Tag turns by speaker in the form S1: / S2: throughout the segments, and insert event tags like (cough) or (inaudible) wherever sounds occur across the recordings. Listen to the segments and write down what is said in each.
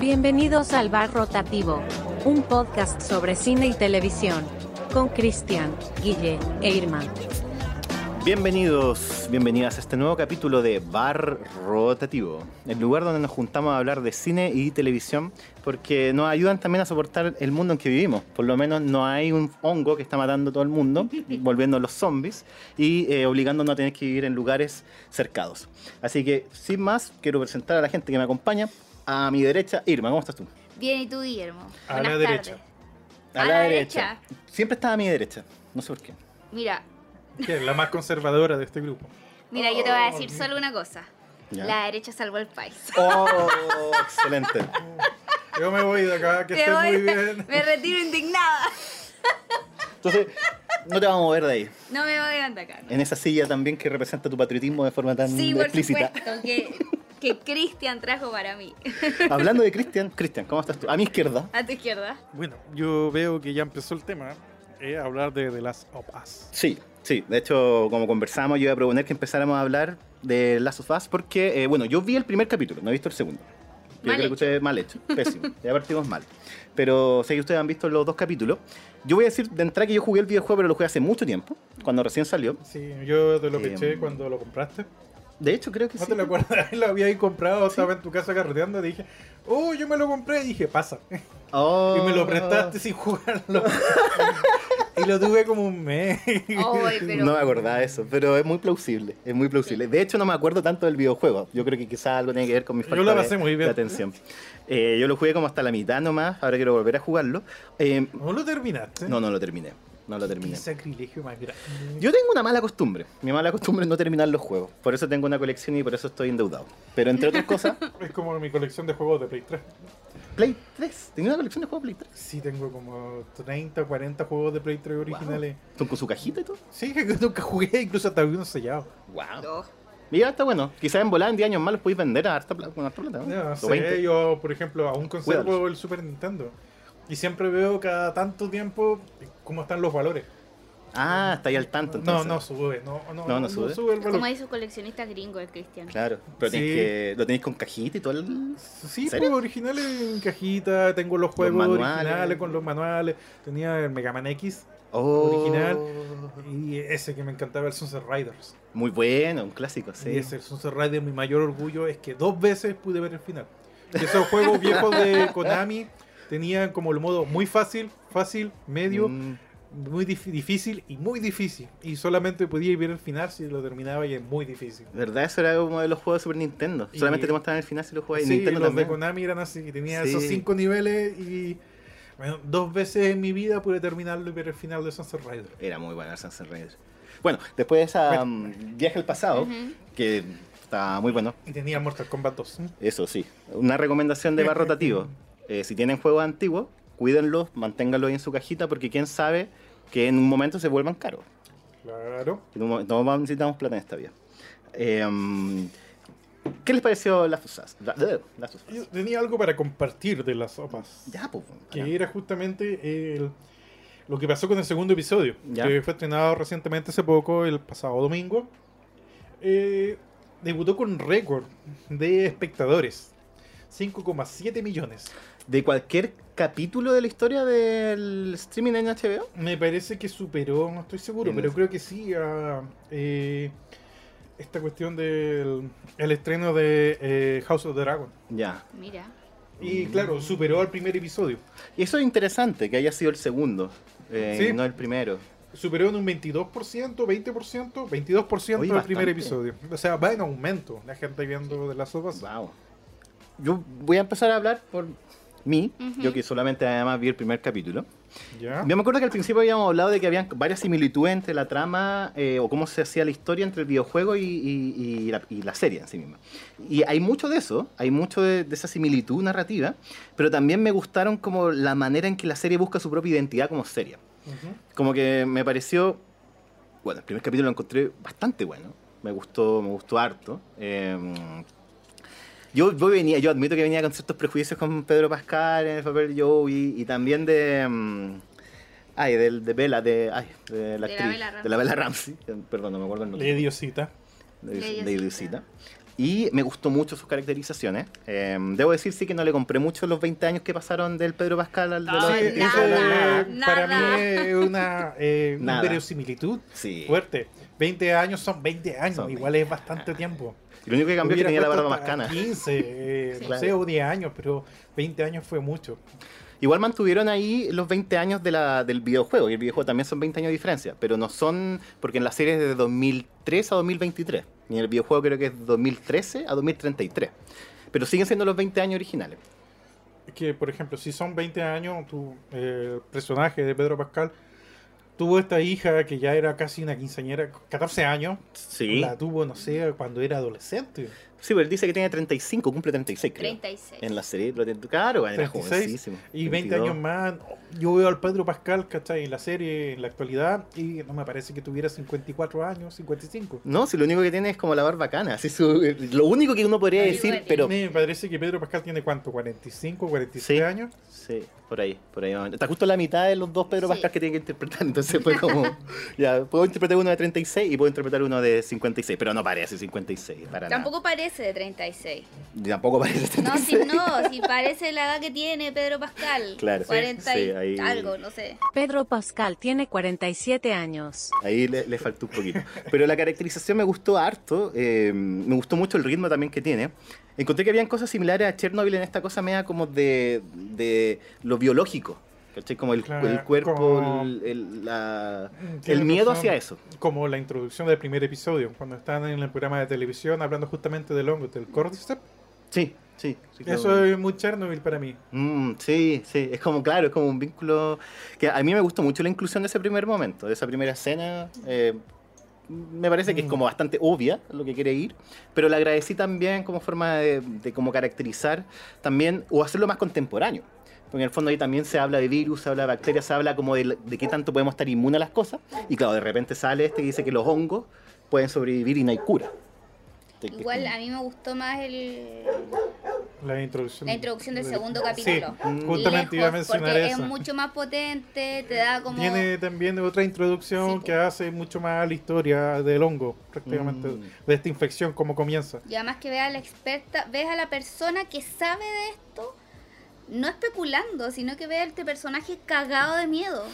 S1: Bienvenidos al Bar Rotativo, un podcast sobre cine y televisión, con Cristian, Guille e Irma.
S2: Bienvenidos, bienvenidas a este nuevo capítulo de Bar Rotativo, el lugar donde nos juntamos a hablar de cine y televisión, porque nos ayudan también a soportar el mundo en que vivimos. Por lo menos no hay un hongo que está matando a todo el
S3: (laughs)
S2: mundo, volviendo a los zombies y eh, obligándonos a tener que vivir en lugares cercados. Así que, sin más, quiero presentar a la gente que me acompaña. A mi derecha, Irma, ¿cómo estás tú?
S3: Bien, ¿y tú, Guillermo?
S4: A
S3: Buenas
S4: la derecha.
S3: tardes. A la
S2: Siempre estás a mi derecha, no sé por qué.
S3: Mira,
S4: (laughs) que es la más conservadora de este grupo.
S3: mira, yo te voy a
S4: Oh,
S3: decir solo una cosa.
S2: Ya.
S3: La derecha salvó al país.
S2: Oh, (laughs) excelente.
S4: Yo me voy de
S3: (laughs)
S4: acá, (laughs) que
S3: Te
S4: esté
S3: voy-
S4: muy bien.
S3: Me retiro indignada.
S2: Entonces, no te vamos a mover de ahí.
S3: No me voy a acá. ¿no?
S2: En esa silla también que representa tu patriotismo de forma tan
S3: Sí, por
S2: explícita.
S3: supuesto, que, que Cristian trajo para mí. (laughs)
S2: Hablando de Cristian, Cristian, ¿cómo estás tú? A mi izquierda.
S3: A tu
S4: (laughs)
S3: izquierda.
S4: (laughs) Bueno, yo veo que ya empezó el tema, eh, hablar de The Last of Us.
S2: Sí, sí. De hecho, como conversamos, yo iba a proponer que empezáramos a hablar de Last of Us porque, eh, bueno, yo vi el primer capítulo, no he visto el segundo. Yo creo
S3: Mal
S2: que
S3: hecho.
S2: ustedes mal hecho, pésimo.
S3: (laughs)
S2: Ya partimos mal. Pero sé que ustedes han visto los dos capítulos. Yo voy a decir de entrada que yo jugué el videojuego, pero lo jugué hace mucho tiempo, cuando recién salió.
S4: Sí, yo te lo
S2: Eh,
S4: piché cuando lo compraste.
S2: De hecho, creo que
S4: ¿No
S2: sí.
S4: te lo acuerdas? (laughs) Lo había ahí comprado, estaba en tu casa carreteando. Dije, oh, yo me lo compré. Y dije, pasa.
S2: Oh.
S4: Y me lo prestaste sin jugarlo. (laughs) y lo tuve como un mes. (laughs)
S3: Ay, pero
S2: No me acordaba de eso, pero es muy plausible, es muy plausible. De hecho, no me acuerdo tanto del videojuego. Yo creo que quizás algo tiene que ver con mi
S4: Yo
S2: falta
S4: lo
S2: de-
S4: pasé muy bien.
S2: de atención. Eh, yo lo jugué como hasta la mitad nomás, ahora quiero volver a jugarlo. Eh,
S4: ¿No lo terminaste?
S2: no, no lo terminé, no lo
S4: Qué
S2: terminé.
S4: sacrilegio más grande.
S2: Yo tengo una mala costumbre, mi mala costumbre es no terminar los juegos. Por eso tengo una colección y por eso estoy endeudado. Pero entre otras cosas,
S4: Es como mi colección de juegos de Play 3.
S2: Play 3, tenía una colección de juegos Play 3.
S4: Sí, tengo como 30 o 40 juegos de Play 3 originales.
S2: Wow. Con su cajita y todo.
S4: Sí, (laughs) que nunca jugué, incluso hasta había uno sellado.
S2: Wow.
S3: no.
S2: Mira, está bueno. Quizás en volada en 10 años más los podéis vender a harta plata. Con harta plata, ¿no?
S4: No
S2: O
S4: sé,
S2: 20.
S4: yo, por ejemplo, aún conservo
S2: Cuídalos.
S4: el Super Nintendo. Y siempre veo cada tanto tiempo cómo están los valores.
S2: Ah, está ahí al tanto.
S4: no,
S2: Entonces.
S4: no sube, no, no,
S2: No, no sube.
S4: el valor.
S3: Como hay sus coleccionistas gringos, el Cristian.
S2: Claro, pero
S4: Sí.
S2: tenés que, lo tenéis con cajita y todo el...
S4: Sí,
S2: ¿En serio?
S4: pues, originales en cajita, tengo los juegos
S2: manuales.
S4: originales con los manuales. Tenía el Mega Man X Oh. Original.
S2: Oh.
S4: y ese que me encantaba, el Sunset Riders.
S2: Muy bueno, un clásico, sí.
S4: Y ese el Sunset Riders, mi mayor orgullo es que dos veces pude ver el final. Y esos juegos viejos de
S2: (laughs)
S4: Konami tenían como el modo muy fácil, fácil, medio,
S2: Mm,
S4: muy dif- difícil y muy difícil. Y solamente podía ver el final si lo terminaba y es muy difícil.
S2: de verdad, eso era uno de los juegos de Super Nintendo.
S4: Y-
S2: Solamente te mostraban el final si lo jugabas. Y
S4: Sí,
S2: Pues, Nintendo
S4: los
S2: también.
S4: de Konami eran así, que tenía
S2: Sí.
S4: esos cinco niveles y bueno, dos veces en mi vida pude terminarlo y ver el final de Sunset Rider.
S2: Era muy bueno el Sunset Riders. Bueno, después de ese viaje al pasado,
S3: Ujú.
S2: que estaba muy bueno,
S4: Y tenía Mortal Kombat ¿eh? 2.
S2: eso sí. Una recomendación de bar rotativo. Eh, si tienen juegos antiguos, cuídenlos, manténganlos ahí en su cajita, porque quién sabe que en un momento se vuelvan caros.
S4: Claro.
S2: En un momento, no vamos- necesitamos plata en esta vida. Em, ¿Qué les pareció las usas? La- eh, Las Us Us.
S4: Yo tenía algo para compartir de las sopas.
S2: Ya, pues.
S4: que
S2: para.
S4: era justamente el- lo que pasó con el segundo episodio,
S2: Ya.
S4: que fue estrenado recientemente hace poco, el pasado domingo. Eh, debutó con récord de espectadores. 5,7 millones.
S2: De cualquier capítulo de la historia del streaming en HBO.
S4: Me parece que superó, no estoy seguro,
S2: Bien,
S4: pero
S2: es-
S4: creo que sí a eh, esta cuestión del el estreno de eh, House of the Dragon.
S2: Ya.
S3: Mira.
S4: Y
S2: Mm.
S4: claro, superó al primer episodio.
S2: Y eso es interesante, que haya sido el segundo. eh,
S4: Sí.
S2: No el primero.
S4: superó en un 22%, 20%, 22%
S2: Oye,
S4: el primer
S2: bastante.
S4: episodio. O sea, va en aumento la gente viendo de las sopas.
S2: Wow. Yo voy a empezar a hablar por mí.
S3: Ujú.
S2: Yo que solamente además vi el primer capítulo.
S4: ¿Ya?
S2: Yo me acuerdo que al principio habíamos hablado de que había varias similitudes entre la trama eh, o cómo se hacía la historia entre el videojuego y, y- y la, y la serie en sí misma. Y hay mucho de eso, hay mucho de, de esa similitud narrativa, pero también me gustaron como la manera en que la serie busca su propia identidad como serie.
S4: Ujú.
S2: Como que me pareció, bueno, el primer capítulo lo encontré bastante bueno, me gustó, me gustó harto. Eh, yo, yo venía, yo admito que venía con ciertos prejuicios con Pedro Pascal en el papel de Joey y también de. mm, ay, del, de Bella, de. Ay, de la em,
S3: De la
S2: actriz.
S3: Bella Ramsey.
S2: de la Bella Ramsey. Perdón, no me acuerdo el nombre.
S4: Le dio cita.
S2: De,
S3: Lady
S2: de
S3: Osita.
S2: Osita. Y me gustó mucho sus caracterizaciones. Eh, debo decir, sí, que no le compré mucho los 20 años que pasaron del Pedro Pascal al de los
S4: Sí,
S3: Ay,
S2: argentinos.
S4: eso,
S3: Ah, nada,
S4: eh, para
S3: nada.
S4: mí es una, eh, una
S2: Nada.
S4: verosimilitud
S2: Sí.
S4: fuerte. 20 años son 20 años,
S2: Son
S4: igual es bastante tiempo.
S2: Lo único que cambió es que
S4: Hubiera
S2: tenía la barba
S4: puesto
S2: más
S4: hasta
S2: cana.
S4: 15, eh,
S3: Sí.
S4: no sé, o 10 años, pero 20 años fue mucho.
S2: Igual mantuvieron ahí los 20 años de la, del videojuego, y el videojuego también son 20 años de diferencia, pero no son, porque en la serie es de 2003 a 2023, y en el videojuego creo que es 2013 a 2033, pero siguen siendo los 20 años originales.
S4: Es Que, por ejemplo, si son 20 años, tu eh, el personaje de Pedro Pascal tuvo esta hija que ya era casi una quinceañera, 14 años.
S2: Sí.
S4: La tuvo, no sé, cuando era adolescente.
S2: Sí, pero él dice que tiene 35, cumple 36, creo.
S3: 36.
S2: En la serie, lo tiene- claro, era
S4: 36
S2: jovencísimo.
S4: y 20
S2: 22.
S4: años más. Yo veo al Pedro Pascal, ¿cachai? En la serie, en la actualidad, y no me parece que tuviera 54 años, 55.
S2: No, si lo único que tiene es como la barba cana, así su- lo único que uno podría
S3: Ay,
S2: decir,
S3: duele.
S2: pero...
S4: Me parece que Pedro Pascal tiene cuánto, 45, 46
S2: Sí.
S4: años.
S2: Sí, por ahí, por ahí. más o menos. Está justo la mitad de los dos Pedro
S3: Sí.
S2: Pascal que tienen que interpretar. Entonces fue
S3: (laughs)
S2: como, ya, puedo interpretar uno de 36 y puedo interpretar uno de 56, pero no parece 56, para
S3: Tampoco parece
S2: (laughs)
S3: de 36.
S2: nada. Tampoco parece
S3: No,
S2: 36.
S3: si no, si parece la edad que tiene Pedro Pascal.
S2: Claro.
S3: 40 y
S2: Sí, ahí-
S3: algo, no sé.
S1: Pedro Pascal tiene 47 años.
S2: Ahí le, le faltó un poquito. Pero la caracterización me gustó harto, eh, me gustó mucho el ritmo también que tiene. Encontré que habían cosas similares a Chernobyl en esta cosa media como de, de lo biológico, ¿cachai? Como el,
S4: Claro,
S2: el cuerpo,
S4: como-
S2: el, el- la-
S4: Tiene
S2: el miedo
S4: Mm, razón.
S2: hacia eso.
S4: Como la introducción del primer episodio, cuando están en el programa de televisión hablando justamente del hongo, del cordyceps.
S2: Sí, sí. sí,
S4: Eso
S2: claro.
S4: es muy Chernobyl para mí.
S2: Mm, sí, sí, es como, claro, es como un vínculo que a mí me gustó mucho la inclusión de ese primer momento, de esa primera escena. eh, me parece que es como bastante obvia lo que quiere ir, pero le agradecí también como forma de, de como caracterizar también o hacerlo más contemporáneo. Porque en el fondo ahí también se habla de virus, se habla de bacterias, se habla como de, de qué tanto podemos estar inmunes a las cosas. Y claro, de repente sale este que dice que los hongos pueden sobrevivir y no hay cura.
S3: Igual a mí me gustó más el,
S4: La introducción,
S3: la introducción del
S4: de-
S3: segundo
S4: sí,
S3: capítulo.
S2: Mm.
S4: justamente iba a
S3: Lejos,
S4: mencionar
S3: porque
S4: eso.
S3: es mucho más potente, te da como...
S4: Tiene también otra
S3: Sí,
S4: introducción
S3: po.
S4: que hace mucho más la historia del hongo, prácticamente,
S2: Mm.
S4: de esta infección, cómo comienza.
S3: Y además que veas a la experta, ves a la persona que sabe de esto, no especulando, sino que ve a este personaje cagado de miedo.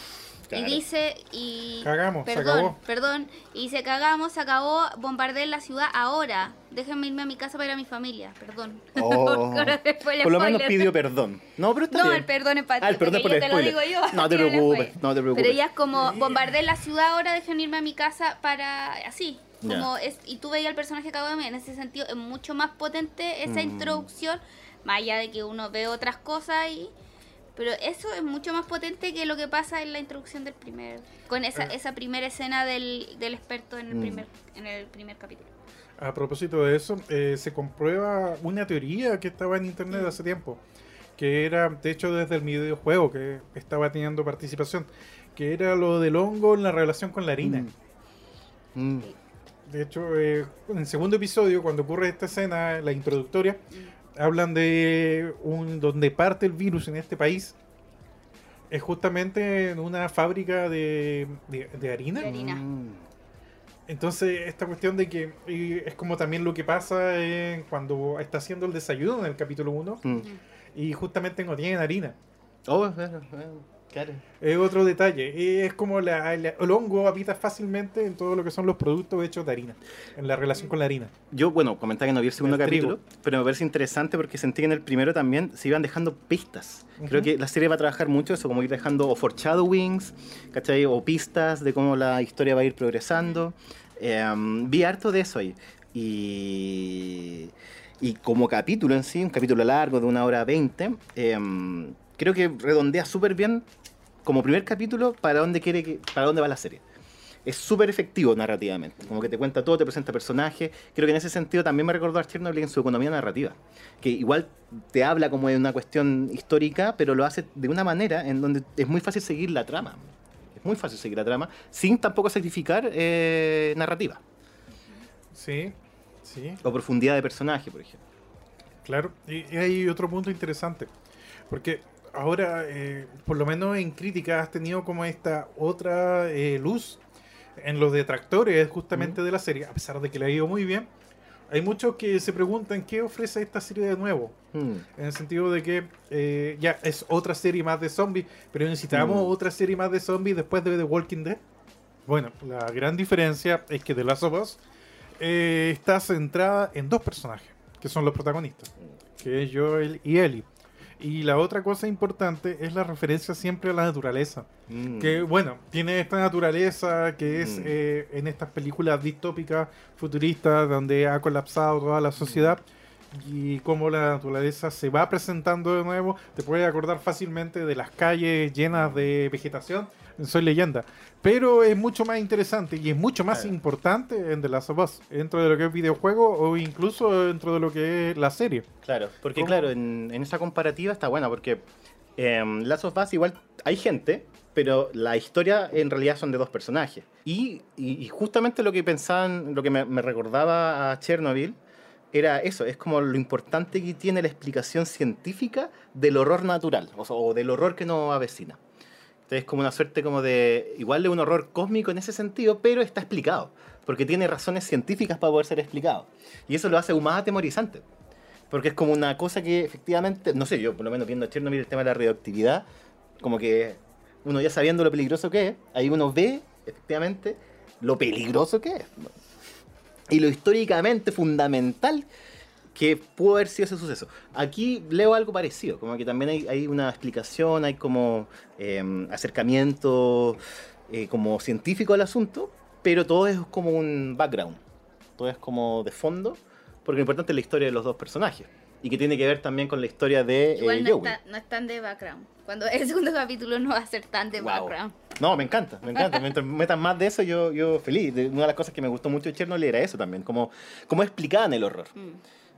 S2: Claro.
S3: Y dice, y...
S4: Cagamos, se
S3: perdón,
S4: acabó.
S3: perdón. Y dice, cagamos, se acabó, bombardear la ciudad ahora. Déjenme irme a mi casa para ir a mi familia, perdón. (laughs)
S2: Oh.
S3: Ahora después el
S2: Por lo menos
S3: spoiler.
S2: pidió perdón. No, pero está
S3: No,
S2: bien.
S3: el perdón es para ti,
S2: Ah, el perdón
S3: porque
S2: por
S3: yo
S2: el
S3: te lo digo
S2: spoiler.
S3: yo.
S2: No te
S3: (laughs) yo la
S2: preocupes,
S3: spoiler.
S2: no te preocupes.
S3: Pero ella es como, bombardeé la ciudad ahora, dejen irme a mi casa para... Así. Como es, y tú veías al personaje que acabo de ver, en ese sentido es mucho más potente esa
S2: Mm.
S3: introducción, más allá de que uno ve otras cosas y... Pero eso es mucho más potente que lo que pasa en la introducción del primer... Con esa, esa primera escena del, del experto en el,
S2: Eh. Mm.
S3: primer, en el primer capítulo.
S4: A propósito de eso, eh, se comprueba una teoría que estaba en internet hace tiempo, que era, de hecho, desde el videojuego que estaba teniendo participación, que era lo del hongo en la relación con la harina.
S2: Mm.
S4: De hecho, eh, en el segundo episodio, cuando ocurre esta escena, la introductoria, hablan de un donde parte el virus en este país. Es justamente en una fábrica de, de- de harina.
S3: De harina.
S2: Mm.
S4: Entonces, esta cuestión de que y es como también lo que pasa en cuando está haciendo el desayuno en el capítulo 1
S2: Mm.
S4: y justamente no tienen harina.
S2: Oh, claro, claro, claro.
S4: Es otro detalle. Y Es como la- la- el hongo habita fácilmente en todo lo que son los productos hechos de harina, en la relación con la harina.
S2: Yo, bueno, comentaba que no vi el segundo
S4: Del
S2: capítulo, pero me parece interesante porque sentí que en el primero también se iban dejando pistas. Creo
S4: Ujú.
S2: que la serie va a trabajar mucho eso, como ir dejando o foreshadowings, ¿cachai? O pistas de cómo la historia va a ir progresando. Eh, vi harto de eso ahí. Y, y como capítulo en sí, un capítulo largo de una hora veinte, em, creo que redondea súper bien como primer capítulo para dónde quiere que, para dónde va la serie. Es súper efectivo narrativamente, como que te cuenta todo, te presenta personajes. Creo que en ese sentido también me recordó a Chernobyl en su economía narrativa, que igual te habla como de una cuestión histórica, pero lo hace de una manera en donde es muy fácil seguir la trama. Es muy fácil seguir la trama sin tampoco sacrificar eh, narrativa
S4: Sí, sí.
S2: o profundidad de personaje, por ejemplo.
S4: Claro, y, y hay otro punto interesante, porque ahora, eh, por lo menos en crítica, has tenido como esta otra eh, luz en los detractores justamente de la serie, a pesar de que le ha ido muy bien, Hay muchos que se preguntan qué ofrece esta serie de nuevo.
S2: Mm.
S4: En el sentido de que eh, ya es otra serie más de zombies, pero necesitamos
S2: Mm.
S4: otra serie más de zombies después de The Walking Dead. Bueno, la gran diferencia es que The Last of Us eh, está centrada en dos personajes, que son los protagonistas, que es Joel y Ellie. Y la otra cosa importante es la referencia siempre a la naturaleza.
S2: Mm.
S4: Que bueno, tiene esta naturaleza que es
S2: Mm.
S4: eh, en estas películas distópicas, futuristas, donde ha colapsado toda la sociedad y cómo la naturaleza se va presentando de nuevo. Te puedes acordar fácilmente de las calles llenas de vegetación. en Soy leyenda. Pero es mucho más interesante y es mucho más
S2: Claro.
S4: importante en The Last of Us, dentro de lo que es videojuego o incluso dentro de lo que es la serie.
S2: Claro, porque
S4: ¿Cómo?
S2: claro, en, en esa comparativa está buena, porque em, Last of Us igual hay gente, pero la historia en realidad son de dos personajes. Y, y- y justamente lo que pensaban, lo que me, me recordaba a Chernobyl, era eso, es como lo importante que tiene la explicación científica del horror natural, o, sea, o del horror que nos avecina. Entonces es como una suerte como de, igual de un horror cósmico en ese sentido, pero está explicado, porque tiene razones científicas para poder ser explicado. Y eso lo hace aún más atemorizante. Porque es como una cosa que efectivamente, no sé, yo por lo menos viendo Chernobyl el tema de la radioactividad, como que uno ya sabiendo lo peligroso que es, ahí uno ve efectivamente lo peligroso que es. ¿no? Y lo históricamente fundamental que pudo haber sido ese suceso. Aquí leo algo parecido, como que también hay, hay una explicación, hay como eh, acercamiento eh, como científico al asunto, pero todo es como un background, todo es como de fondo, porque lo importante es la historia de los dos personajes. Y que tiene que ver también con la historia de eh,
S3: Igual no,
S2: Joey.
S3: está- no es tan de background. Cuando (laughs) el segundo capítulo no va a ser tan de
S2: Guau.
S3: background.
S2: No, me encanta, me encanta. Mientras metan más de eso, yo, yo feliz. De- Una de las cosas que me gustó mucho de Chernobyl era eso también, como, como explicaban el horror.
S3: Mm.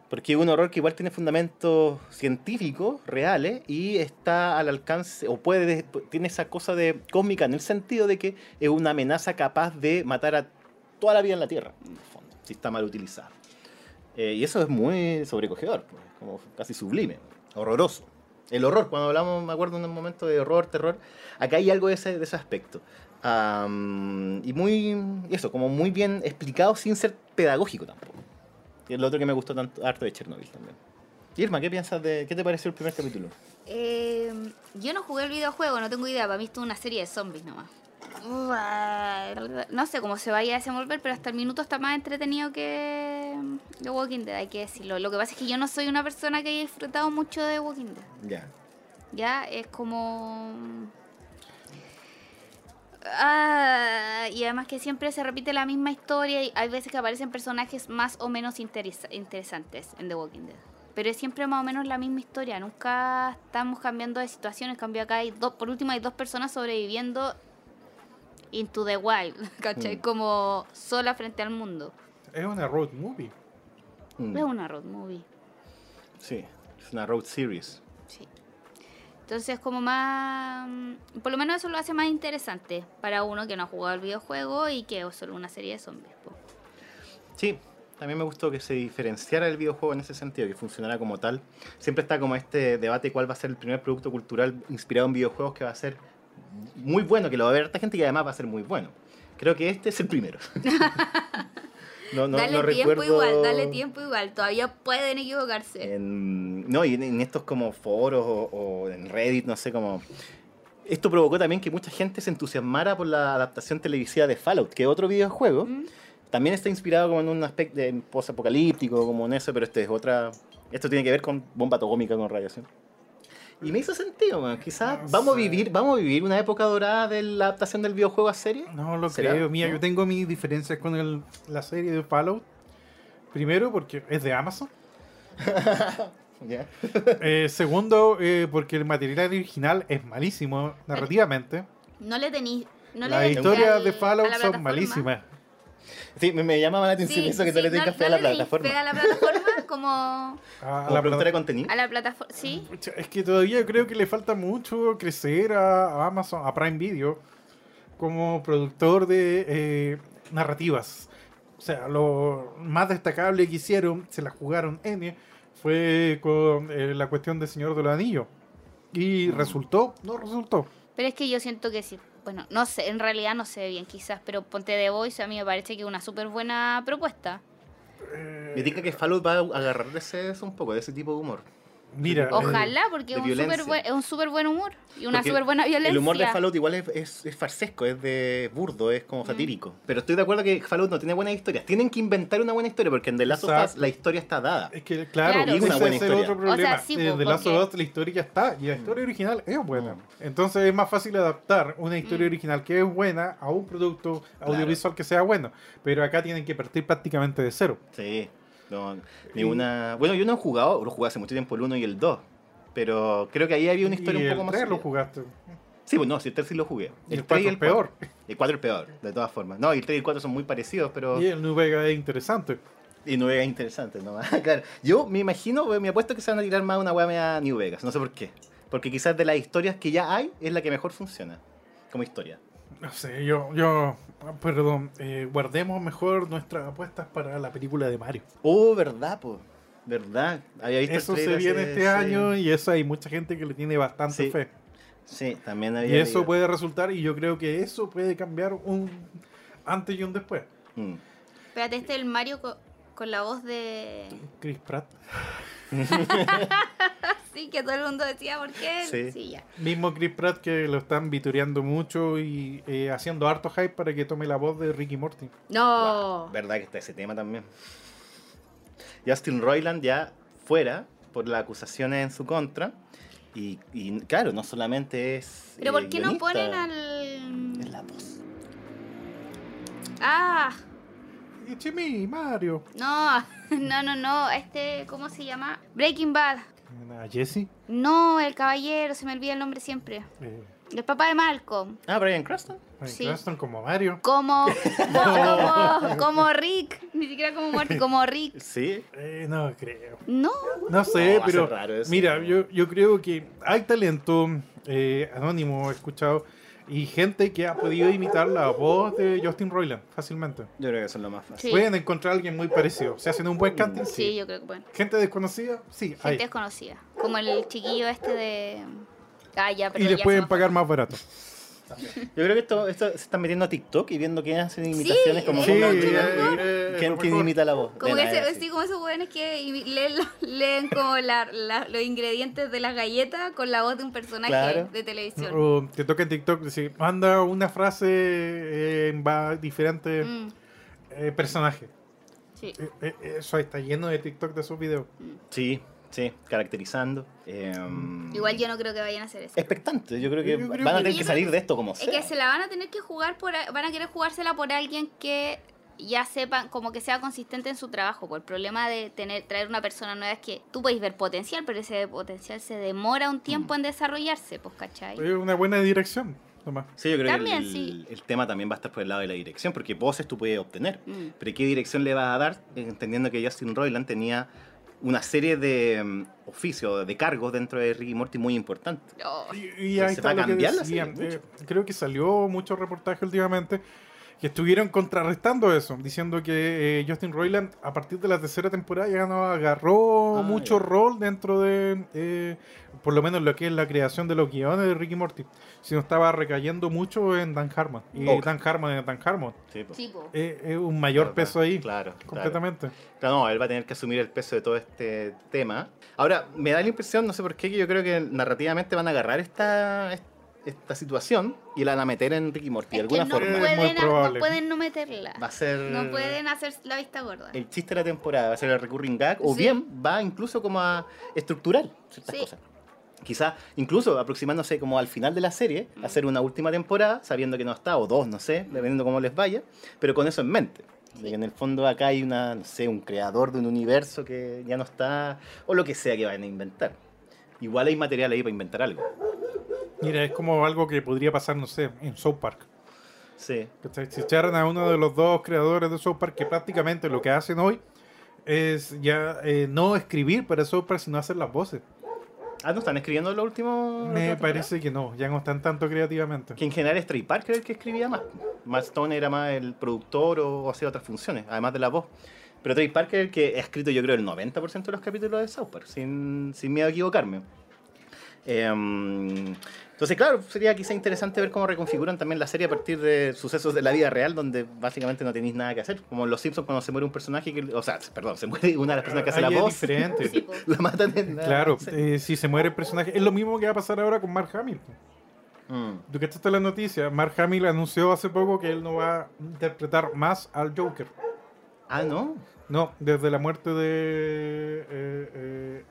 S2: Porque es un horror que igual tiene fundamentos científicos, reales, y está al alcance, o puede, tiene esa cosa de cómica en el sentido de que es una amenaza capaz de matar a toda la vida en la Tierra, en el fondo, si está mal utilizada. Eh, y eso es muy sobrecogedor, pues, como casi sublime, horroroso. El horror, cuando hablamos, me acuerdo en un momento de horror, terror, acá hay algo de ese, de ese aspecto. Am, y muy, eso, como muy bien explicado sin ser pedagógico tampoco. Que es lo otro que me gustó tanto, harto de Chernobyl también. Irma, ¿qué piensas de, qué te pareció el primer capítulo?
S3: Eh, yo no jugué el videojuego, no tengo idea. Para mí esto es una serie de zombies nomás. No sé cómo se vaya a desenvolver, pero hasta el minuto está más entretenido que The Walking Dead, hay que decirlo. Lo que pasa es que yo no soy una persona que haya disfrutado mucho de The Walking Dead.
S2: Ya.
S3: Ya es como... Ah, y además que siempre se repite la misma historia y hay veces que aparecen personajes más o menos interesa- interesantes en The Walking Dead. Pero es siempre más o menos la misma historia, nunca estamos cambiando de situaciones. En cambio acá hay dos, por último hay dos personas sobreviviendo into the wild, (laughs) ¿cachai?
S2: Mm.
S3: Como sola frente al mundo.
S4: Es una road movie.
S2: Mm,
S3: Es una road movie.
S2: Sí, es una road series.
S3: Sí. Entonces, como más. mm, Por lo menos eso lo hace más interesante para uno que no ha jugado el videojuego y que es solo una serie de zombies. po.
S2: Sí, también me gustó que se diferenciara el videojuego en ese sentido, que funcionara como tal. Siempre está como este debate cuál va a ser el primer producto cultural inspirado en videojuegos que va a ser muy bueno, que lo va a ver esta gente y que además va a ser muy bueno. Creo que este es el
S3: (laughs)
S2: primero. no, no,
S3: dale
S2: no
S3: tiempo
S2: recuerdo... Eh,
S3: igual, dale tiempo igual. Todavía pueden equivocarse.
S2: En- no, y en, en estos como foros o, o en Reddit, no sé cómo. Esto provocó también que mucha gente se entusiasmara por la adaptación televisiva de Fallout, que es otro videojuego.
S3: ¿Mm?
S2: También está inspirado como en un aspecto de post-apocalíptico, como en eso, pero este es otra. Esto tiene que ver con bomba atómica, con radiación. Y me hizo sentido, man. quizás
S4: No
S2: vamos a
S4: sé.
S2: vivir, vamos a vivir una época dorada de la adaptación del videojuego a serie.
S4: No lo
S2: ¿Será?
S4: creo. Mira,
S2: ¿No?
S4: yo tengo mis diferencias con el- la serie de Fallout. Primero, porque es
S2: (laughs)
S4: de Amazon.
S2: Ya.
S4: Eh, segundo, eh, porque el material original es malísimo narrativamente.
S3: No le tenéis. No le
S4: Las
S3: tenís
S4: historias
S3: al-
S4: de Fallout
S3: a la
S4: son
S3: plataforma.
S4: malísimas.
S2: Sí, me, me llamaba la atención
S3: Sí,
S2: eso que
S3: sí,
S2: tú le tengas
S3: no-
S2: fe a
S3: no
S2: la
S3: le tenéis
S2: plataforma.
S3: fe a la plataforma como.
S4: Ah,
S2: Como
S4: la
S2: productora de
S4: plata-
S2: contenido.
S3: A la plataforma. Sí.
S4: Pucha, Es que todavía creo que le falta mucho crecer a, a Amazon, a Prime Video, como productor de eh, narrativas. O sea, lo más destacable que hicieron, se la jugaron N, fue con eh, la cuestión de Señor de los Anillos. Y resultó, no resultó.
S3: Pero es que yo siento que sí. Bueno, no sé, en realidad no sé bien quizás, pero ponte The Voice a mí me parece que es una súper buena propuesta.
S4: Eh,
S2: Me diga que Fallout va a agarrar de ese, eso un poco, de ese tipo de humor.
S4: Mira, eh,
S3: Ojalá, porque
S2: de
S3: es un,
S2: violencia.
S3: súper buen, es un súper buen humor y una
S2: Porque
S3: súper buena violencia.
S2: El humor de Fallout igual es, es, es farsesco, es de burdo, es como satírico. Pero estoy de acuerdo que Fallout no tiene buena historia. Tienen que inventar una buena historia porque en The Last of
S4: Exacto.
S2: Us la historia está dada.
S4: es que claro,
S3: Claro. Y es
S4: ese
S2: una buena
S4: es el
S2: historia.
S4: otro
S3: O sea,
S4: problema.
S3: sí,
S4: En
S3: po,
S4: The Last of
S3: porque-
S4: Us la historia ya está
S3: Mm.
S4: y la historia original es buena. Entonces es más fácil adaptar una historia
S3: Mm.
S4: original que es buena a un producto audiovisual que sea bueno. Pero acá tienen que partir prácticamente de cero.
S2: Sí. No, ni una... Bueno, yo no he jugado, lo jugué hace mucho tiempo el 1 y el 2. Pero creo que ahí había una historia
S4: y
S2: un
S4: el
S2: poco más.
S4: tres lo
S2: seria.
S4: jugaste.
S2: Sí, bueno, no, si el 3 sí lo jugué.
S4: Y el
S2: tres
S4: cuatro es peor.
S2: cuatro. El 4 es peor, de todas formas. No, y el 3 y el 4 son muy parecidos, pero.
S4: Y el New Vega es interesante.
S2: Y New Vegas es interesante, ¿no? (laughs) claro. Yo me imagino, we- me apuesto que se van a tirar más una wea a New Vegas, no sé por qué. Porque quizás de las historias que ya hay, es la que mejor funciona como historia.
S4: No sé, yo, yo, perdón, eh, guardemos mejor nuestras apuestas para la película de Mario.
S2: Oh, verdad, po. Verdad. Había visto el
S4: Eso se
S2: trailer
S4: viene
S2: hace-
S4: este
S2: sí.
S4: año y eso hay mucha gente que le tiene bastante
S2: Sí,
S4: fe.
S2: Sí, también había.
S4: Y eso
S2: leído.
S4: puede resultar, y yo creo que eso puede cambiar un antes y un después.
S2: Mm.
S3: Espérate, este es el Mario co- con, la voz de.
S4: Chris Pratt.
S3: Sí, que todo el mundo decía, ¿por qué?
S2: Sí.
S3: Sí, ya.
S4: Mismo Chris Pratt que lo están vitoreando mucho y eh, haciendo harto hype para que tome la voz de Ricky Morty.
S3: Oh. No.
S2: Verdad que está ese tema también. Justin Roiland ya fuera por las acusaciones en su contra. Y, y, claro, no solamente es.
S3: Pero
S2: eh,
S3: ¿por qué no
S2: guionista,
S3: ponen
S2: Es
S3: al.
S2: la voz.
S3: Ah,
S4: Y Jimmy, Mario.
S3: no, (laughs) no, no, no. a Este, ¿cómo se llama? Breaking Bad.
S4: A Jesse.
S3: No, el caballero, se me olvida el nombre siempre.
S4: Eh,
S3: El papá de Malcolm.
S2: Ah, Brian Cranston.
S4: Bryan
S3: Sí.
S4: Cranston como Mario.
S2: (laughs)
S3: Como, como, como Rick, ni siquiera como Morty, como Rick.
S2: Sí.
S4: Eh, no creo.
S3: No,
S4: No sé,
S2: va a
S4: pero
S2: ser raro eso.
S4: mira, yo, yo creo que hay talento eh, anónimo, he escuchado, y gente que ha podido imitar la voz de Justin Roiland fácilmente.
S2: Yo creo que eso es lo más fácil.
S3: Sí.
S4: Pueden encontrar a alguien muy parecido. ¿Se hacen un buen casting?
S3: sí, yo creo que bueno.
S4: ¿Gente desconocida? Sí,
S3: Gente
S4: hay.
S3: desconocida. Como el chiquillo este de. Ah, ya, pero
S4: Y
S3: ya
S4: les
S3: se
S4: pueden
S3: me-
S4: pagar más barato.
S2: Yo creo que esto, esto se están metiendo a TikTok y viendo quién hacen imitaciones como
S4: Sí,
S2: Donald
S4: eh,
S2: Trump
S4: eh,
S2: y quién,
S4: lo
S2: quién
S4: mejor.
S2: imita la voz.
S3: Como
S2: De
S3: que
S2: la-
S3: se,
S2: sí.
S3: sí, como esos jóvenes que imi- leen, lo- (laughs) leen como la- la- los ingredientes de las galletas con la voz de un personaje
S2: Claro.
S3: de televisión.
S4: O Uh, te toca en TikTok decir, manda una frase eh, en va- diferente
S3: Mm,
S4: eh, personaje.
S3: sí.
S4: Eh, eh, Eso está lleno de TikTok de esos videos.
S2: Sí, sí, caracterizando. Em,
S3: Igual yo no creo que vayan a hacer eso.
S2: Expectante, yo creo que
S4: Yo creo
S2: van a
S4: que-
S2: tener que salir de esto como
S3: Es que
S2: sea.
S3: se la van a tener que jugar por a- van a querer jugársela por alguien que ya sepan, como que sea consistente en su trabajo. Por el problema de tener, traer una persona nueva es que tú podéis ver potencial, pero ese potencial se demora un
S4: Mm.
S3: tiempo en desarrollarse, pues, ¿cachai?
S4: Es una buena dirección, nomás.
S2: Sí, yo creo
S3: También,
S2: que el,
S3: sí.
S2: el tema también va a estar por el lado de la dirección, porque voces tú puedes obtener.
S3: Mm.
S2: Pero ¿qué dirección le vas a dar? Entendiendo que Justin Roiland tenía una serie de mm, oficios, de cargos dentro de Ricky Morty muy importante.
S3: Oh,
S4: Y, y
S2: Pero
S4: ahí
S2: se
S4: está
S2: va a
S4: lo que
S2: cambiar la
S4: decían.
S2: serie,
S4: Eh, creo que salió mucho reportaje últimamente que estuvieron contrarrestando eso, diciendo que eh, Justin Roiland a partir de la tercera temporada ya no agarró
S2: Ah,
S4: mucho
S2: ya.
S4: rol dentro de, eh, por lo menos lo que es la creación de los guiones de Ricky Morty, sino estaba recayendo mucho en Dan Harmon. Y
S2: Ok.
S4: Dan Harmon es Dan Harmon.
S2: Sí, po.
S3: sí, po.
S4: Es es un mayor
S2: Claro,
S4: peso ahí.
S2: claro, claro.
S4: Completamente.
S2: Claro, no, él va a tener que asumir el peso de todo este tema. Ahora, me da la impresión, no sé por qué, que yo creo que narrativamente van a agarrar esta, esta situación y la van a meter en Ricky Morty de
S3: Es que
S2: alguna
S3: no
S2: forma.
S4: Es muy
S3: pueden, no
S4: probable. Mm.
S3: pueden no meterla.
S2: Va a ser
S3: No pueden hacer la vista gorda.
S2: el chiste de la temporada, va a ser el recurring gag, o
S3: Sí.
S2: bien va incluso como a estructurar ciertas
S3: Sí.
S2: cosas. Quizás, incluso aproximándose como al final de la serie, hacer una última temporada, sabiendo que no está, o dos, no sé, dependiendo cómo les vaya, pero con eso en mente. De que en el fondo acá hay una, no sé, un creador de un universo que ya no está, o lo que sea que vayan a inventar. Igual hay material ahí para inventar algo.
S4: Mira, es como algo que podría pasar, no sé, en South Park.
S2: Sí.
S4: ¿Cachai? Si echaran a uno de los dos creadores de South Park, que prácticamente lo que hacen hoy es ya eh, no escribir para South Park, sino hacer las voces.
S2: Ah, ¿no están escribiendo lo último? la
S4: Me
S2: última temporada?
S4: parece que Ah, no, ya no están tanto creativamente.
S2: Que en general es Trey Parker el que escribía más. Matt Stone era más el productor o, o hacía otras funciones, además de la voz. Pero Trey Parker el que ha escrito yo creo el 90% de los capítulos de South Park, sin, sin miedo a equivocarme. Em, entonces, claro, sería quizá interesante ver cómo reconfiguran también la serie a partir de sucesos de la vida real, donde básicamente no tenéis nada que hacer. Como en Los Simpsons, cuando se muere un personaje, que- o sea, perdón, se muere una de las personas que hace
S4: Ahí
S2: la (laughs)
S4: es
S2: voz,
S4: diferente.
S3: Sí, po.
S2: la matan en la-
S4: Claro, eh, si se muere el personaje. Es lo mismo que va a pasar ahora con Mark Hamill.
S2: Mm.
S4: ¿Tú qué la noticia? Mark Hamill anunció hace poco que él no va a interpretar más al Joker.
S2: Ah, ¿no?
S4: No, desde la muerte de... eh, eh,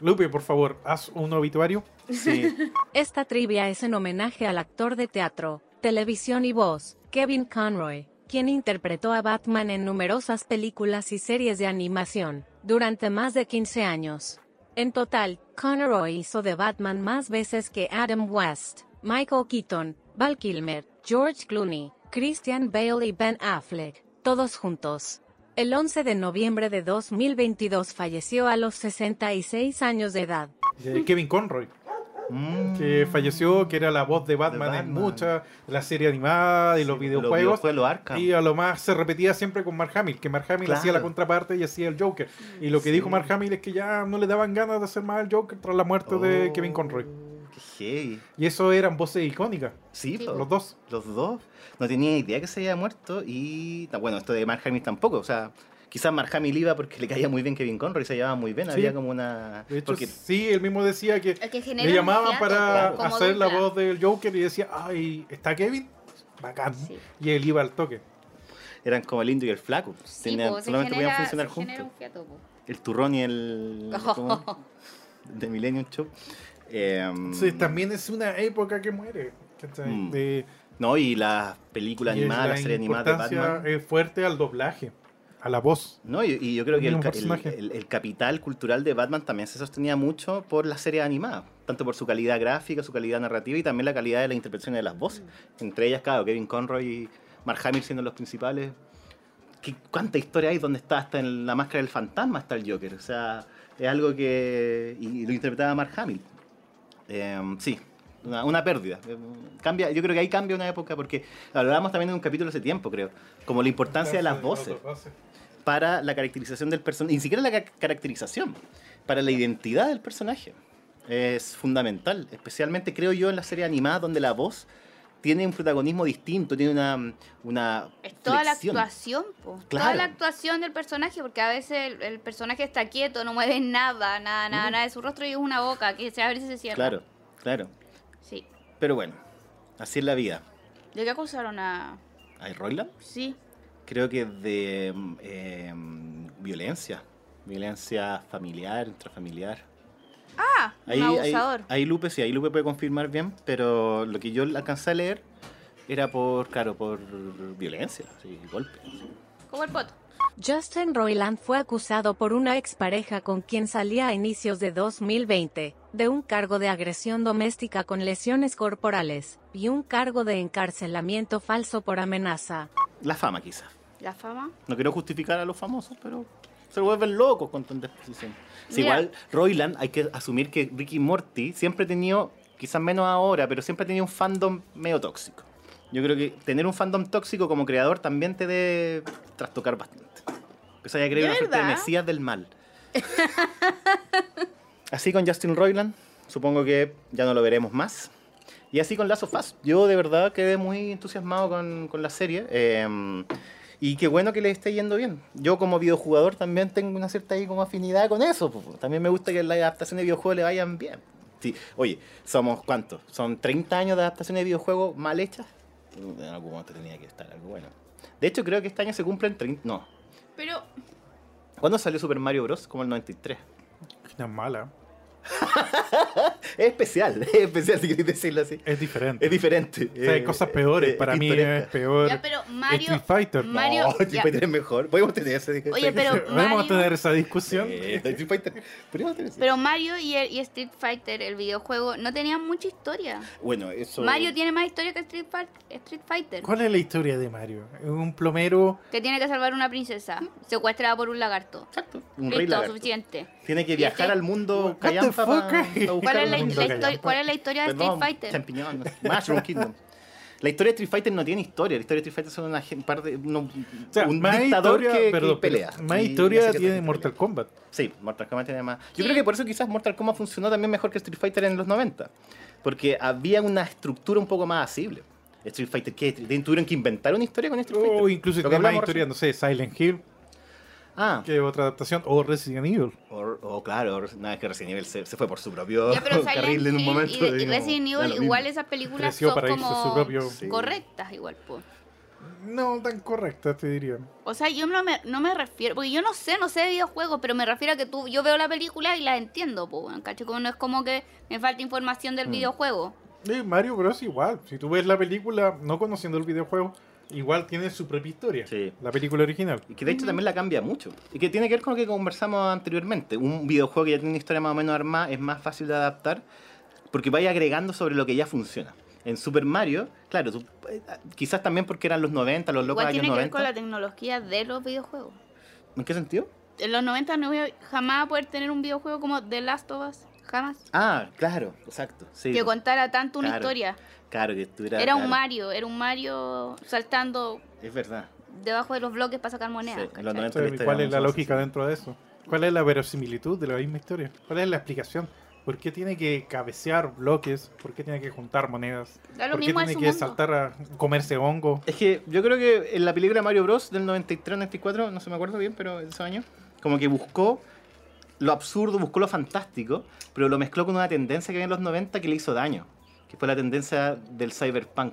S4: Lupe, por favor, haz un obituario.
S2: Sí.
S1: Esta trivia es en homenaje al actor de teatro, televisión y voz, Kevin Conroy, quien interpretó a Batman en numerosas películas y series de animación, durante más de 15 años. En total, Conroy hizo de Batman más veces que Adam West, Michael Keaton, Val Kilmer, George Clooney, Christian Bale y Ben Affleck, todos juntos. El 11 de noviembre de 2022 falleció a los 66 años de edad.
S4: de Kevin Conroy,
S2: Mm.
S4: que falleció, que era la voz de Batman,
S2: Batman.
S4: en muchas, la serie animada y los
S2: Los
S4: videojuegos.
S2: videojuegos, los Arkham.
S4: y a lo más se repetía siempre con Mark Hamill, que Mark Hamill
S2: Claro.
S4: hacía la contraparte y hacía el Joker. Y lo que
S2: Sí.
S4: dijo Mark Hamill es que ya no le daban ganas de hacer más el Joker tras la muerte de Kevin Conroy.
S2: Oh, Qué heavy.
S4: Y eso eran voces icónicas,
S2: Sí,
S3: Sí,
S2: po.
S3: po.
S4: los dos.
S2: Los dos. No tenía idea que se había muerto y... ah, Bueno, esto de Mark Hamill tampoco. O sea, quizás Mark Hamill iba porque le caía muy bien Kevin Conroy, se llevaba muy bien.
S4: Sí.
S2: Había como una...
S4: De hecho,
S2: porque-
S4: sí, él mismo decía que
S3: El que genera
S4: le
S3: un
S4: llamaban
S3: fiato,
S4: para
S3: po, como
S4: hacer la
S3: dupla.
S4: voz del Joker y decía, ay, ¿está Kevin? Bacán.
S3: Sí.
S4: Y él iba al toque.
S2: eran como el indio y el flaco.
S3: Sí,
S2: Tenían-
S3: po, se
S2: solamente
S3: genera-
S2: podían funcionar
S3: se
S2: juntos.
S3: genera un Oh. fiato, po.
S2: El turrón y el... ¿cómo? De Millennium Show. Em,
S4: Sí, también es una época que muere. ¿cachai?
S2: Mm.
S4: De-
S2: No, y las películas
S4: y es
S2: animadas, las series animadas de
S4: importancia,
S2: Batman.
S4: eh, fuerte al doblaje, a la voz.
S2: No, y, y yo creo que el,
S4: Mismo
S2: ca-
S4: personaje.
S2: el- el- el capital cultural de Batman también se sostenía mucho por las series animadas, tanto por su calidad gráfica, su calidad narrativa y también la calidad de la interpretación de las voces. Entre ellas, claro, Kevin Conroy y Mark Hamill siendo los principales. ¿Qué, ¿Cuánta historia hay donde está hasta en la máscara del fantasma está el Joker? O sea, es algo que... Y lo interpretaba Mark Hamill. Eh, sí, una, una pérdida. Eh, Cambia, yo creo que ahí cambia una época porque hablábamos también en un capítulo hace tiempo, creo, como la importancia de las voces para la caracterización del personaje, ni siquiera la ca- caracterización, para la identidad del personaje. Es fundamental, especialmente creo yo en la serie animada donde la voz tiene un protagonismo distinto, tiene una... una
S3: Es toda la
S2: flexión.
S3: actuación, po. toda
S2: Claro.
S3: la actuación del personaje, porque a veces el, el personaje está quieto, no mueve nada, nada, nada,
S2: Mm.
S3: nada de su rostro y es una boca que se abre y se cierra.
S2: Claro, claro.
S3: Sí.
S2: Pero bueno, así es la vida.
S3: ¿De qué acusaron a...?
S2: ¿Hay Roland?
S3: Sí.
S2: Creo que de mm, eh, mm, violencia, violencia familiar, intrafamiliar.
S3: Ah,
S2: Ahí,
S3: un
S2: ahí,
S3: abusador.
S2: ahí Lupe, sí, ahí Lupe puede confirmar bien, pero lo que yo alcancé a leer era por, claro, por violencia, sí, golpe. sí.
S3: Como el poto.
S1: Justin Roiland fue acusado por una expareja con quien salía a inicios de 2020, de un cargo de agresión doméstica con lesiones corporales, y un cargo de encarcelamiento falso por amenaza.
S2: La fama, quizás.
S3: La fama.
S2: No quiero justificar a los famosos, pero se vuelven locos con tanta exposición. Sí,
S3: Mira.
S2: igual, Roiland, hay que asumir que Ricky Morty siempre ha tenido, quizás menos ahora, pero siempre ha tenido un fandom medio tóxico. Yo creo que tener un fandom tóxico como creador también te debe trastocar bastante. Que se haya creído
S3: ¿De
S2: una suerte de
S3: verdad?
S2: mesías del mal. (laughs) así con Justin Roiland, supongo que ya no lo veremos más. Y así con Last of Us. Yo de verdad quedé muy entusiasmado con, con la serie. eh, y qué bueno que le esté yendo bien. Yo como videojugador también tengo una cierta ahí como afinidad con eso. po. También me gusta que las adaptaciones de videojuegos le vayan bien. Sí. Oye, somos cuántos? Son 30 años de adaptaciones de videojuegos mal hechas. En algún momento tenía que estar algo bueno. De hecho, creo que este año se cumplen 30... No.
S3: Pero...
S2: ¿Cuándo salió Super Mario Bros? Como el 93.
S4: Una mala.
S2: (laughs) Es especial, es especial si queréis decirlo así.
S4: Es diferente.
S2: Es diferente.
S4: O sea, hay
S2: eh,
S4: cosas peores.
S2: eh,
S4: Para mí es
S2: pintoresca.
S4: peor.
S3: Ya, pero Mario...
S4: Street Fighter.
S2: No,
S3: Mario...
S2: Street
S3: ya.
S2: Fighter es mejor. Podemos tener esa (laughs)
S3: Oye, pero
S4: (laughs) Vamos a
S3: Mario-
S4: tener esa discusión.
S2: Eh, Street Fighter. Podríamos tener esa.
S3: Pero Mario y, el- y Street Fighter, el videojuego, no tenían mucha historia.
S2: Bueno, eso.
S3: Mario tiene más historia que Street, Fi- Street Fighter.
S4: ¿Cuál es la historia de Mario? Un plomero.
S3: Que tiene que salvar una princesa secuestrada por un lagarto.
S2: Exacto. Un
S3: Listo,
S2: rey lagarto.
S3: suficiente.
S2: Tiene que
S3: Y
S2: viajar
S3: este-
S2: al mundo
S4: What the
S2: callampa
S4: fuck?
S2: para
S4: ¿Cuál
S3: ¿Cuál es la,
S4: Buscar un
S3: la
S4: mundo
S3: histori-
S4: gallampa.
S3: cuál es la historia de Street Fighter?
S2: Champiñón, no sé, Mushroom Kingdom. La historia de Street Fighter no tiene historia. La historia de Street Fighter son una gen- parte, uno-
S4: O sea,
S2: un
S4: más
S2: dictador
S4: historia,
S2: que- que,
S4: perdón, pero
S2: pelea.
S4: Más
S2: Y
S4: historia
S2: hace que
S4: tiene
S2: pelea.
S4: Mortal Kombat.
S2: Sí, Mortal Kombat tiene más.
S3: Sí.
S2: Yo creo que por eso quizás Mortal Kombat funcionó también mejor que Street Fighter en los 90. Porque había una estructura un poco más asible. Street Fighter, ¿qué? Tuvieron que inventar una historia con Street Fighter.
S4: O incluso
S2: Lo que
S4: tiene más
S2: hablamos
S4: historia, no sé, Silent Hill,
S2: recién. Ah,
S4: que otra adaptación, o Resident Evil.
S2: o, o oh, claro, o- nada, es que Resident Evil se, se fue por su propio
S3: Ya,
S2: (laughs)
S3: pero
S2: carril
S3: Silent
S2: en un
S3: Hill
S2: momento.
S3: y, y
S2: digamos,
S3: Resident
S2: da lo
S3: Evil,
S2: mismo.
S3: igual esas películas
S4: Creció
S3: son
S4: para irse
S3: como
S4: su propio-
S2: Sí.
S3: correctas igual, po.
S4: No tan correcta, te diría.
S3: O sea, yo no me, no me refiero, porque yo no sé, no sé de videojuegos, pero me refiero a que tú, yo veo la película y la entiendo, po, weón, ¿cachai? Como no es como que me falta información
S4: Mm.
S3: del videojuego.
S4: Eh, Mario Bros. igual. Si tú ves la película, no conociendo el videojuego, igual tiene su propia historia.
S2: Sí.
S4: La película original.
S2: Y que de hecho también la cambia mucho. Y que tiene que ver con lo que conversamos anteriormente. Un videojuego que ya tiene una historia más o menos armada es más fácil de adaptar porque vaya agregando sobre lo que ya funciona. En Super Mario, claro, tú- eh, quizás también porque eran los 90, los locos
S3: Igual
S2: de los
S3: tiene
S2: años
S3: que ver con la
S2: 90.
S3: tecnología de los videojuegos.
S2: ¿En qué sentido?
S3: En los 90 no voy a jamás poder tener un videojuego como The Last of Us, jamás.
S2: Ah, claro, exacto. Sí,
S3: Que contara tanto una
S2: Claro.
S3: historia.
S2: claro, que estuviera.
S3: Era un
S2: claro,
S3: Mario, era un Mario saltando
S2: Es verdad.
S3: debajo de los bloques para sacar
S2: Sí,
S3: monedas.
S2: en los
S3: ¿cachai?
S2: 90. Esta
S4: Entonces,
S2: historia
S4: ¿Cuál es la
S2: vamos a
S4: lógica
S2: hacer.
S4: dentro de eso? ¿Cuál es la verosimilitud de la misma historia? ¿Cuál es la explicación? ¿Por qué tiene que cabecear bloques? ¿Por qué tiene que juntar monedas?
S3: Da lo
S4: ¿Por qué
S3: mismo, es
S4: tiene
S3: su
S4: que
S3: mundo.
S4: saltar a comerse hongo?
S2: Es que yo creo que en la película Mario Bros. del 93-94, no se me acuerdo bien, pero ese año, como que buscó lo absurdo, buscó lo fantástico, pero lo mezcló con una tendencia que había en los 90 que le hizo daño, que fue la tendencia del cyberpunk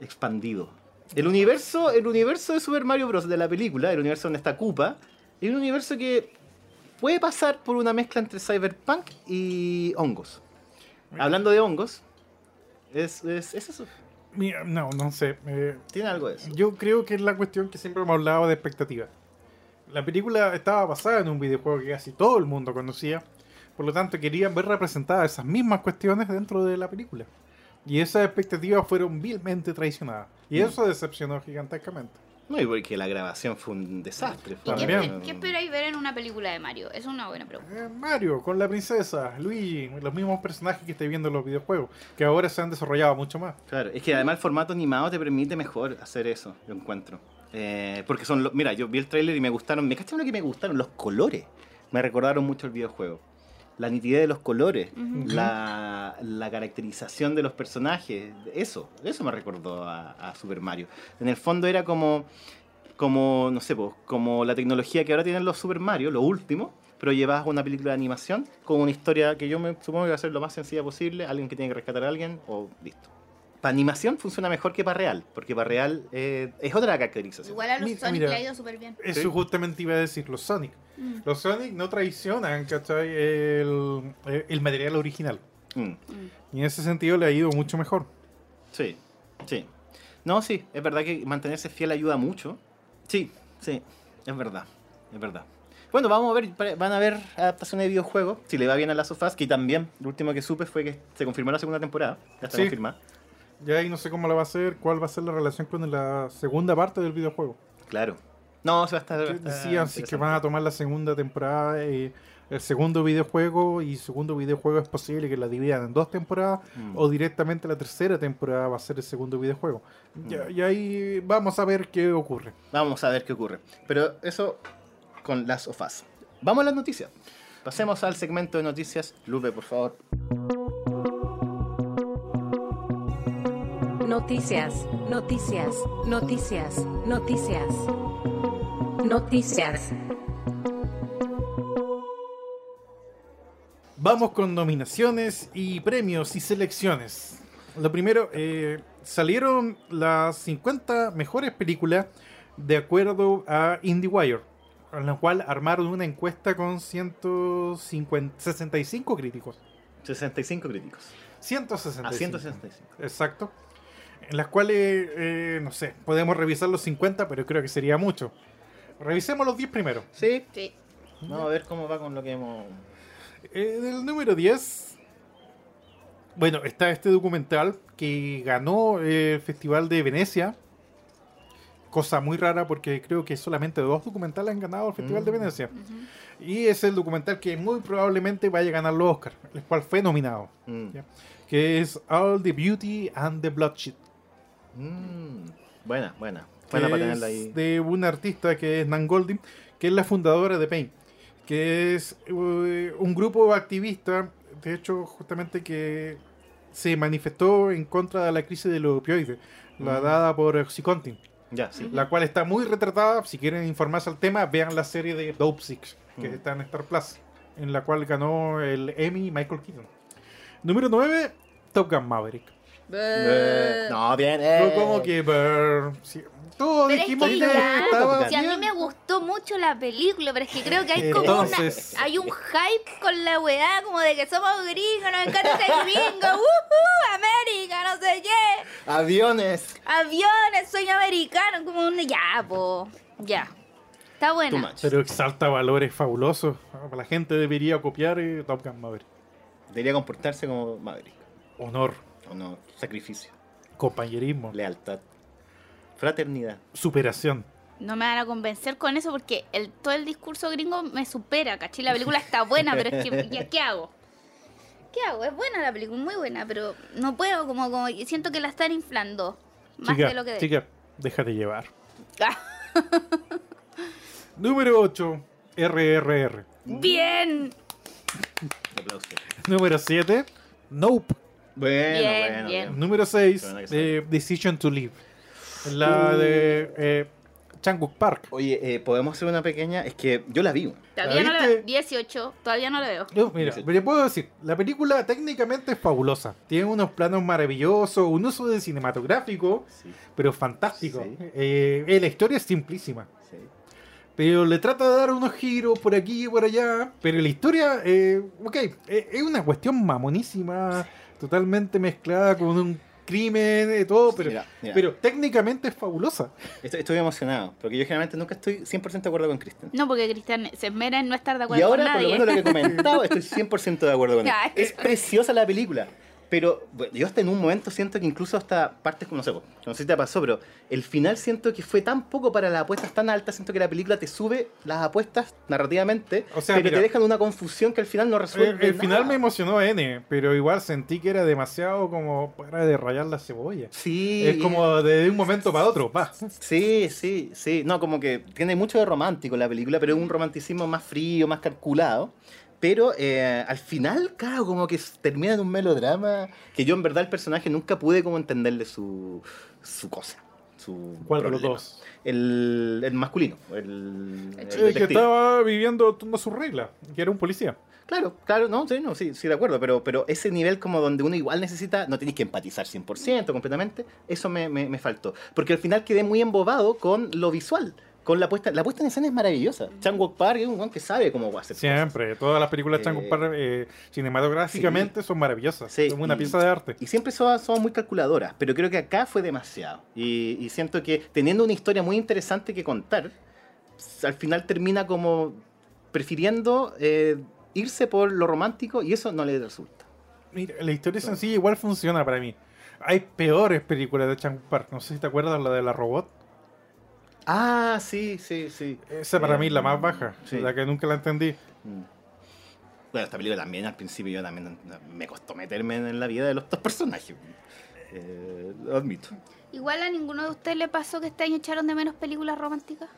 S2: expandido. El universo, el universo de Super Mario Bros. de la película, el universo donde está Koopa, es un universo que puede pasar por una mezcla entre cyberpunk y hongos. Hablando de hongos, es, es- es eso.
S4: Mira, no, no sé. eh,
S2: Tiene algo de eso.
S4: Yo creo que es la cuestión que siempre hemos hablado de expectativas. La película estaba basada en un videojuego que casi todo el mundo conocía, por lo tanto querían ver representadas esas mismas cuestiones dentro de la película. Y esas expectativas fueron vilmente traicionadas. Y eso decepcionó gigantescamente.
S2: No, y porque la grabación fue un desastre.
S3: ¿Y
S2: fue
S3: qué,
S4: También.
S2: una-
S3: esper- qué esperáis ver en una película de Mario? Es una buena pregunta.
S4: Eh, Mario, con la princesa, Luigi, los mismos personajes que estáis viendo en los videojuegos, que ahora se han desarrollado mucho más.
S2: Claro, es que además el formato animado te permite mejor hacer eso, yo encuentro. Eh, porque son, los, mira, yo vi el tráiler y me gustaron, me cacharon lo que me gustaron, los colores. Me recordaron mucho el videojuego. La nitidez de los colores,
S3: Ujú.
S2: la, la caracterización de los personajes, eso, eso me recordó a, a Super Mario. En el fondo era como, como no sé, pues, como la tecnología que ahora tienen los Super Mario, lo último, pero llevas una película de animación con una historia que yo me supongo que va a ser lo más sencilla posible, alguien que tiene que rescatar a alguien o listo. Para animación funciona mejor que para real, porque para real eh, es otra caracterización.
S3: Igual a los
S4: Mira,
S3: Sonic
S4: mira.
S3: le ha ido súper bien.
S4: Eso
S2: Sí.
S4: justamente iba a decir los Sonic.
S3: Mm.
S4: Los Sonic no traicionan, ¿cachai? El, eh, el material original.
S2: Mm,
S3: Mm.
S4: Y en ese sentido le ha ido mucho mejor.
S2: sí, sí. No, sí, es verdad que mantenerse fiel ayuda mucho. Sí, sí, es verdad, es verdad. Bueno, vamos a ver, pare- van a ver adaptaciones de videojuegos, si le va bien a Last of Us, que también, lo último que supe fue que se confirmó la segunda temporada, ya está
S4: Sí.
S2: confirmada.
S4: Ya ahí no sé cómo la va a hacer, cuál va a ser la relación con la segunda parte del videojuego.
S2: Claro. No, se va a estar... va a
S4: Que
S2: estar
S4: Decían si es que
S2: Ah, interesante.
S4: van a tomar la segunda temporada, eh, el segundo videojuego, y segundo videojuego es posible que la dividan en dos temporadas,
S2: Mm.
S4: o directamente la tercera temporada va a ser el segundo videojuego.
S2: Mm.
S4: Ya- y ahí vamos a ver qué ocurre.
S2: Vamos a ver qué ocurre. Pero eso con las ofas. Vamos a las noticias. Pasemos al segmento de noticias. Lupe, por favor.
S1: Noticias, noticias, noticias, noticias. Noticias.
S4: Vamos con nominaciones y premios y selecciones. Lo primero, eh, salieron las 50 mejores películas de acuerdo a IndieWire, en la cual armaron una encuesta con 150, 65 críticos.
S2: 65 críticos.
S4: 165.
S2: A 165.
S4: Exacto. En las cuales, eh, no sé, podemos revisar los 50, pero creo que sería mucho. Revisemos los 10 primero.
S2: Sí.
S3: Sí.
S2: Vamos a ver cómo va con lo que hemos...
S4: Eh, del número 10. Bueno, está este documental que ganó eh, el Festival de Venecia. Cosa muy rara porque creo que solamente dos documentales han ganado el Festival de
S2: Mm.
S4: Venecia.
S3: Ujú.
S4: Y es el documental que muy probablemente vaya a ganar los Oscar, el cual fue nominado.
S2: Mm.
S4: Ya. Que es All the Beauty and the Bloodshed.
S2: Mm, buena, buena. Buena para tenerla ahí.
S4: es de una artista que es Nan Goldin, que es la fundadora de Pain, que es eh, un grupo activista, de hecho, justamente que se manifestó en contra de la crisis de los opioides, la
S2: Mm.
S4: dada por Oxycontin,
S2: Ya, sí.
S4: la cual está muy retratada. Si quieren informarse al tema, vean la serie de Dope Six, que
S2: Mm.
S4: está en Star Plus, en la cual ganó el Emmy Michael Keaton. Número 9, Top Gun Maverick.
S2: Eh, no, bien. eh.
S4: Fue como que. brr, sí. Todos
S3: Pero es
S4: dijimos
S3: que
S4: que,
S3: ya,
S4: estaba
S3: Si a mí
S4: bien.
S3: me gustó mucho la película, pero es que creo que hay como
S4: Entonces-
S3: una, hay un hype con la weá, como de que somos gringos, nos encanta ser gringos, (laughs) ¡Woohoo! América, no sé qué,
S2: Aviones.
S3: aviones, sueño americano, como un ya, po, ya. Está
S2: Too
S3: buena.
S2: much.
S4: Pero exalta valores fabulosos. La gente debería copiar eh, Top Gun Maverick.
S2: Debería comportarse como Maverick.
S4: Honor,
S2: O no, sacrificio,
S4: compañerismo,
S2: lealtad, fraternidad.
S4: superación.
S3: No me van a convencer con eso porque el, todo el discurso gringo me supera, ¿cachai? La película está buena, pero es que, ya, ¿qué hago? ¿Qué hago? Es buena la película, muy buena, pero no puedo, como, como siento que la están inflando. Más
S4: chica,
S3: de lo que...
S4: chica, déjate llevar.
S3: Ah.
S4: Número 8, RRR.
S3: Bien,
S2: Aplausos.
S4: Número 7, Nope.
S2: Bueno,
S3: Bien,
S2: bueno,
S3: bien.
S4: Número 6,
S2: Suena que sale.
S4: Decision to Live. La de eh, Changwook Park.
S2: Oye, eh, ¿podemos hacer una pequeña? Es que yo la vi. weón.
S3: todavía no la
S4: viste?
S3: veo. 18, todavía no la veo.
S4: Yo, mira,
S2: Dice-
S4: le puedo decir, la película técnicamente es fabulosa. Tiene unos planos maravillosos, un uso de cinematográfico,
S2: Sí,
S4: pero fantástico.
S2: Sí.
S4: Eh, eh, la historia es simplísima.
S2: sí.
S4: Pero le trata de dar unos giros por aquí y por allá. Pero la historia, eh, ok, eh, es una cuestión mamonísima, totalmente mezclada con un crimen, eh, todo, pero,
S2: Mira, mira.
S4: pero técnicamente es fabulosa.
S2: Oh, Estoy, estoy emocionado, porque yo generalmente nunca estoy 100% de acuerdo con Kristen.
S3: No, porque Cristian se esmera en no estar
S2: y
S3: de acuerdo
S2: ahora,
S3: con
S2: por lo
S3: nadie.
S2: menos lo que he comentado,
S3: (laughs)
S2: estoy 100% de acuerdo con él.
S3: Ay.
S2: Es preciosa la película. Pero bueno, yo hasta en un momento siento que incluso hasta partes como, no sé, no sé si te pasó, pero el final siento que fue tan poco para las apuestas tan altas, siento que la película te sube las apuestas narrativamente,
S4: O sea,
S2: pero
S4: mira.
S2: te dejan una confusión que al final no
S4: El,
S2: resuelve.
S4: Eh, el final me
S2: nada.
S4: emocionó N, pero igual sentí que era demasiado como para de rayar la cebolla.
S2: Sí,
S4: Es como de un momento para otro, va.
S2: Sí, sí, sí. No, como que tiene mucho de romántico la película, pero es un romanticismo más frío, más calculado. Pero eh, al final, claro, como que termina en un melodrama que yo en verdad el personaje nunca pude como entenderle su, su cosa. Su
S4: ¿Cuál de los
S2: problema.
S4: dos?
S2: El, el masculino. El, el
S4: El que
S2: detective.
S4: estaba viviendo toda su regla, que era un policía.
S2: Claro, claro, no, sí, no, sí, sí, de acuerdo, pero, pero ese nivel como donde uno igual necesita, no tenéis que empatizar 100% completamente, eso me, me- me faltó. Porque al final quedé muy embobado con lo visual, con la puesta, la puesta en escena es maravillosa. Chan Wook Park es un guan que sabe cómo hacer cosas.
S4: Siempre, todas las películas de Chan Kung
S2: Eh,
S4: Park, eh, cinematográficamente son maravillosas.
S2: Sí,
S4: son una
S2: y-
S4: pieza de arte.
S2: Y siempre son, son muy calculadoras, pero creo que acá fue demasiado. Y, y siento que teniendo una historia muy interesante que contar, al final termina como prefiriendo eh, irse por lo romántico y eso no le resulta.
S4: Mira, la historia sencilla igual funciona para mí. Hay peores películas de Chan Kung Park. No sé si te acuerdas la de la robot.
S2: Ah, sí, sí, sí.
S4: Esa para
S2: Eh,
S4: mí es la más baja,
S2: sí.
S4: la que nunca la entendí.
S2: Mm. Bueno, esta película también al principio yo también no- me costó meterme en la vida de los dos personajes. Eh, lo admito.
S3: Igual a ninguno de ustedes le pasó que este año echaron de menos películas románticas.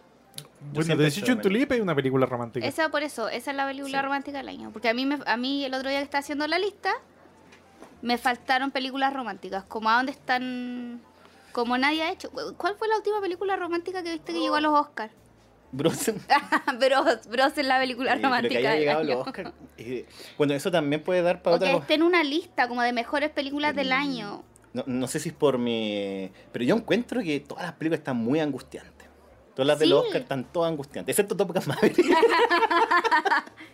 S2: siempre
S4: Bueno, The
S2: he hecho
S4: Decision to
S2: menos.
S4: Live es una película romántica.
S3: Esa por eso, esa es la película
S2: Sí.
S3: romántica del año. Porque a mí, me, a mí el otro día que estaba haciendo la lista, me faltaron películas románticas. Como a dónde están... Como nadie ha hecho. ¿Cuál fue la última película romántica que viste que llegó a los Oscars?
S2: Bronson.
S3: (laughs) Bros, Bros es la película
S2: eh, pero que
S3: romántica
S2: haya
S3: del
S2: llegado a
S3: año.
S2: los Oscar. eh, bueno, eso también puede dar para
S3: O que
S2: otra cosa. Mm.
S3: esté en una lista como de mejores películas del año.
S2: No, no sé si es por mi. Pero yo encuentro que todas las películas están muy angustiantes. Todas las
S3: Sí.
S2: del Oscar están todas angustiantes. Excepto Top Gun
S3: (laughs)
S2: Maverick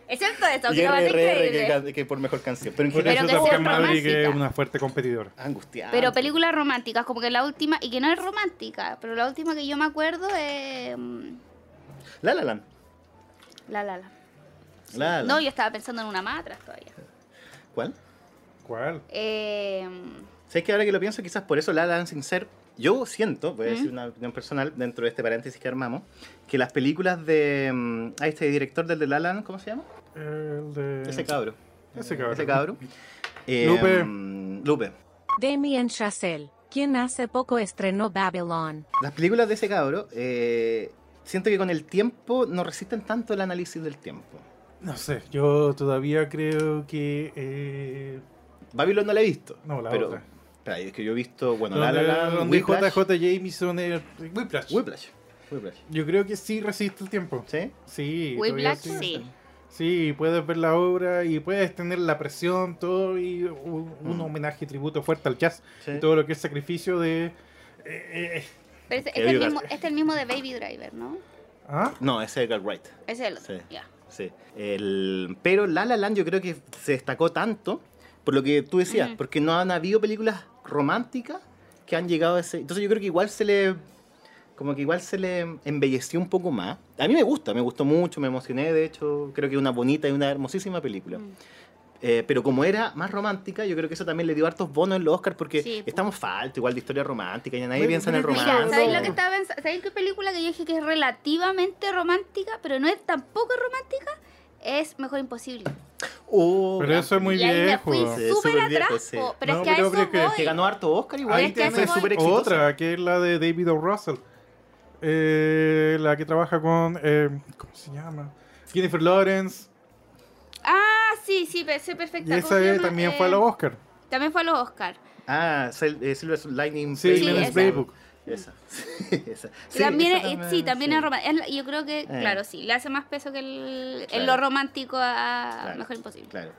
S3: Excepto eso,
S2: y
S3: que lo pasé
S2: RRR,
S3: increíble.
S2: que, que por mejor canción. Pero en
S4: Por
S3: Pero
S2: general,
S4: eso
S3: que
S4: Top
S3: sea
S4: Gun Maverick es
S3: romántica.
S4: una fuerte competidora.
S2: angustiante.
S3: Pero películas románticas, como que la última, y que no es romántica, pero la última que yo me acuerdo es mm,
S2: La La Land.
S3: La La La.
S2: La La
S3: No,
S2: Land.
S3: yo estaba pensando en una más atrás todavía.
S2: ¿Cuál?
S4: ¿Cuál?
S3: Eh,
S2: ¿Sabes que ahora que lo pienso, quizás por eso La La Land, sin ser. Yo siento, voy a
S4: Mm.
S2: decir una opinión personal dentro de este paréntesis que armamos, que las películas de. mm, Ah, este director del de La La Land, ¿cómo se llama?
S4: El de...
S2: Ese cabro.
S4: Ese cabro. (laughs)
S2: Ese cabro.
S4: Lupe.
S2: mm, Lupe.
S1: Damien Chazelle, quien hace poco estrenó Babylon.
S2: Las películas de ese cabro, eh, siento que con el tiempo no resisten tanto el análisis del tiempo.
S4: No sé, yo todavía creo que. eh,
S2: Babylon no la he visto.
S4: No, la
S2: pero,
S4: otra.
S2: Ay, es que yo he visto, bueno, La
S4: donde
S2: La Land,
S4: donde
S2: Whiplash,
S4: JJ Jameson es. Whiplash.
S2: Whiplash. Whiplash.
S4: Yo creo que sí resiste el tiempo.
S2: ¿Sí?
S4: Sí.
S3: Will
S4: todavía
S3: Black, sí.
S4: Sí, puedes ver la obra y puedes tener la presión, todo, y un, un
S2: Mm.
S4: homenaje, tributo fuerte al jazz.
S2: Sí.
S4: Y todo lo que es sacrificio de. eh, eh,
S3: Pero este,
S2: Que
S3: este es el
S2: digas.
S3: mismo, este es el mismo de Baby Driver, ¿no?
S4: ¿Ah?
S2: No, ese es Edgar Wright.
S3: Ese es el otro.
S2: Sí.
S3: Ya.
S2: Sí. El- pero La La Land yo creo que se destacó tanto por lo que tú decías,
S3: Ujú.
S2: porque no han habido películas románticas que han llegado a ese... Entonces yo creo que igual se le... Como que igual se le embelleció un poco más. A mí me gusta, me gustó mucho, me emocioné, de hecho, creo que es una bonita y una hermosísima película.
S3: Mm.
S2: Eh, pero como era más romántica, yo creo que eso también le dio hartos bonos en los Oscars porque
S3: Sí, po.
S2: estamos falto igual de historia romántica y nadie
S4: Pero-
S2: piensa en el
S4: pero-
S2: romance.
S3: Mira, ¿sabéis lo
S4: no.
S3: que estaba pensando? ¿Sabéis qué película que yo dije que es relativamente romántica, pero no es tampoco romántica? Es Mejor Imposible.
S2: Oh,
S4: Pero eso es muy
S3: y ahí me
S4: viejo.
S3: fui
S2: Sí,
S3: súper
S2: súper viejo,
S3: atrás,
S2: sí.
S3: po, pero
S4: No,
S3: es que
S4: pero
S3: a eso
S4: creo que-
S3: voy.
S2: que ganó harto Oscar igual.
S4: Ahí
S3: es que
S4: tienes
S3: ese
S2: es súper exitosa.
S4: otra, que es la de David O. Russell. Eh, la que trabaja con. eh, ¿Cómo se llama? Jennifer Lawrence.
S3: Ah, sí, sí, pe- sé
S4: Y
S3: perfecta. ¿Cómo
S4: esa
S3: se
S4: eh,
S3: llama?
S4: también
S3: Eh,
S4: fue a los Oscar.
S3: También fue a los Oscar.
S2: Ah, Sil- eh, Silver Lightning
S4: Sí,
S3: sí,
S4: Lawrence
S3: esa.
S4: Playbook.
S2: Esa. (laughs) Sí, esa.
S3: Sí, también,
S2: esa
S3: es- sí, también
S2: sí.
S3: es romántica. Yo creo que, claro, sí, le hace más peso que el, en lo
S2: Claro.
S3: romántico a
S2: Claro,
S3: Mejor Imposible.
S2: Claro.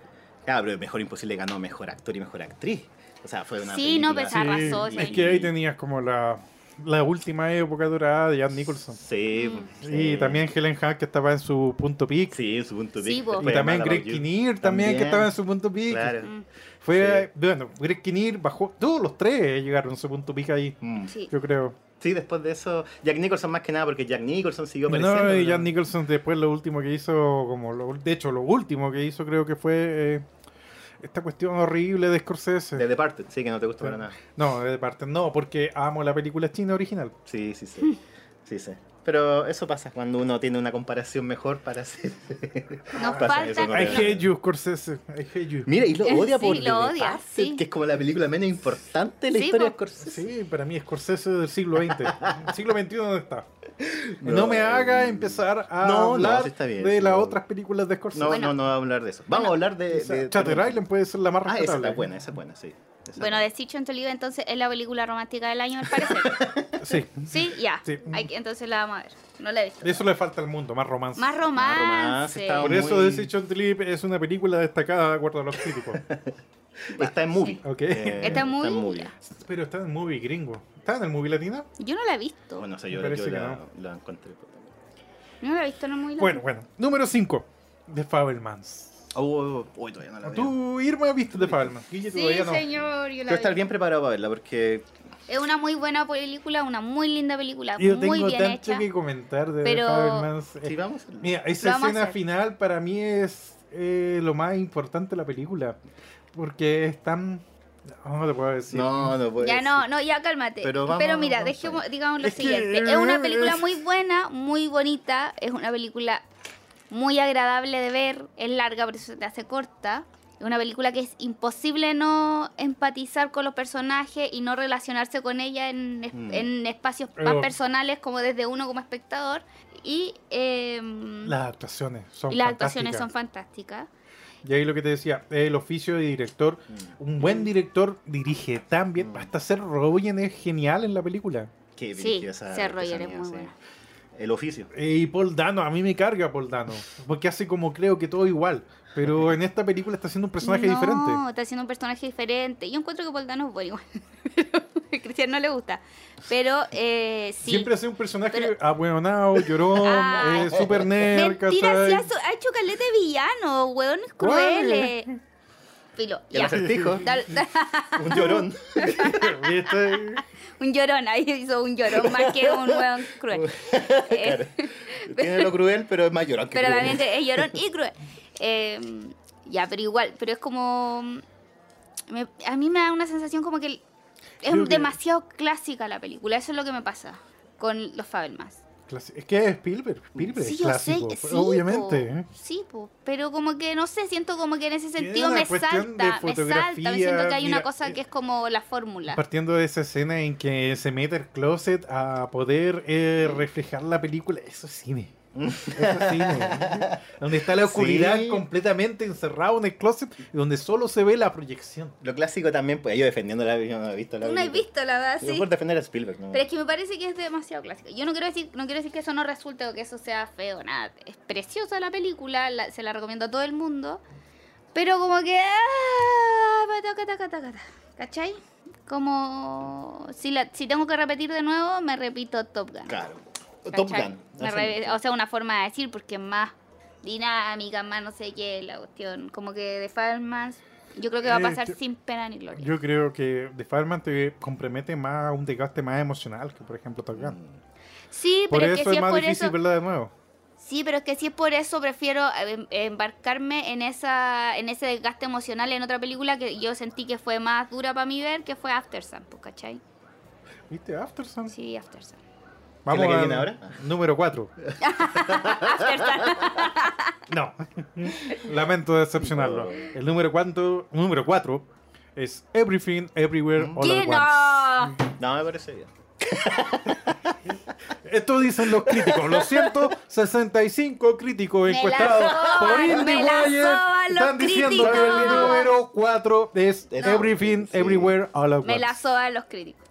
S2: Ah, pero Mejor Imposible ganó Mejor Actor y Mejor Actriz. O sea, fue una
S3: Sí, no,
S2: película-
S3: pesar.
S4: Sí,
S3: arrasó,
S4: es
S3: sí.
S4: que ahí tenías como la, la última época dorada de Jan Nicholson.
S2: Sí, pues,
S3: Mm.
S2: sí.
S4: Y también Helen Hunt que estaba en su punto pic.
S2: Sí, en su punto de
S3: Sí,
S2: vista.
S3: pues. vos.
S2: Fue
S4: y también
S2: Mad
S4: Greg
S2: About You.
S4: Kinnear también que
S2: También.
S4: estaba en su punto pic.
S2: Claro.
S3: Mm,
S4: Fue, bueno, Greg Kinnear bajó, todos los tres llegaron a su punto pic ahí,
S2: Mm.
S3: sí.
S4: yo creo.
S2: Sí, después de eso, Jack Nicholson más que nada, porque Jack Nicholson siguió apareciendo.
S4: No, y
S2: ¿no?
S4: Jan Nicholson después lo último que hizo, como lo- de hecho lo último que hizo creo que fue eh, esta cuestión horrible de Scorsese.
S2: De Departed, sí, que no te gusta para nada.
S4: No, de parte no, porque amo la película china original.
S2: Sí, sí, (laughs) sí. Sí, sí. Pero eso pasa cuando uno tiene una comparación mejor para hacer.
S3: Nos
S2: Pasa
S3: falta.
S2: eso con
S4: I
S2: el-
S4: hate you, Scorsese. I hate you.
S2: (laughs) Mira, y lo odia
S3: Eh, Sí,
S2: por
S3: lo
S2: The
S3: odia,
S2: Departed,
S3: sí.
S2: que es como la película menos importante de la
S3: Sí,
S2: historia
S3: po.
S2: de Scorsese.
S4: Sí, para mí Scorsese del siglo
S2: (laughs)
S4: XX. El siglo XXI no está. No,
S2: No,
S4: me haga
S2: eh,
S4: empezar
S2: no,
S4: a
S2: no,
S4: hablar
S2: sí está bien,
S4: de
S2: sí,
S4: las
S2: no.
S4: otras películas de Scorsese.
S2: No,
S3: Bueno.
S2: no, no vamos a hablar de eso. Vamos a hablar de.
S4: Esa-
S2: de
S4: Shutter Island puede ser la más
S2: Ah, esa es
S4: respetable.
S2: la buena, esa es buena, sí. Esa es
S3: Bueno,
S2: buena.
S3: de Sitch en Oliva entonces es la película romántica del año, al parecer.
S4: (laughs) Sí,
S3: sí, ya.
S4: Sí.
S3: Hay que- entonces la vamos a ver. No la he visto.
S4: eso le falta al mundo, más romance.
S3: Más romance.
S2: romance, está
S4: Por
S2: Muy-
S4: eso Decision Trip es una película destacada de acuerdo a los (laughs) críticos.
S2: Está en movie. Eh,
S4: Ok.
S3: ¿Está en movie?
S4: Pero está en el movie gringo. ¿Está en el movie latino?
S3: Yo no la he visto.
S2: Bueno, o sea, yo,
S4: Me
S2: yo
S4: parece que
S2: la,
S4: no.
S2: la encontré. pues,
S3: No la he visto, no muy larga.
S4: Bueno, bueno. Número 5. The Fabelmans.
S2: Oh, oh, oh, oh, todavía no la veo.
S4: Tú, Irma, has visto The Fabelmans. Guille
S3: Sí,
S4: todavía no.
S3: señor. yo la
S2: Quiero estar
S3: vi.
S2: bien preparado para verla porque
S4: Eh,
S3: Es una muy buena película, una muy linda película,
S4: Yo
S3: muy
S4: tengo
S3: bien
S4: tanto
S3: hecha.
S4: que comentar de
S3: pero-
S4: The Fabelmans. eh,
S2: sí, vamos.
S4: Mira, esa
S3: Lo vamos a
S4: escena
S3: hacer.
S4: final para mí es eh, lo más importante de la película. Porque es tan. No te puedo decir.
S2: No, no puede.
S3: Ya
S2: ser.
S3: no, no, ya cálmate.
S2: pues. Pero
S3: Pero,
S2: vamos-
S3: mira,
S2: vamos
S3: dejemos,
S2: ahí.
S3: digamos lo
S4: Es que-
S3: siguiente. Es una película muy buena, muy bonita, es una película muy agradable de ver, es larga, por eso se te hace corta. Es una película que es imposible no empatizar con los personajes y no relacionarse con ella en, es-
S2: Mm.
S3: en espacios más
S4: Pero-
S3: personales como desde uno como espectador. Y, em,
S4: Las actuaciones son
S3: y las
S4: fantásticas.
S3: actuaciones son fantásticas.
S4: Y ahí lo que te decía, el oficio de director. Un buen director dirige tan bien.
S2: Mm.
S4: Hasta ser Robin es genial en la película.
S2: Qué
S3: Sí,
S2: dirigida esa
S3: Seth Rogen es
S2: artesanía,
S3: muy
S2: sí.
S3: buena.
S2: El oficio.
S4: Eh, Y Paul Dano, a mí me carga Paul Dano. Porque hace como creo que todo igual. Pero en esta película está haciendo un personaje
S3: no,
S4: diferente.
S3: está haciendo un personaje diferente. Yo encuentro que Paul Dano es bueno igual. (laughs) Pero Cristian no le gusta. Pero eh, sí.
S4: Siempre hace un personaje
S3: Pero-
S4: abuenonao, llorón,
S3: Ay.
S4: eh, super nerd.
S3: Mentira,
S4: ¿cachai?
S3: si ha, su- ha hecho caleta de villano, hueones
S4: ¿Cuál?
S3: crueles. eh. Filo,
S2: Y el
S3: ya. (laughs)
S2: acertijo.
S3: Dal- da-
S2: Un llorón.
S4: (laughs) ¿Viste?
S3: un llorón, ahí hizo un llorón más que un hueón cruel. Eh,
S2: Tiene lo cruel, pero es más llorón que
S3: pero
S2: cruel.
S3: también es llorón y
S4: (laughs)
S3: cruel. Eh, ya, pero igual, pero es como... mm, me- a mí me da una sensación como que el- es
S4: Creo que-
S3: demasiado clásica la película, eso es lo que me pasa con los Fabelmans.
S4: clasi- Es que es Spielberg. Spielberg
S3: Sí,
S4: es
S3: yo
S4: clásico,
S3: sé, sí,
S4: obviamente.
S3: po,
S4: ¿eh?
S3: sí, po, pero como que no sé, siento como que en ese
S4: Tiene
S3: sentido
S4: una
S3: me
S4: cuestión de
S3: salta, me salta, me
S4: fotografía,
S3: siento que hay una
S4: mira,
S3: cosa
S4: eh,
S3: que es como la fórmula.
S4: Partiendo de esa escena en que se mete al closet a poder eh, reflejar la película, eso es cine.
S3: Mm.
S4: Eso es cine.
S3: (laughs)
S4: donde está la oscuridad
S2: Sí.
S4: completamente encerrada en el closet y donde solo se ve la proyección.
S2: Lo clásico también, pues yo defendiendo la yo no he visto la
S3: Tú no has
S2: película.
S3: visto la verdad,
S2: Yo
S3: sí.
S2: por defender a Spielberg, no.
S3: Pero es que me parece que es demasiado clásico. Yo no quiero decir, no quiero decir que eso no resulte o que eso sea feo, nada. Es preciosa la película, la- se la recomiendo a todo el mundo. Pero como que. ah, pataca, taca, taca, taca. ¿Cachai? Como. Si, la, si tengo que repetir de nuevo, me repito Top Gun.
S2: Claro. Top
S3: ¿cachai?
S2: Gun.
S3: Me re- o sea, una forma de decir, porque es más dinámica, más no sé qué, la cuestión. Como que de Farmers, yo creo que va a
S4: Eh,
S3: pasar
S4: yo-
S3: sin pena ni gloria.
S4: Yo creo que The Fireman te compromete más a un desgaste más emocional que, por ejemplo, Top Gun.
S3: sí,
S4: Por
S3: Mm. pero es
S4: eso
S3: que
S4: es
S3: si es
S4: más
S3: por
S4: difícil
S3: eso.
S4: verla de nuevo.
S3: Sí, pero es que si es por eso, prefiero eh, embarcarme en esa en ese desgaste emocional en otra película que yo sentí que fue más dura para mí ver, que fue After Sun, pues, ¿cachai?
S4: ¿Viste? After Sun.
S3: Sí, After Sun.
S2: ¿Qué es la que viene ahora?
S3: (laughs)
S4: número 4. (laughs) no. Lamento decepcionarlo. El número 4 número cuatro es Everything, Everywhere, All
S3: ¿Qué?
S4: at Once.
S3: No.
S2: No, me parece bien.
S4: Esto dicen los críticos. Lo siento, 65 críticos
S3: la
S4: encuestados
S3: soban,
S4: por
S3: me la
S4: IndieWire
S3: soban los
S4: están diciendo que el
S3: críticos.
S4: número 4 es
S2: No.
S4: Everything,
S2: Sí.
S4: Everywhere, All at Once.
S3: Me la soban los
S4: (laughs)
S3: críticos.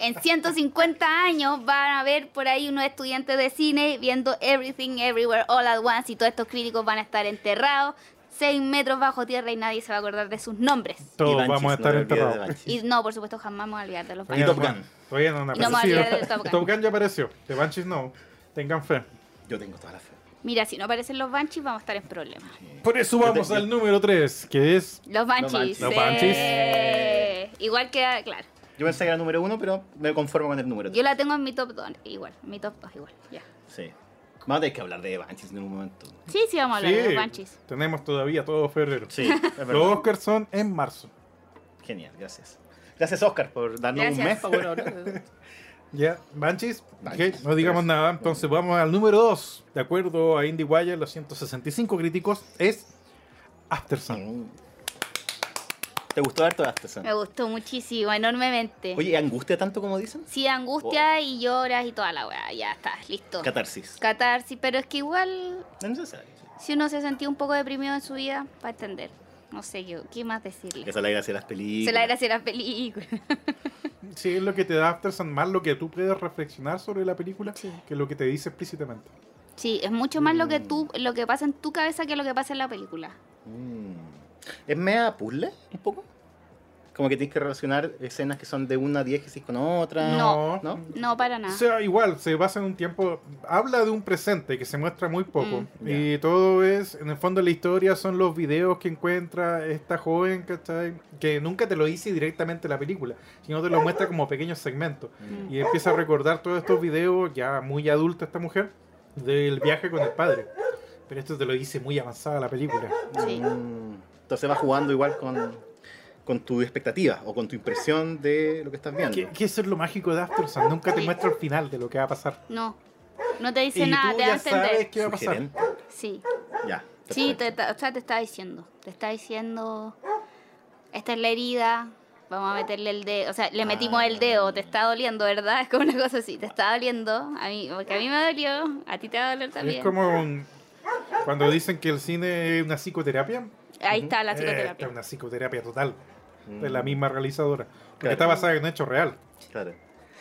S3: En 150 años van a ver por ahí unos estudiantes de cine viendo Everything Everywhere All at Once y todos estos críticos van a estar enterrados 6 metros bajo tierra y nadie se va a acordar de sus nombres.
S4: Todos
S2: Y Banshees,
S4: vamos a
S2: no
S4: estar
S2: me olvides de
S4: enterrados.
S2: Banshees.
S3: Y no, por supuesto, jamás me voy a olvidar de los
S2: Oye, Y
S4: Todavía
S2: Top
S3: Banshees.
S4: no-
S2: Gun.
S4: Todavía no han
S3: Y no me
S4: aparecido.
S3: olvidé de Top Gun.
S4: Top Gun ya apareció. De Banshees no. Tengan fe.
S2: Yo tengo toda la fe.
S3: Mira, si no aparecen los Banshees, vamos a estar en problemas.
S4: Por eso vamos al número 3, que es...
S3: Los Banshees.
S2: Banshees.
S4: Los
S3: sí.
S2: Banshees.
S3: Igual que, claro.
S2: Yo pensé que era número uno, pero me conformo con el número
S3: Yo
S2: tres.
S3: la tengo en mi top 2. Igual, en mi top 2 igual. Ya.
S2: Sí. Vamos a tener que hablar de Banshees en un momento.
S3: Sí, sí, vamos a hablar de los Banshees.
S4: tenemos todavía todo febrero.
S2: (laughs) Sí, es verdad.
S4: Los Oscars son en marzo.
S2: Genial, gracias. Gracias, Oscar, por darnos un
S3: Gracias.
S2: mes para poder hablar de-
S4: Ya, Banshees,
S2: Banshees,
S4: ok, no digamos
S2: tres.
S4: nada. Entonces vamos al número 2. De acuerdo a IndieWire, los 165 críticos, es After Sun.
S2: Mm. ¿Te gustó harto Astasan?
S3: Me gustó muchísimo, enormemente.
S2: Oye, ¿angustia tanto como dicen?
S3: Sí, angustia y lloras y toda la weá. Ya está, listo.
S2: Catarsis.
S3: Catarsis, pero es que igual,
S2: No es necesario. sí.
S3: si uno se sentía un poco deprimido en su vida, va a entender. No sé qué, qué más decirle.
S2: Esa es la gracia de las películas.
S3: Se la gracia a la película.
S4: Sí, es lo que te da After Sun, más lo que tú puedes reflexionar sobre la película
S3: Sí.
S4: que lo que te dice explícitamente.
S3: Sí, es mucho más lo que
S4: Mm.
S3: tú, lo que pasa en tu cabeza que lo que pasa en la película.
S2: Mm. ¿Es media puzzle? Un poco. Como que tienes que relacionar escenas que son de una diégesis con otra.
S3: No.
S2: ¿No?
S3: No, para
S4: O
S3: nada.
S4: sea, igual, se basa en un tiempo. Habla de un presente que se muestra muy poco.
S2: Mm.
S4: y todo es, en el fondo, la historia son los videos que encuentra esta joven, ¿cachai? Que nunca te lo dice directamente la película, sino te lo muestra como pequeños segmentos.
S2: Mm.
S4: Y empieza a recordar todos estos videos, ya muy adulta esta mujer, del viaje con el padre. Pero esto te lo dice muy avanzada la película.
S3: Sí.
S2: Mm. Entonces vas jugando igual con, con tu expectativa o con tu impresión de lo que estás viendo.
S4: Que, que eso es lo mágico de After Sun, Nunca te muestra el final de lo que va a pasar.
S3: No, no te dice
S4: Y
S3: nada,
S4: tú
S3: te da a
S4: ya sabes
S3: entender.
S4: qué va a pasar.
S2: Sugerente.
S3: Sí,
S2: Ya.
S3: sí,
S2: perfecto.
S3: te, ta- o sea, te está diciendo, te está diciendo, esta es la herida, vamos a
S4: Ah.
S3: meterle el dedo, o sea, le metimos el dedo, te está doliendo, ¿verdad? (laughs) Es como una cosa así, te está doliendo, a mí, porque a mí me dolió, a ti te va a doler también.
S4: Es como un- cuando dicen que el cine es una psicoterapia.
S3: Ahí está la
S4: Eh, esta
S3: psicoterapia.
S4: es una psicoterapia total. De la
S2: Mm.
S4: misma realizadora. Porque
S2: Claro.
S4: está basada en un hecho real.
S2: Claro.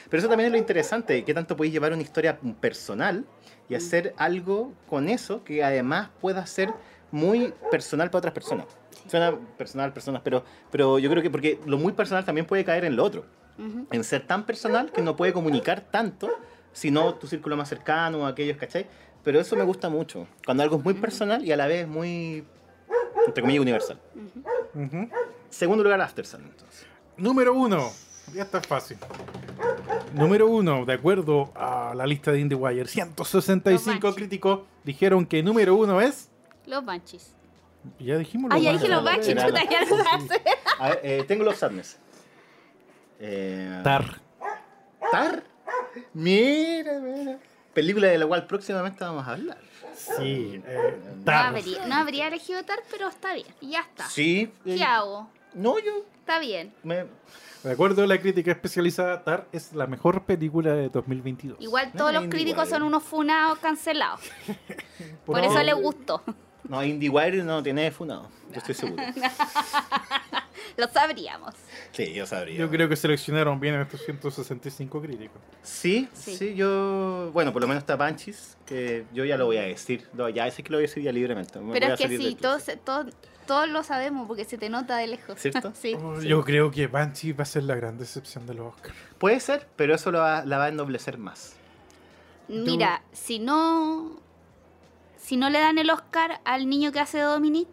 S2: Pero eso también es lo interesante, qué tanto podéis llevar una historia personal y hacer algo con eso que además pueda ser muy personal para otras personas. Suena personal, personas, pero, pero yo creo que porque lo muy personal también puede caer en lo otro,
S4: Eh,
S3: Ujú.
S2: en ser tan personal que no puede comunicar tanto, sino tu círculo más cercano, aquellos, ¿cachai? Pero eso me gusta mucho, cuando algo es muy personal y a la vez es muy, entre comillas, universal.
S4: Ujú.
S2: Segundo lugar, Aftersun, entonces.
S4: Número uno. Ya está fácil. Número uno, de acuerdo a la lista de IndieWire, 165
S3: Los
S4: críticos dijeron que número uno es.
S3: Los Banshees.
S4: Ya dijimos
S3: Ah,
S4: los
S3: ya
S4: más
S3: dije los
S4: grandes.
S3: Banshees,
S2: Era
S3: chuta,
S2: la-
S3: ya lo hace.
S2: A ver, eh, tengo los sadness. Eh,
S4: Tar.
S2: ¿Tar? Mira, mira. película de la cual próximamente vamos a hablar.
S4: Sí, eh,
S3: No
S4: Tar.
S3: habría, no habría elegido Tar, pero está bien. Y ya está.
S2: Sí. eh,
S3: ¿Qué hago?
S2: No, yo
S3: Está bien.
S2: me...
S4: De acuerdo a la crítica especializada, Tar es la mejor película de 2022.
S3: Igual
S2: No,
S3: todos los
S2: indie
S3: críticos
S2: igual.
S3: son unos
S2: (laughs)
S3: funados cancelados. Por
S4: ahora-
S3: eso les gustó. (laughs)
S2: No, IndieWire no tiene funado. Yo estoy seguro.
S3: Lo sabríamos.
S2: Sí, yo sabría.
S4: Yo creo que seleccionaron bien a estos 165 críticos.
S2: Sí, sí,
S3: Sí.
S2: yo... Bueno, por lo menos está Panchis, que yo ya lo voy a decir. No, ya sé que lo voy a decir ya libremente. me voy
S3: Pero
S2: a
S3: es que
S2: salir del
S3: sí, todos,
S2: closet.
S3: todos, todos lo sabemos porque se te nota de lejos.
S2: (laughs) ¿Cierto?
S3: Sí.
S4: Oh, Yo creo que Banshee va a ser la gran decepción de los Oscars.
S2: Puede ser, pero eso lo va- la va a ennoblecer más.
S3: Mira, si no. Si no le dan el Oscar al niño que hace Dominic,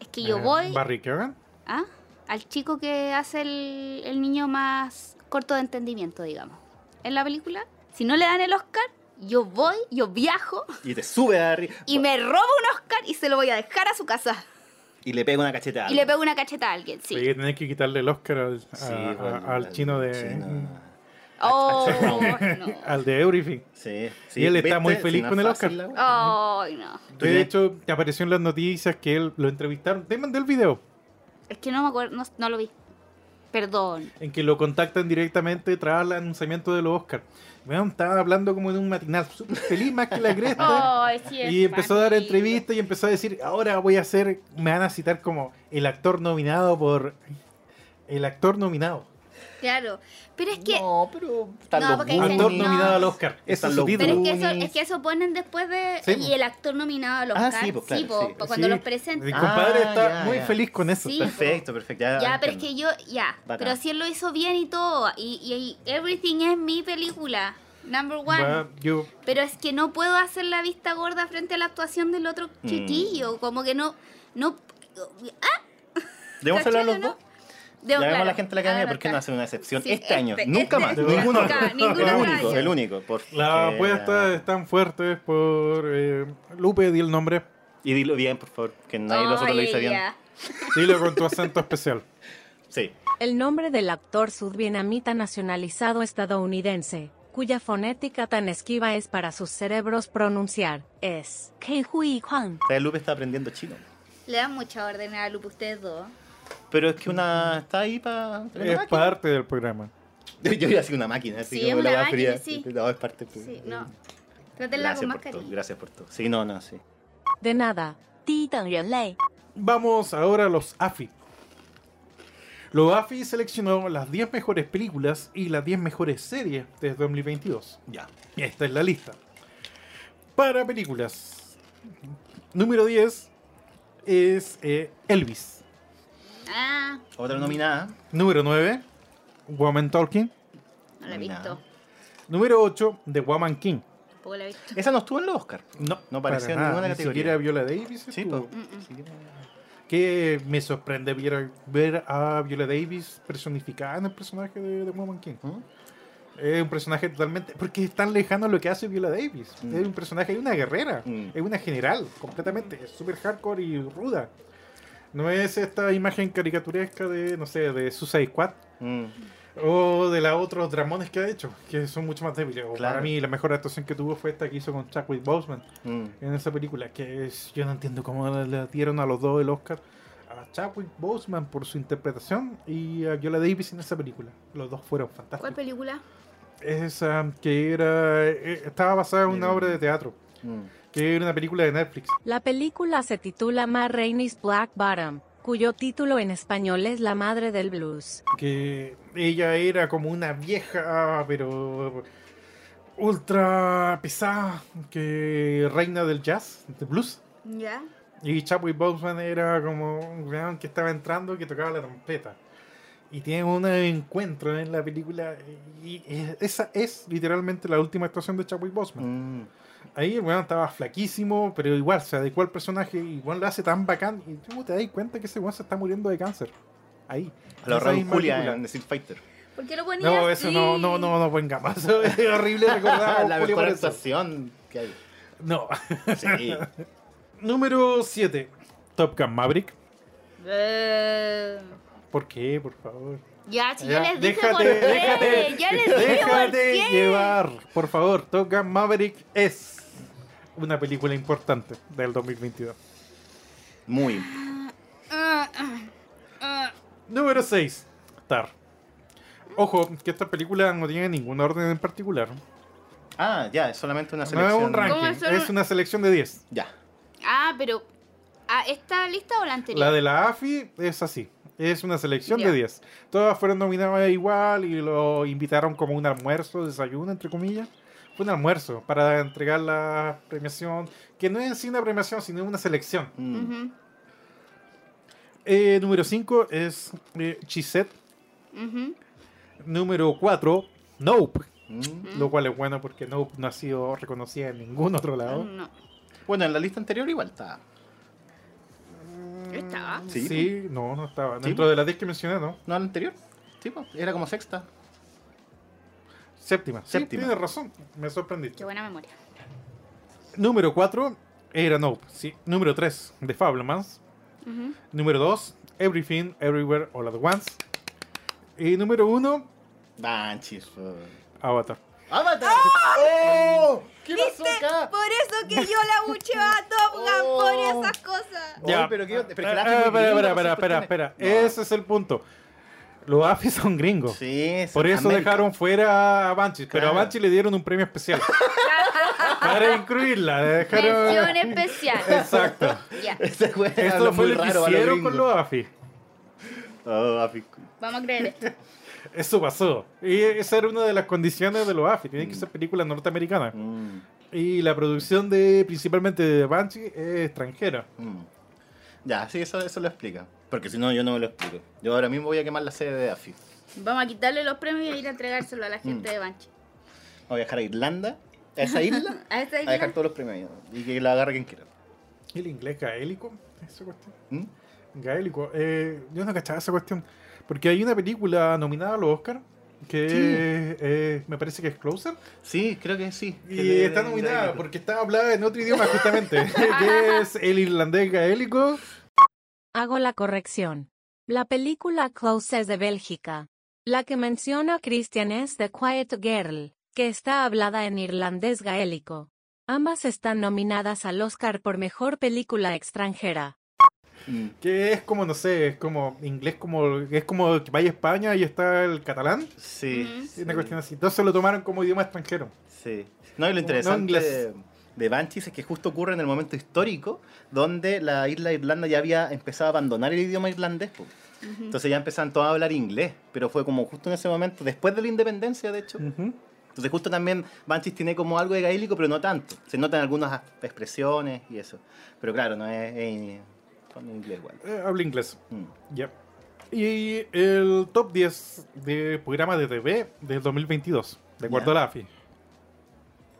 S3: es que yo
S4: Eh,
S3: voy
S4: Barry Keoghan.
S3: ¿ah? al chico que hace el, el niño más corto de entendimiento, digamos. En la película, si no le dan el Oscar, yo voy, yo viajo
S2: Y te sube arriba
S3: y me robo un Oscar y se lo voy a dejar a su casa.
S2: y le pega una cachetada.
S3: Y le pego una cacheta a alguien, sí.
S4: Voy a tener que quitarle el Oscar al, a-
S2: Sí,
S4: a-
S2: bueno,
S4: Ah, al chino de.
S2: chino.
S3: Oh,
S4: Al de Everything.
S2: Sí, sí.
S4: Y él
S2: ¿Viste?
S4: está muy feliz
S2: Si no
S4: con
S2: es
S4: el
S2: fácil
S4: Oscar.
S3: no.
S2: la wea.
S3: Ay, no.
S2: Tú
S4: De
S2: ya-
S4: hecho, apareció en las noticias que él lo entrevistaron. Te mandé el video.
S3: Es que no me acuerdo, no, no lo vi. Perdón.
S4: en que lo contactan directamente tras el anunciamiento de los Oscar. Weón, estaba hablando como en un matinal, súper feliz más que la
S3: (laughs)
S4: cresta.
S3: Ay, sí, es
S4: y empezó a dar
S3: fantástico.
S4: entrevistas y empezó a decir, ahora voy a ser, me van a citar como el actor nominado por... El actor nominado.
S3: Claro. Pero es que
S2: No, pero. están
S3: Oh, No,
S2: los
S3: porque
S2: Goonies.
S3: dicen
S4: actor
S3: no.
S4: nominado al Oscar. Eso
S2: Están
S4: es su
S2: los
S4: título.
S3: Pero es que, eso,
S2: Goonies.
S3: es que eso ponen después de.
S4: Sí, po.
S3: y el actor nominado al
S2: Ah,
S3: Oscar.
S2: sí, po, claro, sí.
S3: po, cuando
S4: Sí,
S3: los
S4: Mi
S3: presentan.
S2: Ah,
S4: compadre está
S2: ya,
S4: muy
S2: ya.
S4: feliz con eso.
S3: Sí.
S2: Perfecto, perfecto. Ya,
S3: ya, pero es que
S2: entiendo.
S3: yo. Ya.
S2: Bacán.
S3: Pero si él lo hizo bien y todo. Y, y- y Everything es mi película. Number one.
S4: Va, yo,
S3: Pero es que no puedo hacer la vista gorda frente a la actuación del otro
S2: Mm.
S3: chiquillo. Como que no. no
S2: Debemos hablar los
S3: ¿Cachai o
S2: dos.
S3: no?
S2: Ya
S3: Debo-
S2: vemos a la
S3: claro.
S2: gente de la academia
S3: Ahora
S2: porque no
S3: está.
S2: hacen una excepción
S3: Sí,
S2: este año.
S3: este-
S2: Nunca
S3: este-
S2: más.
S3: nunca,
S2: Ninguno.
S3: ninguno
S2: el
S3: más.
S2: único, el único. porque-
S4: la apuesta es tan fuerte es por... eh, Lupe, di el nombre.
S2: Y dilo bien, por favor, que nadie de nosotros lo
S3: Ay,
S2: dice bien.
S3: ya.
S4: Dilo con tu
S3: (laughs)
S4: acento especial.
S2: Sí.
S1: El nombre del actor sudvietnamita nacionalizado estadounidense, cuya fonética tan esquiva es para sus cerebros pronunciar, es Ke Hui Kwan.
S2: O sea, Lupe está aprendiendo chino.
S3: Le dan mucha orden a Lupe ustedes dos.
S2: Pero es que una está ahí para.
S4: Es parte del programa.
S2: (laughs) Yo iba a decir una máquina, así
S3: Sí,
S2: que
S3: es
S2: me la
S3: una
S2: va a
S3: máquina,
S2: fría.
S3: sí.
S2: No, es parte.
S3: Sí, no. Trátenla
S2: Gracias
S3: con más
S2: por todo,
S3: cariño.
S2: gracias por todo. Sí, no, no, sí.
S1: De nada, ti tan ren lei.
S4: Vamos ahora a los AFI. Los AFI seleccionó las 10 mejores películas y las 10 mejores series desde 2022.
S2: Ya.
S4: Y esta es la lista. Para películas. Número 10 es eh, Elvis.
S3: Ah,
S2: Otra nominada.
S4: Número 9, Woman Talking.
S3: no la he
S2: Nada.
S3: visto.
S4: Número 8, The Woman King.
S3: Tampoco la he visto.
S2: Esa no estuvo en los Oscar.
S4: No,
S2: No
S4: para
S2: apareció en
S4: nada,
S2: ninguna categoría.
S4: Ni siquiera Viola Davis.
S2: Sí,
S4: estuvo.
S3: Mm,
S2: po. Sí,
S4: que me sorprende ver, ver a Viola Davis personificada en el personaje de, de Woman King.
S2: ¿Mm?
S4: Es un personaje totalmente. Porque es tan lejano lo que hace Viola Davis.
S2: Mm.
S4: Es un personaje, es una guerrera.
S2: Mm.
S4: Es una general, completamente. Es súper hardcore y ruda. No es esta imagen caricaturesca de, no sé, de Suicide Squad.
S2: Mm.
S4: O de los otros dramones que ha hecho, que son mucho más débiles. O
S2: Claro.
S4: Para mí, la mejor actuación que tuvo fue esta que hizo con Chadwick Boseman
S2: Mm.
S4: en esa película, que es, yo no entiendo cómo le- le dieron a los dos el Oscar, a Chadwick Boseman por su interpretación y a Viola Davis en esa película. Los dos fueron
S3: ¿Cuál
S4: fantásticos.
S3: película?
S4: Esa que era eh, estaba basada en una
S2: Mm.
S4: obra de teatro,
S2: Mm.
S4: que era una película de Netflix.
S1: La película se titula Ma Rainey's Black Bottom, cuyo título en español es La Madre del Blues.
S4: que ella era como una vieja, pero ultra pesada, que reina del jazz, del blues.
S3: Ya.
S4: Y Chadwick Boseman era como un weón que estaba entrando que tocaba la trompeta. Y tiene un encuentro en la película y es- esa es literalmente la última actuación de Chadwick Boseman.
S2: Mm.
S4: Ahí el weón estaba flaquísimo, pero igual se adecuó al personaje y igual lo hace tan bacán. Y tú te das cuenta que ese weón se está muriendo de cáncer. Ahí.
S2: A la
S4: en esa
S2: Raúl
S4: misma
S2: Julia
S4: película.
S2: en The Street Fighter.
S3: ¿Por qué lo ponía
S4: No,
S3: así?
S4: eso no, no, no, no pongamos. Eso (laughs) es horrible recordar.
S2: (laughs)
S4: a
S2: la mejor
S4: Julio por eso.
S2: actuación que hay.
S4: No.
S2: Sí.
S4: Número 7. Top Gun Maverick.
S3: Eh,
S4: ¿Por qué, por favor?
S3: Ya, si
S4: Ya,
S3: yo les dije
S4: déjate,
S3: por qué.
S4: déjate,
S3: ya les dije por
S4: Déjate
S3: qué.
S4: llevar, por favor. Top Gun Maverick es una película importante del 2022.
S2: Muy.
S3: Ah, ah, ah.
S4: Número 6. Tar. Ojo, que esta película no tiene ningún orden en particular.
S2: Ah, ya, es solamente una
S4: No es
S2: selección.
S4: un
S3: ¿Cómo
S4: ranking,
S3: es solo-
S4: es una selección de 10.
S2: Ya.
S3: Ah, pero. ¿a ¿Esta lista o la anterior?
S4: La de la AFI es así. Es una selección
S3: Ya.
S4: de 10. Todas fueron nominadas igual y lo invitaron como un almuerzo, desayuno, entre comillas. Fue un almuerzo para entregar la premiación, que no es en sí una premiación, sino una selección.
S2: Mm.
S3: Ujú,
S4: Eh, número 5 es eh, Chisette.
S3: ujú.
S4: Número 4, Nope.
S2: Mm.
S4: Lo cual es bueno porque Nope no ha sido reconocida en ningún otro lado.
S3: No.
S2: Bueno, en la lista anterior igual está.
S3: Estaba.
S2: Sí,
S4: Sí, no, no estaba.
S2: Sí,
S4: Dentro
S2: po.
S4: de las 10 que mencioné, no.
S2: ¿No en la anterior? Sí, pues, era como sexta.
S4: Séptima. Sí,
S2: Séptima.
S4: tienes razón. Me sorprendiste.
S3: Qué buena memoria.
S4: Número 4 era Nope. Sí. Número 3, The Fablemans.
S3: Ujú.
S4: Número 2, Everything, Everywhere, All at Once. Y número 1,
S2: Banchis.
S4: Avatar.
S2: ¡Avatar!
S3: ¡Ah!
S2: ¡Oh! ¿Qué pasó acá?
S5: Por eso que yo la bucheo a Top Gun
S2: Oh.
S5: por esas cosas.
S2: Oye, pero qué- pero es que la AFI es
S4: Ah,
S2: muy
S4: espera,
S2: gringa
S4: espera,
S2: para
S4: espera,
S2: esas
S4: espera,
S2: cuestiones.
S4: espera.
S2: No.
S4: Ese es el punto. Los AFI son gringos.
S2: Sí, es
S4: Por eso
S2: América. (laughs)
S4: dejaron fuera a Banshee, pero a
S2: Claro.
S4: Banshee le dieron un premio especial. para incluirla, le dejaron...
S3: Mención
S2: (laughs)
S3: especial.
S4: Exacto.
S3: ya.
S2: Esa wea habla
S4: Esto fue
S2: Este muy
S4: lo que
S2: raro a los
S4: hicieron con
S2: gringos.
S4: los AFI.
S2: Oh, AFI.
S3: Vamos a creer esto.
S4: Eso pasó. Y esa era una de las condiciones de los AFI. Tienen que ser películas norteamericanas.
S2: Mm,
S4: Y la producción de principalmente de Banshee es extranjera.
S2: mm. Ya, sí, eso, eso lo explica. Porque si no, yo no me lo explico. Yo ahora mismo voy a quemar la sede de AFI.
S3: Vamos a quitarle los premios y ir a entregárselo a la gente
S2: Mm.
S3: de Banshee.
S2: Voy a dejar a Irlanda, a esa isla,
S3: A esta
S2: a dejar
S3: isla.
S2: todos los premios. ahí. Y que la agarre quien quiera.
S4: ¿Y el inglés gaélico? Esa cuestión.
S2: ¿Mm?
S4: Gaélico. Eh, yo no cachaba esa cuestión. Porque hay una película nominada a los Oscar que eh, me parece que es Closer.
S2: Sí, creo que sí. Que
S4: Y
S2: le-
S4: está
S2: le-
S4: nominada
S2: le-
S4: porque está hablada en otro idioma justamente. (laughs) que es el irlandés gaélico.
S1: Hago la corrección. La película Close es de Bélgica. La que menciona Christian es The Quiet Girl, que está hablada en irlandés gaélico. Ambas están nominadas al Oscar por Mejor Película Extranjera.
S2: Mm.
S4: Que es como, no sé, es como inglés, como es como que vaya a España y está el catalán.
S2: Sí,
S3: Ujú.
S2: sí,
S4: Es Una cuestión así. Entonces lo tomaron como idioma extranjero.
S2: sí. No, y lo interesante
S4: inglés.
S2: de, de Banshees es que justo ocurre en el momento histórico donde la isla de Irlanda ya había empezado a abandonar el idioma irlandés. po. Entonces ya empezaron todos a hablar inglés, pero fue como justo en ese momento, después de la independencia, de hecho. Entonces justo también Banshees tiene como algo de gaélico, pero no tanto. Se notan algunas as- expresiones y eso. Pero claro, no es, es en inglés igual.
S4: Eh, habla inglés.
S2: Mm.
S4: Ya. Y el top 10 de programa de TV del 2022, de
S2: Ya.
S4: acuerdo a la AFI.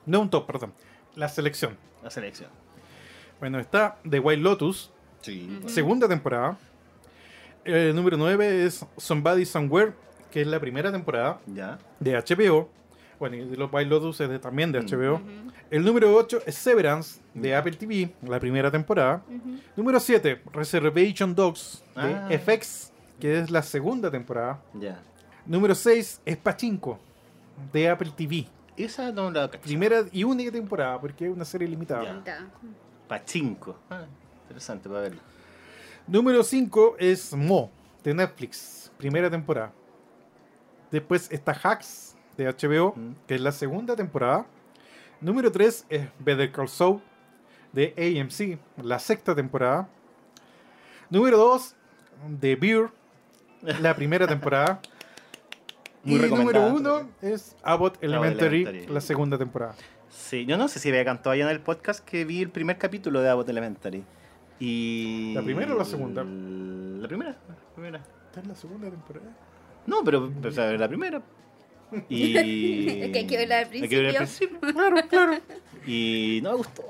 S4: No un top, perdón. La selección.
S2: La selección.
S4: Bueno, está The White Lotus,
S2: Sí.
S4: segunda temporada. El número 9 es Somebody Somewhere, que es la primera temporada
S2: Ya.
S4: de HBO. Bueno, y los White Lotus es de- también de HBO. El número 8 es Severance, de Apple TV, la primera temporada. Número 7, Reservation Dogs, de
S2: Ah.
S4: FX, que es la segunda temporada.
S2: Ya.
S4: Número 6 es Pachinko, de Apple TV.
S2: Esa no la caché.
S4: Primera y única temporada, porque es una serie limitada.
S2: Ya. Pachinko. Ah, interesante para verlo.
S4: Número 5 es Mo, de Netflix, primera temporada. Después está Hacks, de HBO,
S2: Mm.
S4: que es la segunda temporada. Número 3 es Better Call Saul, de AMC, la sexta temporada. Número 2, The Beer,
S2: (laughs)
S4: la primera temporada.
S2: Muy
S4: y número
S2: recomendada.
S4: 1 es Abbott Elementary,
S2: Elementary.
S4: la segunda temporada.
S2: Sí, yo no sé si había cantado allá en el podcast que vi el primer capítulo de Abbott Elementary. Y...
S4: ¿La primera o la segunda?
S2: La primera. La primera.
S4: ¿Está en la segunda temporada?
S2: No, pero o sea, la primera. Y...
S5: (laughs) Es que hay que verla al
S2: Hay que verla al principio.
S4: Claro, claro.
S3: (laughs)
S2: Y no me gustó.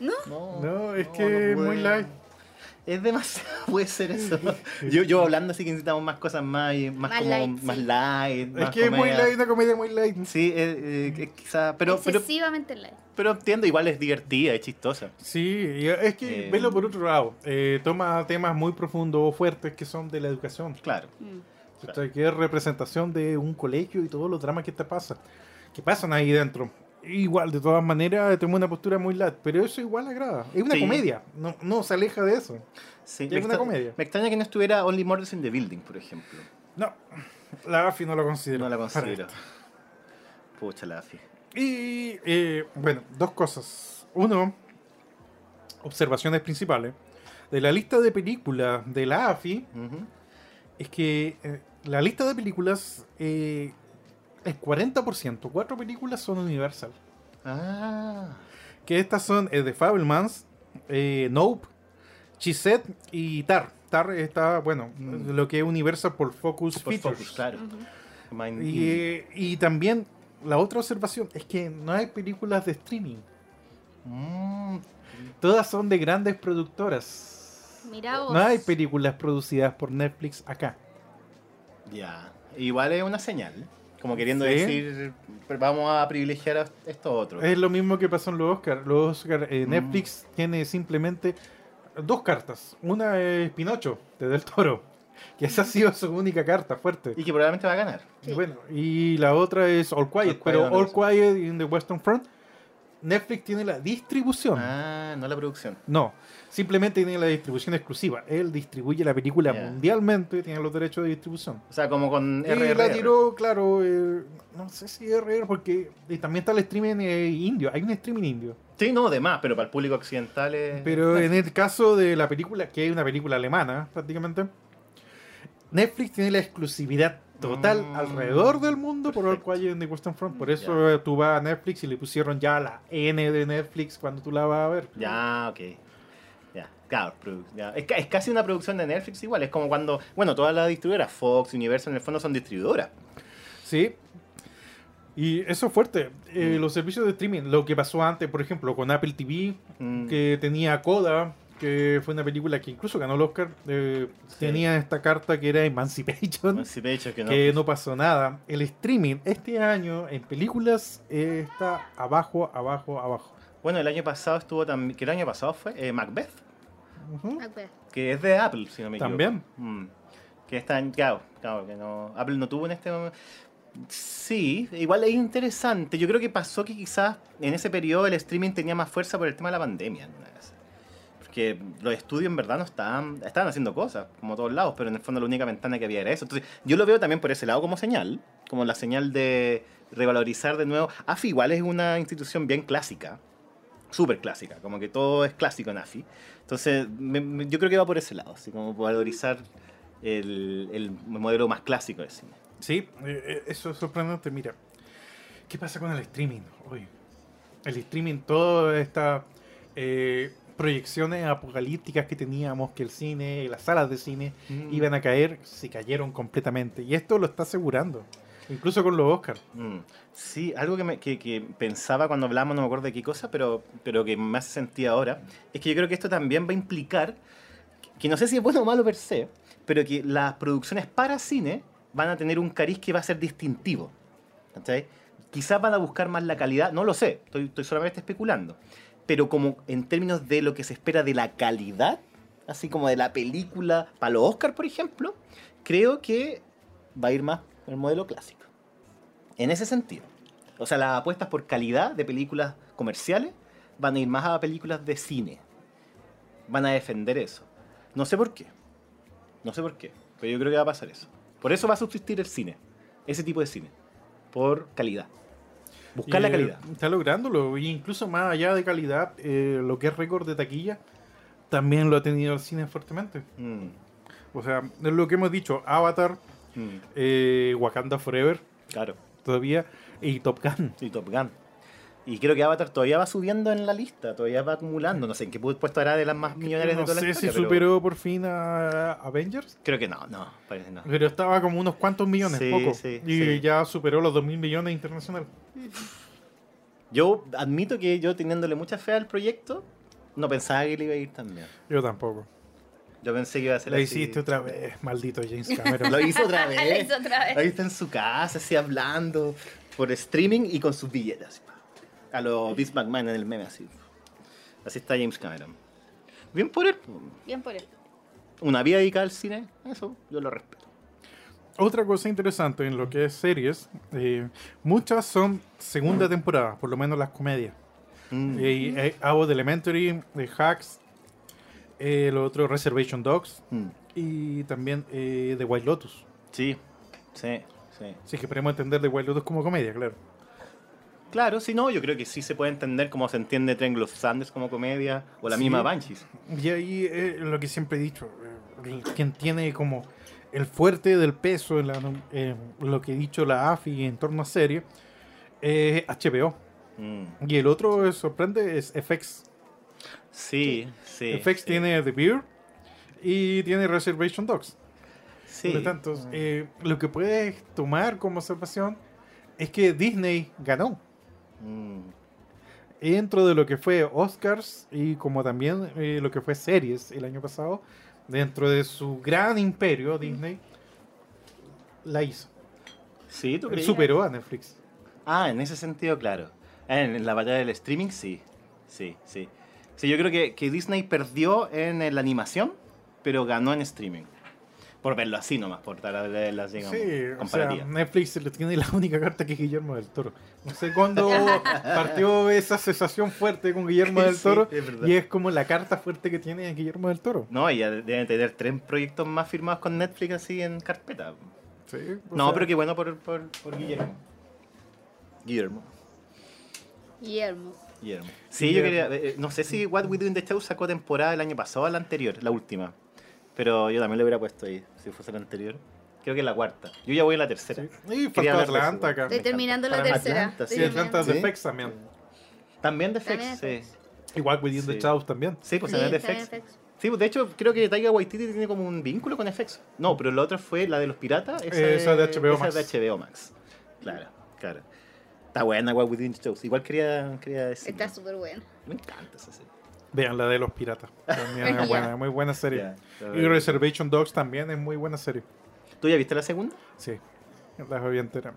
S5: ¿No?
S2: No,
S4: No, es
S2: no,
S4: que
S2: no pude.
S4: muy light.
S2: Es demasiado, (laughs) puede ser
S4: (laughs)
S2: eso. Yo, yo hablando así que necesitamos más cosas más, más,
S3: Más
S2: como,
S3: light, sí.
S2: más light.
S4: Es
S2: más
S4: que es muy
S2: comedia.
S4: light, una comedia muy light.
S2: Sí, eh, eh, quizá, pero, pero,
S3: Excesivamente light.
S2: pero entiendo, igual es divertida, es chistosa.
S4: Sí, y es que
S2: Eh,
S4: velo por otro lado. eh, toma temas muy profundos, fuertes, que son de la educación.
S2: Claro.
S3: Mm.
S4: ¿cachai? Que es representación de un colegio y todos los dramas que te pasa, que pasan ahí dentro. Igual, de todas maneras, tengo una postura muy lat, pero eso igual agrada. Es una
S2: Sí.
S4: comedia, no, no se aleja de eso.
S2: Sí,
S4: Es
S2: me
S4: una
S2: extra-
S4: comedia.
S2: Me extraña que no estuviera Only Murders in the Building, por ejemplo.
S4: No, la AFI no la considero.
S2: No la
S4: para
S2: considero.
S4: esto.
S2: Pucha la AFI.
S4: Y eh, bueno, dos cosas. Uno, observaciones principales. De la lista de películas de la AFI,
S2: Ujú.
S4: es que eh, la lista de películas, eh, el 40%, cuatro películas son Universal.
S2: Ah.
S4: Que estas son eh, The Fablemans, eh, Nope, Chisette y Tar. Tar está, bueno,
S2: Mm.
S4: lo que es Universal por Focus
S2: Por
S4: Features.
S2: Focus, claro. Mind
S4: Y,
S2: Indie.
S4: eh, y también la otra observación es que no hay películas de streaming.
S2: Mm,
S4: Todas son de grandes productoras.
S3: Mirá vos.
S4: No hay películas producidas por Netflix acá.
S2: ya. Igual es una señal. Como queriendo
S4: Sí. Eh.
S2: decir, pero vamos a privilegiar a estos otros.
S4: Es lo mismo que pasó en los Oscars. Los Oscar, eh,
S2: Mm.
S4: Netflix tiene simplemente dos cartas. Una es Pinocho, de Del Toro, (laughs) que esa ha sido su única carta fuerte.
S2: Y que probablemente va a ganar.
S4: Y bueno, y la otra es All Quiet,
S2: All Quiet
S4: pero
S2: on the
S4: All
S2: West.
S4: Quiet in the Western Front. Netflix tiene la distribución.
S2: Ah, no la producción.
S4: No, simplemente tiene la distribución exclusiva. Él distribuye la película
S2: Ya.
S4: mundialmente, tiene los derechos de distribución.
S2: O sea, como con
S4: Y
S2: RRR.
S4: la tiró, claro, eh, no sé si RR, porque y también está el streaming eh, indio. Hay un streaming indio.
S2: Sí, no, de más, pero para el público occidental es...
S4: Pero en el caso de la película, que es una película alemana prácticamente, Netflix tiene la exclusividad total
S2: Mm,
S4: alrededor del mundo por el
S2: perfecto.
S4: cual en The Western Front. Por eso eh, tú vas a Netflix y le pusieron ya la N de Netflix cuando tú la vas a ver.
S2: Ya, ok. Ya, claro. produ- ya. Es, ca- es casi una producción de Netflix igual. Es como cuando, bueno, todas las distribuidoras, Fox, Universal, en el fondo son distribuidoras.
S4: Sí. Y eso es
S2: Mm.
S4: fuerte. Eh, Los servicios de streaming, lo que pasó antes, por ejemplo, con Apple TV,
S2: Mm.
S4: que tenía Coda, que fue una película que incluso ganó el Oscar,
S2: Sí.
S4: eh,
S2: Pues
S4: tenía esta carta que era Emancipation,
S2: Bueno, sí, de hecho, que no.
S4: que no pasó nada. El streaming este año en películas eh, está abajo, abajo, abajo.
S2: Bueno, el año pasado estuvo también. que el año pasado fue? Eh, Macbeth,
S4: Ujú.
S3: Ah, pues.
S2: que es de Apple, si no me equivoco.
S4: También.
S2: Mm. Que está Claro, claro, que no. Apple no tuvo en este momento. Sí, igual es interesante. Yo creo que pasó que quizás en ese periodo el streaming tenía más fuerza por el tema de la pandemia. en una de esas. Porque los estudios en verdad no estaban, estaban haciendo cosas, como todos lados, pero en el fondo la única ventana que había era eso. Entonces, yo lo veo también por ese lado como señal, como la señal de revalorizar de nuevo. AFI igual es una institución bien clásica, súper clásica, como que todo es clásico en AFI. Entonces, me- me- yo creo que va por ese lado, así como valorizar el, el modelo más clásico de cine.
S4: Sí, eh, eh, eso es sorprendente. Mira, ¿qué pasa con el streaming hoy? El streaming, todas estas eh, proyecciones apocalípticas que teníamos, que el cine, las salas de cine
S2: Mm.
S4: iban a caer, se cayeron completamente. Y esto lo está asegurando, incluso con los Oscars.
S2: Mm. Sí, algo que, me- que- que pensaba cuando hablábamos, no me acuerdo de qué cosa, pero, pero que me hace sentir ahora, es que yo creo que esto también va a implicar, que- que no sé si es bueno o malo per se, pero que las producciones para cine van a tener un cariz que va a ser distintivo. ¿cachai? Quizás van a buscar más la calidad, no lo sé, estoy, estoy solamente especulando, pero como en términos de lo que se espera de la calidad, así como de la película para los Oscar, por ejemplo, creo que va a ir más el modelo clásico. En ese sentido. O sea, las apuestas por calidad de películas comerciales van a ir más a películas de cine. Van a defender eso. No sé por qué. No sé por qué. Pero yo creo que va a pasar eso. Por eso va a subsistir el cine. Ese tipo de cine. Por calidad. Buscar
S4: Y,
S2: la
S4: eh,
S2: calidad.
S4: Está lográndolo. Y incluso más allá de calidad, eh, lo que es récord de taquilla, también lo ha tenido el cine fuertemente.
S2: Mm,
S4: O sea, es lo que hemos dicho, Avatar,
S2: mm,
S4: eh, Wakanda Forever,
S2: claro.
S4: todavía, y Top Gun.
S2: Y Top Gun. Y creo que Avatar todavía va subiendo en la lista. Todavía va acumulando. No sé en qué puesto hará de las más millonarias
S4: No
S2: de toda la
S4: sé si
S2: historia, pero
S4: superó por fin a Avengers,
S2: Creo que no, no. Parece que no.
S4: pero estaba como unos cuantos millones,
S2: Sí,
S4: poco.
S2: sí,
S4: y
S2: sí.
S4: ya superó los 2.000 millones internacionales.
S2: Yo admito que yo teniéndole mucha fe al proyecto, no pensaba que le iba a ir tan bien.
S4: Yo tampoco.
S2: Yo pensé que iba a ser
S4: La
S2: así.
S4: hiciste otra vez, maldito
S2: (laughs)
S4: James
S2: Lo
S4: Cameron.
S2: hizo otra
S3: (laughs) La
S2: vez.
S3: hizo otra vez.
S2: Ahí está en su casa, así hablando, por streaming y con sus billetes. A los Vince McMahon en el meme, así. Así está James Cameron. Bien por él.
S3: Bien por él.
S2: Una vida dedicada al cine, eso yo lo respeto.
S4: Otra cosa interesante en lo que es series, eh, muchas son segunda temporada, por lo menos las comedias.
S2: Mm.
S4: Eh, eh, Abbott Elementary, eh, Hacks, eh, lo otro Reservation Dogs
S2: Mm.
S4: y también eh, The White Lotus.
S2: Sí, sí, sí.
S4: Así que podemos entender The White Lotus como comedia, claro.
S2: Claro, si no, yo creo que sí se puede entender cómo se entiende Triangle of Sanders como comedia o la
S4: Sí.
S2: misma Banshees.
S4: Y ahí eh, lo que siempre he dicho, eh, el- quien tiene como el fuerte del peso, en la nom- eh, lo que he dicho la AFI en torno a serie, es HBO.
S2: Mm.
S4: Y el otro eh, sorprende es FX.
S2: Sí, sí.
S4: FX
S2: sí,
S4: tiene The Beer y tiene Reservation Dogs.
S2: sí.
S4: Por lo tanto, eh, lo que puedes tomar como observación es que Disney ganó
S2: Mm.
S4: dentro de lo que fue Oscars y como también eh, lo que fue series el año pasado, dentro de su gran imperio Disney, la hizo.
S2: Sí, tú crees.
S4: Superó a Netflix.
S2: Ah, en ese sentido, claro. En la batalla del streaming, sí. Sí, sí. Sí, yo creo que, que Disney perdió en eh, la animación, pero ganó en streaming. Por verlo así nomás, por dar las digamos,
S4: sí, o sea,
S2: comparativas.
S4: Netflix le tiene la única carta que es Guillermo del Toro. No sé
S2: (laughs)
S4: cuándo partió esa sensación fuerte con Guillermo
S2: (laughs)
S4: del
S2: Sí,
S4: Toro
S2: es verdad.
S4: y es como la carta fuerte que tiene Guillermo del Toro.
S2: No, y ya deben tener tres proyectos más firmados con Netflix así en carpeta.
S4: Sí, o
S2: No,
S4: sea,
S2: pero qué bueno por, por, por Guillermo. Guillermo.
S3: Guillermo.
S2: Guillermo. Sí, yo quería. eh, eh, no sé si What We Do in the Show sacó temporada el año pasado o la anterior, la última. Pero yo también le hubiera puesto ahí, si fuese la anterior. Creo que es la cuarta. Yo ya voy a la tercera.
S4: Sí. Y
S2: Quería
S4: falta
S2: hablar de eso,
S4: Atlanta acá.
S2: me
S3: Estoy
S2: encanta.
S3: terminando la
S4: Para
S3: tercera.
S2: Atlanta,
S3: Estoy
S4: Sí, Atlanta
S3: terminando.
S4: es de
S2: Sí.
S4: FX también.
S2: También de FX,
S3: También de
S2: sí.
S4: Igual Within the
S2: Sí.
S4: Chaos también.
S2: Sí, pues
S3: Sí,
S2: también de
S3: está en
S2: FX.
S3: FX.
S2: Sí, pues de hecho creo que Taiga Waititi tiene como un vínculo con FX. No, pero la otra fue la de los piratas. Esa,
S4: Eh, esa de HBO
S2: esa es
S4: Max.
S2: de HBO Max. Claro, claro. Está buena What We Do in the Show. Igual quería, quería decir.
S3: Está súper bueno.
S2: Me encanta esa serie.
S4: Vean la de los piratas. (laughs) También
S3: Ya.
S4: es buena, es muy buena serie.
S2: Ya, la
S4: y
S2: verdad.
S4: Reservation Dogs también es muy buena serie.
S2: ¿Tú ya viste la segunda?
S4: Sí, la vi entera.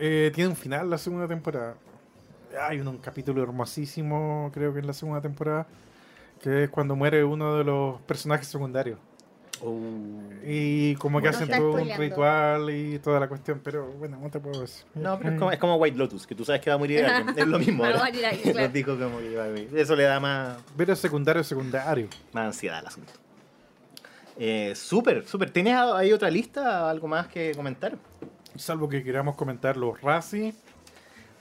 S4: Eh, tiene un final la segunda temporada. Hay un, un capítulo hermosísimo, creo que en la segunda temporada, que es cuando muere uno de los personajes secundarios. Oh. Y como que
S2: Bueno,
S4: hacen
S3: está
S4: todo un
S3: spoileando.
S4: ritual y toda la cuestión, pero bueno, no te puedo decir. Mm.
S2: No, pero es como, es como White Lotus, que tú sabes que va a morir alguien. Es lo mismo.
S3: (laughs) Va a
S2: ahora.
S3: morir alguien, claro.
S2: Nos dijo como que iba a morir. Eso le da más,
S4: Ver el secundario secundario.
S2: más ansiedad al asunto. Eh, súper, súper. ¿Tienes a- ahí otra lista? ¿Algo más que comentar?
S4: Salvo que queramos comentar los Razzie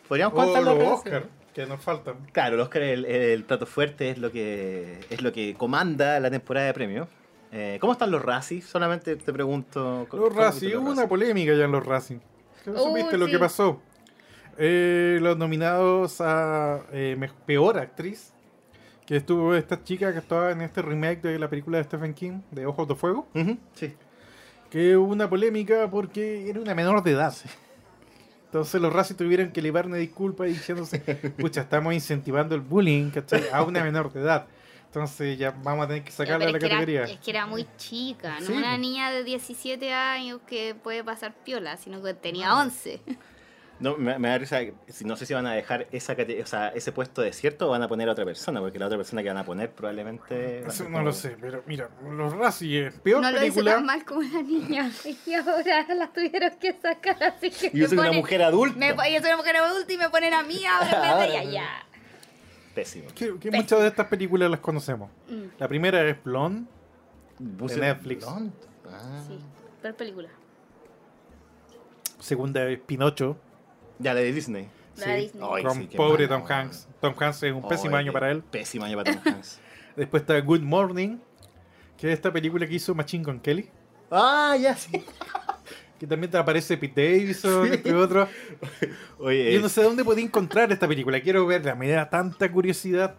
S2: Podríamos
S4: o
S2: contar
S4: Oh, los
S2: los
S4: Oscar, que nos faltan.
S2: Claro, el Oscar, el, el plato fuerte es lo que es lo que comanda la temporada de premios. Eh, ¿Cómo están los Razzies? Solamente te pregunto. ¿cómo-
S4: Los
S2: cómo
S4: Razzie,
S2: están los
S4: hubo una
S2: Razzies?
S4: polémica ya en los Razzie. ¿Qué
S3: Uh,
S4: ¿Supiste lo
S3: sí.
S4: que pasó? Eh, los nominados a eh, me- peor actriz, que estuvo esta chica que estaba en este remake de la película de Stephen King, de Ojos de Fuego,
S2: Ujú, sí.
S4: que hubo una polémica porque era una menor de edad. Entonces los Razzie tuvieron que elevar una disculpa y
S2: (laughs)
S4: diciéndose, pucha, estamos incentivando el bullying ¿cachai? a una menor de edad. Entonces ya vamos a tener que sacarla
S3: Ya,
S4: de la
S3: pero es, que
S4: categoría.
S3: era, es que era muy chica, no
S4: Sí.
S3: una niña de 17 años que puede pasar piola, sino que tenía 11.
S2: No, me, me da risa. si- No sé si van a dejar esa, cate- o sea, ese puesto desierto o van a poner a otra persona, porque la otra persona que van a poner probablemente. va a
S4: Eso
S2: ser
S4: no
S2: como-
S4: lo sé, pero mira, los Razzie, eh, peor
S3: no lo hizo
S4: película.
S3: tan mal como la niña. (laughs) Y ahora la tuvieron que sacar, así que.
S2: Y yo
S3: me
S2: soy una
S3: ponen-
S2: mujer adulta.
S3: Me, po- yo soy una mujer adulta y me ponen a mí ahora en vez de ella. ya.
S2: Pésimo.
S4: que, que muchas de estas películas las conocemos.
S3: Mm,
S4: La primera es Blonde.
S2: Puse-
S4: Netflix.
S2: Tonto. Ah.
S3: sí, peor película.
S4: Segunda es Pinocho.
S2: Ya, la de Disney.
S3: La
S4: sí,
S3: Disney.
S2: Ay,
S4: con
S2: sí, qué
S4: pobre
S2: mala,
S4: Tom
S2: weón.
S4: Hanks. Tom Hanks es un pésimo
S2: Oye,
S4: año para él.
S2: Pésimo año para Tom Hanks.
S4: Después está Good Morning, que es esta película que hizo Machine Gun Kelly.
S2: ah, ya sí.
S4: Que también te aparece Pete Davidson, entre otros.
S2: Oye,
S4: Yo no sé dónde podía encontrar esta película. Quiero verla. Me da tanta curiosidad.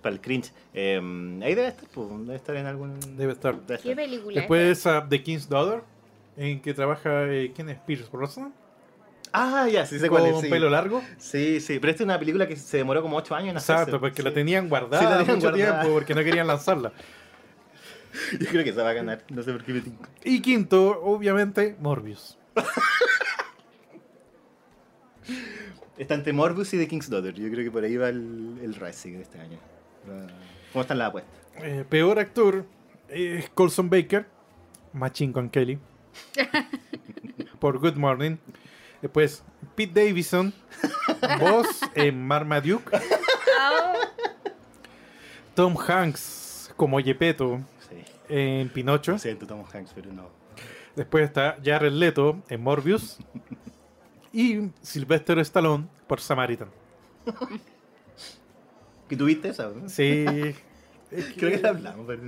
S2: para el cringe. Eh, ahí debe estar, pues, debe estar en algún.
S4: Debe estar.
S2: debe estar.
S3: ¿Qué película ¿eh?
S4: Después
S3: es?
S4: está The King's Daughter, en que trabaja. eh, ¿Quién es? Pierce Brosnan.
S2: Ah, ya, sí sé cuál es.
S4: Con
S2: Sí.
S4: pelo largo.
S2: sí, sí, pero esta es una película que se demoró como 8 años en hacerse.
S4: Exacto, porque la
S2: Sí.
S4: tenían guardada
S2: Sí, la tenían
S4: mucho
S2: guardada.
S4: tiempo porque no querían lanzarla.
S2: (laughs) Yo creo que se va a ganar. No sé por qué me tinco.
S4: Y quinto, obviamente, Morbius.
S2: Está entre Morbus y The King's Daughter. Yo creo que por ahí va el, el Rising de este año. Va- ¿Cómo están las apuestas? (laughs)
S4: Eh, peor actor es Colson Baker, Machine Gun Kelly. por Good Morning. Después, Pete Davidson, voz en Marmaduke. Tom Hanks como Gepetto
S2: Sí.
S4: en Pinocho.
S2: Lo siento, Tom Hanks, pero no.
S4: Después está Jared Leto en Morbius. Y Sylvester Stallone por Samaritan.
S2: ¿Que tuviste esa? no?
S4: Sí. Es
S2: (laughs) Creo que la hablamos. pero-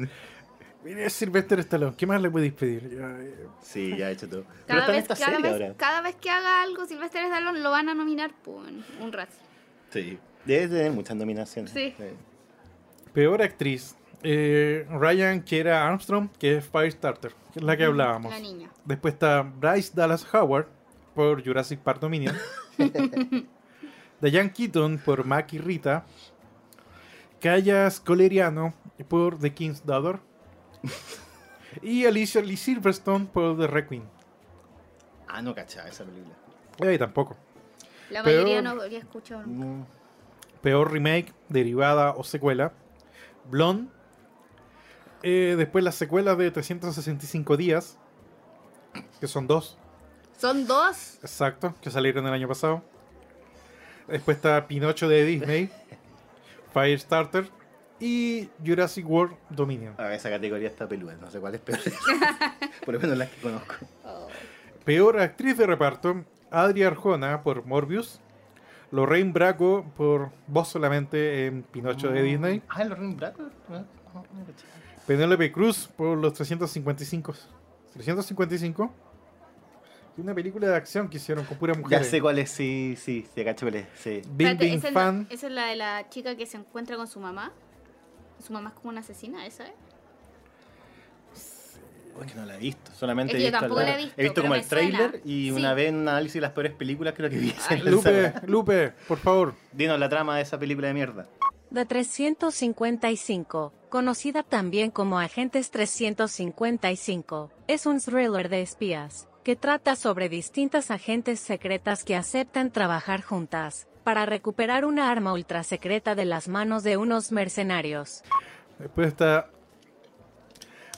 S4: Mira, Sylvester Stallone, ¿qué más le podéis pedir? Ya, eh,
S2: Sí, ya he hecho todo. Pero
S3: Cada
S2: está en
S3: vez,
S2: esta
S3: cada,
S2: serie
S3: vez,
S2: ahora.
S3: cada vez que haga algo Silvestre Stallone lo van a nominar por un rato.
S2: Sí. Debe tener muchas nominaciones.
S3: Sí.
S4: Peor actriz. eh, Ryan, que era Armstrong, que es Firestarter, que es la que hablábamos.
S3: La niña.
S4: Después está Bryce Dallas Howard por Jurassic
S3: (laughs)
S4: Park Dominion. Diane Keaton por Mac y Rita. Kaya Scoleriano por The
S3: (laughs)
S4: King's Daughter. Y Alicia Lee Silverstone por The Requiem.
S2: Ah, no cachaba esa película.
S4: Eh, tampoco.
S3: La
S4: Pero-
S3: mayoría no habría escuchado. nunca.
S2: No.
S4: Peor remake, derivada o secuela. Blonde. Eh, después las secuelas de 365 días. Que son dos.
S3: Son dos.
S4: Exacto, que salieron el año pasado. Después está Pinocho de Disney, Firestarter y Jurassic World Dominion.
S2: A ver, esa categoría está peluda, no sé cuál es (laughs) peor. Por lo menos las que conozco.
S3: Oh.
S4: Peor actriz de reparto, Adria Arjona por Morbius, Lorraine Bracco por Vos solamente en Pinocho de Disney,
S2: Ah, los Ring Braco. No, no, no cachaba.
S4: Penélope Cruz por Los 355. 355. Y una película de acción que hicieron con pura mujer.
S2: Ya sé cuál es, sí, sí, sí, cacho cuál es, sí.
S4: Bing
S3: Espérate,
S4: Bing
S3: esa, es la-
S4: Fan.
S3: esa es la de la chica que se encuentra con su mamá. Su mamá es como una asesina, ¿esa es?
S2: Oh, Es que no la he visto, solamente
S3: Es que
S2: he
S3: yo
S2: visto,
S3: tampoco
S2: al-
S3: la he visto, pero
S2: como
S3: me
S2: el tráiler
S3: suena.
S2: y
S3: Sí.
S2: una vez en un análisis de las peores películas creo que vi. esa en la
S4: Lupe,
S2: sala.
S4: Lupe, por favor.
S2: Dinos la trama de esa película de mierda.
S1: de 355, conocida también como Agentes 355, es un thriller de espías que trata sobre distintas agentes secretas que aceptan trabajar juntas para recuperar una arma ultrasecreta de las manos de unos mercenarios.
S4: Después está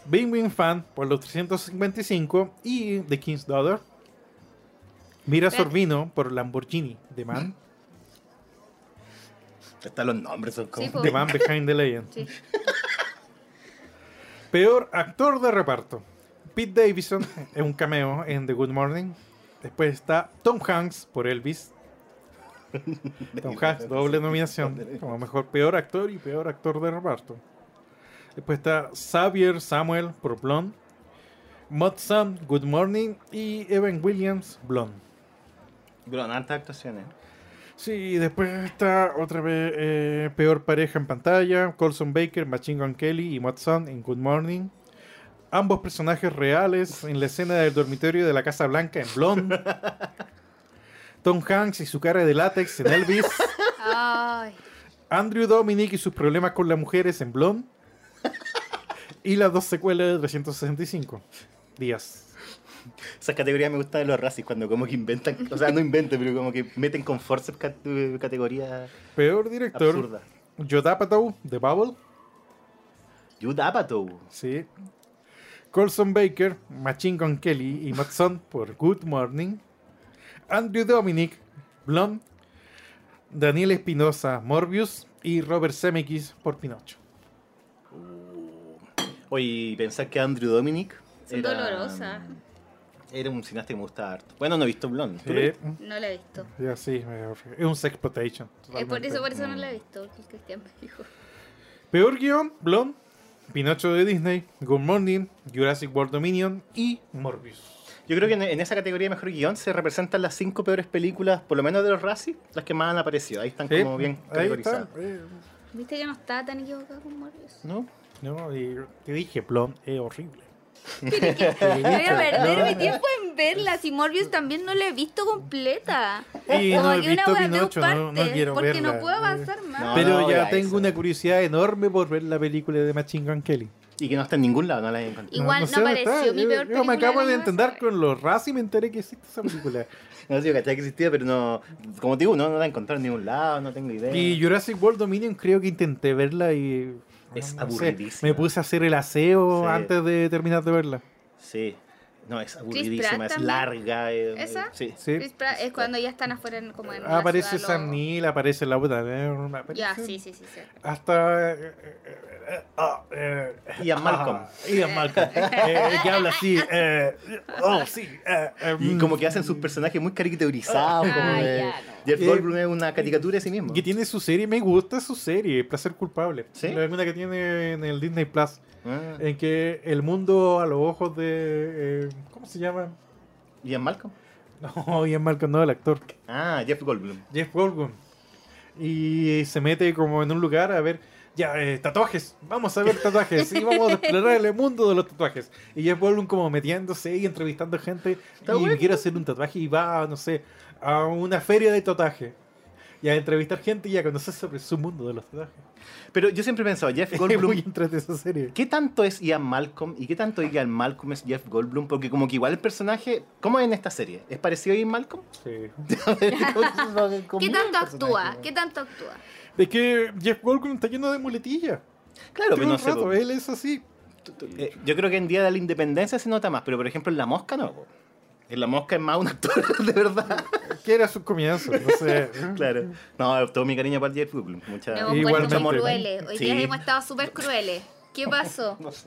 S4: Bing Bing Fan por los 355 y The King's Daughter. Mira
S3: Espérate.
S4: Sorvino por Lamborghini,
S3: (laughs)
S4: The Man,
S2: Están los nombres, son como...
S3: Sí, po.
S4: The Man Behind the Legend.
S3: Sí.
S4: Peor actor de reparto. Pete Davidson es un cameo en The Good Morning. Después está Tom Hanks por Elvis.
S3: pues.
S4: (laughs) Tom Hanks, doble nominación como mejor peor actor y peor actor de reparto. Después está Xavier Samuel por Blonde, Matt Sam, Good Morning y Evan Williams, Blonde.
S2: Bueno, hartas actuaciones.
S4: Sí, y después está otra vez eh, peor pareja en pantalla, Colson Baker, Machine Gun Kelly y Matt Sam en Good Morning. Ambos personajes reales en la escena del dormitorio de la Casa Blanca en Blonde. Tom Hanks y su cara de látex en Elvis.
S3: Ay,
S4: Andrew Dominic y sus problemas con las mujeres en Blonde. Y las dos secuelas de 365 días.
S2: Esas categorías me gustan de los racis, cuando como que inventan, o sea, no inventan, pero como que meten con forceps cat- categorías
S4: Peor director,
S2: absurdas.
S4: Yoda Apatow, The Bubble.
S2: Judd Apatow.
S4: Sí. Colson Baker, Machine Gun Kelly y Matson por Good Morning. Andrew Dominic, Blonde. Daniel Espinosa, Morbius. Y Robert Zemeckis por Pinocho.
S2: Uh. Oye, y pensar que Andrew Dominic um,
S3: Son dolorosa.
S2: Era un cineasta que me gustaba harto. Bueno, no he visto Blonde. ¿tú lo
S4: Sí.
S2: viste?
S3: no la he visto.
S4: Ya, sí, me- es un
S3: Eh,
S4: sexploitation.
S3: por
S4: totalmente.
S3: eso, por eso no la he visto, porque Cristian me dijo.
S4: Peor guión, Blonde, Pinocho de Disney, Good Morning, Jurassic World Dominion y Morbius.
S2: Yo creo que en, en esa categoría de mejor guión se representan las cinco peores películas, por lo menos de los racis, las que más han aparecido. Ahí están
S4: Sí,
S2: como bien
S4: ahí
S2: categorizadas.
S4: está, eh,
S3: ¿Viste que no estaba tan equivocado con Morbius?
S2: ¿No?
S4: no, y te dije, Blonde
S3: (laughs)
S4: es horrible.
S3: Voy a perder mi tiempo en verla. Si Morbius también no la he visto completa.
S4: Y no he
S3: que
S4: visto
S3: wea
S4: Pinocho, no- no quiero
S3: porque
S4: verla.
S3: no puedo avanzar más.
S2: No,
S4: Pero
S2: no,
S4: ya
S2: ya,
S4: tengo
S2: eso.
S4: una curiosidad enorme por ver la película de Machine Gun Kelly.
S2: Y que no está en ningún lado, no las he encontrado.
S3: Igual no,
S4: sé dónde
S3: apareció
S4: está.
S3: mi
S4: Yo-
S3: peor
S4: Yo me
S3: película
S4: acabo
S3: del
S4: de
S3: año
S4: entender
S3: pasado.
S4: con los Razz y me enteré que existe esa película.
S2: No sé, yo cachaba que existía, pero no. Como te digo, no, no la he encontrado en ningún lado, no tengo idea.
S4: y Jurassic World Dominion creo que intenté verla y...
S2: Es
S4: no sé,
S2: aburridísima.
S4: me puse a hacer el aseo
S2: Sí.
S4: antes de terminar de verla.
S2: Sí. No, es
S3: Pratt
S2: aburridísima, es
S3: también.
S2: larga. eh,
S3: ¿Esa?
S2: Sí.
S4: Sí.
S3: Chris Pratt es cuando ya están afuera en- como en la
S4: Aparece
S3: ciudad,
S4: Sam
S3: lo-
S4: Neill, aparece Laura Dern, aparece
S3: Ya, sí, sí, sí. sí.
S4: hasta eh, eh, eh, ah, eh,
S2: Ian Malcolm.
S4: ah, Ian Malcolm eh, que habla así eh, oh sí eh, eh,
S2: Y
S4: mm.
S2: como que hacen sus personajes muy caricaturizados. como
S3: Ah,
S2: de-
S3: ya, no.
S2: Jeff
S4: Eh,
S2: Goldblum es una caricatura de sí mismo.
S4: que tiene su serie me gusta su serie placer culpable
S2: ¿Sí?
S4: la una que tiene en el Disney Plus
S2: Ah,
S4: en que el mundo a los ojos de eh, cómo se llama
S2: Ian Malcolm.
S4: (laughs) no Ian Malcolm no el actor
S2: Ah, Jeff Goldblum.
S4: Jeff Goldblum. Y se mete como en un lugar a ver, ya, eh, tatuajes, vamos a ver tatuajes, y vamos a explorar el mundo de los tatuajes. Y Jeff Goldblum como metiéndose y entrevistando gente,
S2: Está
S4: y
S2: bueno.
S4: quiere hacer un tatuaje y va, no sé, a una feria de tatuaje. Y a entrevistar gente y a conocer sobre su mundo de los tatuajes. (laughs)
S2: Pero yo siempre he pensado, Jeff
S4: Es muy
S2: Goldblum.
S4: entretenida esa serie.
S2: ¿Qué tanto es Ian Malcolm y qué tanto Ian Malcolm es Jeff Goldblum? Porque como que igual el personaje, ¿cómo es en esta serie? ¿Es parecido a Ian
S3: (laughs)
S2: Malcolm? (laughs)
S4: Sí.
S3: ¿Qué
S2: ¿Qué
S3: tanto actúa? ¿Qué tanto actúa?
S4: Es que Jeff Goldblum está lleno de muletillas.
S2: Claro,
S4: Todo
S2: pero no
S4: el
S2: sé.
S4: rato,
S2: po.
S4: él es así.
S2: Eh, yo creo que en Día de la Independencia se nota más, pero por ejemplo en La Mosca no. po. En La Mosca es más un actor, (laughs) de verdad.
S4: Que era su comienzo, no sé.
S2: (laughs) claro. No, todo mi cariño para Jeff Goldblum. Mucha,
S3: Nos hemos
S4: Igualmente.
S3: puesto muy crueles. Hoy día
S2: Sí.
S3: hemos estado súper crueles.
S2: (laughs)
S3: ¿Qué pasó?
S2: No sé.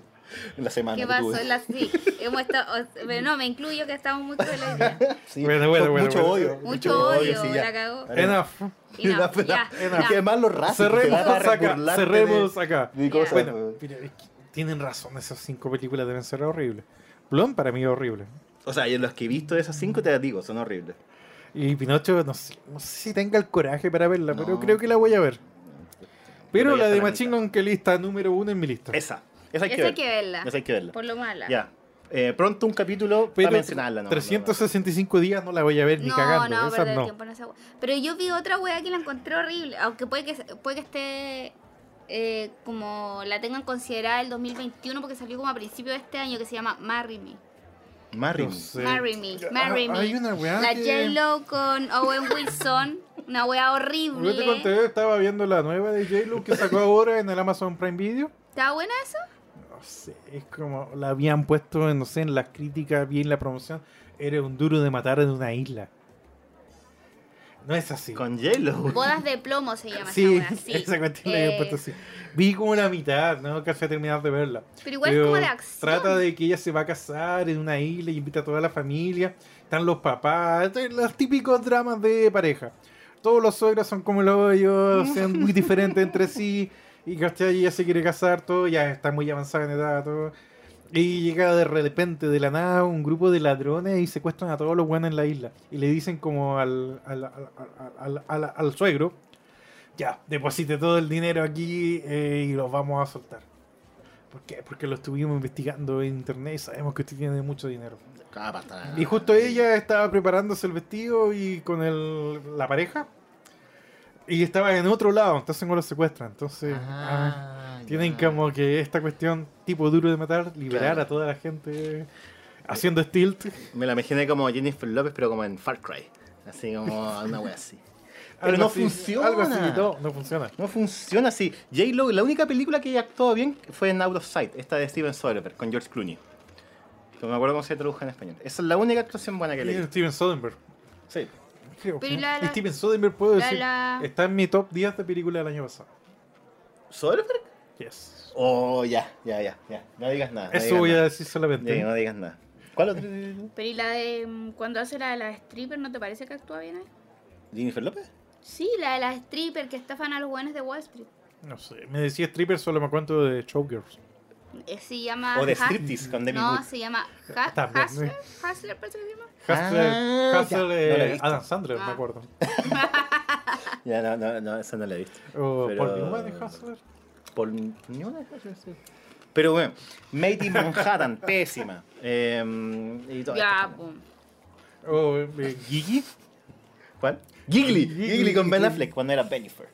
S2: En la semana.
S3: ¿Qué
S2: que
S3: pasó?
S2: tuve.
S3: La, sí, hemos estado, o- pero no, me incluyo que estamos muy crueles.
S2: (laughs)
S3: hoy día.
S2: Sí,
S4: Bueno, bueno,
S2: fue
S4: bueno,
S2: Mucho
S4: bueno.
S2: odio.
S3: Mucho odio,
S2: sí, ya. (laughs)
S3: la cagó.
S4: Enough.
S3: Y no, ya,
S2: Y Ah, que
S3: ya.
S2: además los racistas. te
S4: Cerremos
S2: van a
S4: acá.
S2: burlarte de-
S4: Cerremos acá.
S2: de cosas,
S4: Bueno,
S2: po.
S4: mira, es que tienen razón, esas cinco películas deben ser horribles. Blond para mí es horrible.
S2: O sea, yo los que he visto de esas cinco te las digo, son horribles.
S4: Y Pinocho, no sé, no sé si tenga el coraje para verla, pero
S2: No.
S4: creo que la voy a ver.
S2: Pero
S4: Pero
S2: ya
S4: la
S2: está
S4: de
S2: la
S4: Machine
S2: mitad.
S4: Gun Kelly está número uno en mi lista.
S2: Esa. Esa hay que
S3: Esa hay
S2: verla.
S3: que verla.
S2: Esa hay que verla.
S3: Por lo mala.
S2: Ya. Eh, pronto un capítulo
S4: Pero
S2: para mencionarla. No,
S4: 365 días no la voy a ver ni
S3: No,
S4: cagando.
S3: no,
S4: esa
S3: perder
S4: no.
S3: tiempo en esa wea. Pero yo vi otra wea que la encontré horrible, aunque puede que puede que esté eh, como la tengan considerada el 2021 porque salió como a principios de este año que se llama Marry Me.
S2: No, Marry
S4: No
S2: Me.
S4: sé.
S3: Marry Me,
S4: Ah,
S3: Marry Me.
S4: Hay una weá
S3: La
S4: que...
S3: J-Lo con Owen Wilson, una wea
S4: Yo te
S3: horrible.
S4: conté, estaba viendo la nueva de J-Lo que sacó ahora en el Amazon Prime Video.
S3: ¿Está buena eso?
S4: No sé, es como la habían puesto, no sé, en las críticas, bien la promoción. Era un duro de matar en una isla. No es así.
S2: Con J-Lo.
S3: Bodas de plomo se llama
S4: sí,
S3: esa wea, sí.
S4: (laughs) esa cuestión la
S3: Eh,
S4: habían puesto así. Vi como la mitad, ¿no? Casi a terminar de verla.
S3: Pero igual es como de acción.
S4: Trata de que ella se va a casar en una isla y invita a toda la familia. Están los papás, eh, los típicos dramas de pareja. Todos los suegros son como los hoyo,
S3: (laughs)
S4: son muy diferentes entre sí. Y ¿cachai? ella se quiere casar, todo, ya está muy avanzada en edad, todo. Y llega de repente, de la nada, un grupo de ladrones y secuestran a todos los buenos en la isla. Y le dicen como al, al, al- al- al- al- al suegro, ya, deposite todo el dinero aquí eh, y los vamos a soltar. ¿Por qué? Porque lo estuvimos investigando en internet y sabemos que usted tiene mucho dinero.
S2: Ah, basta.
S4: Y justo ella estaba preparándose el vestido y con el- la pareja. Y estaba en otro lado, entonces no lo secuestran. Entonces ah,
S2: Ah,
S4: tienen
S2: ya.
S4: como que esta cuestión tipo duro de matar, liberar
S2: Claro.
S4: a toda la gente haciendo stilt.
S2: Me la imaginé como Jennifer López, pero como en Far Cry. Así
S4: (laughs)
S2: como una wea así. Pero
S4: Algo
S2: no
S4: así-
S2: funciona.
S4: Algo así, no, no funciona.
S2: No funciona así. J-Lo, la única película que ella actuó bien fue en Out of Sight, esta de Steven Soderbergh, con George Clooney. No me acuerdo cómo se tradujo en español. Esa es la única actuación buena que le
S4: Y
S2: hizo.
S4: Steven Soderbergh.
S2: Sí.
S4: creo.
S3: Pero y la- la-
S4: Steven Soderbergh puedo
S3: la-
S4: decir.
S3: la-
S4: Está en mi top 10 de películas del año pasado.
S2: ¿Soderbergh?
S4: Yes.
S2: Oh, ya, ya, ya, ya. No digas nada. no
S4: Eso
S2: digas
S4: voy a
S2: nada.
S4: decir solamente.
S2: Ya, no digas nada. ¿Cuál otro?
S3: Pero y la de mm, cuando hace la de las stripper, ¿no te parece que actúa bien ahí?
S2: ¿Jennifer López?
S3: Sí, la de las stripper que estafan a los buenos de Wall Street.
S4: No sé, me decía stripper, solo me acuerdo de Showgirls.
S3: Eh, se llama.
S2: O de
S3: Ha-
S2: striptease con Demi
S3: No,
S2: Moore.
S3: se llama Ha-
S4: Ah, También,
S3: Hustler. Hustler, parece que se llama.
S4: Hustle,
S2: Ah, ya,
S4: Hustle,
S2: no
S4: eh,
S2: la he visto.
S4: Adam Sandler, me
S2: (laughs)
S3: Ah.
S4: acuerdo.
S2: Ya, no, no, no, esa no la he visto.
S4: O
S2: Pero-
S4: Paul Newman de Hustler.
S2: Por ninguna de esas, sí. Pero bueno, Made in Manhattan, pésima. Eh, y todo
S3: Ya, pues.
S2: esto.
S3: pum.
S4: O eh, Gigi.
S2: ¿Cuál? Gigli,
S4: Gigli.
S2: Gigli con Ben Affleck cuando era Benifer.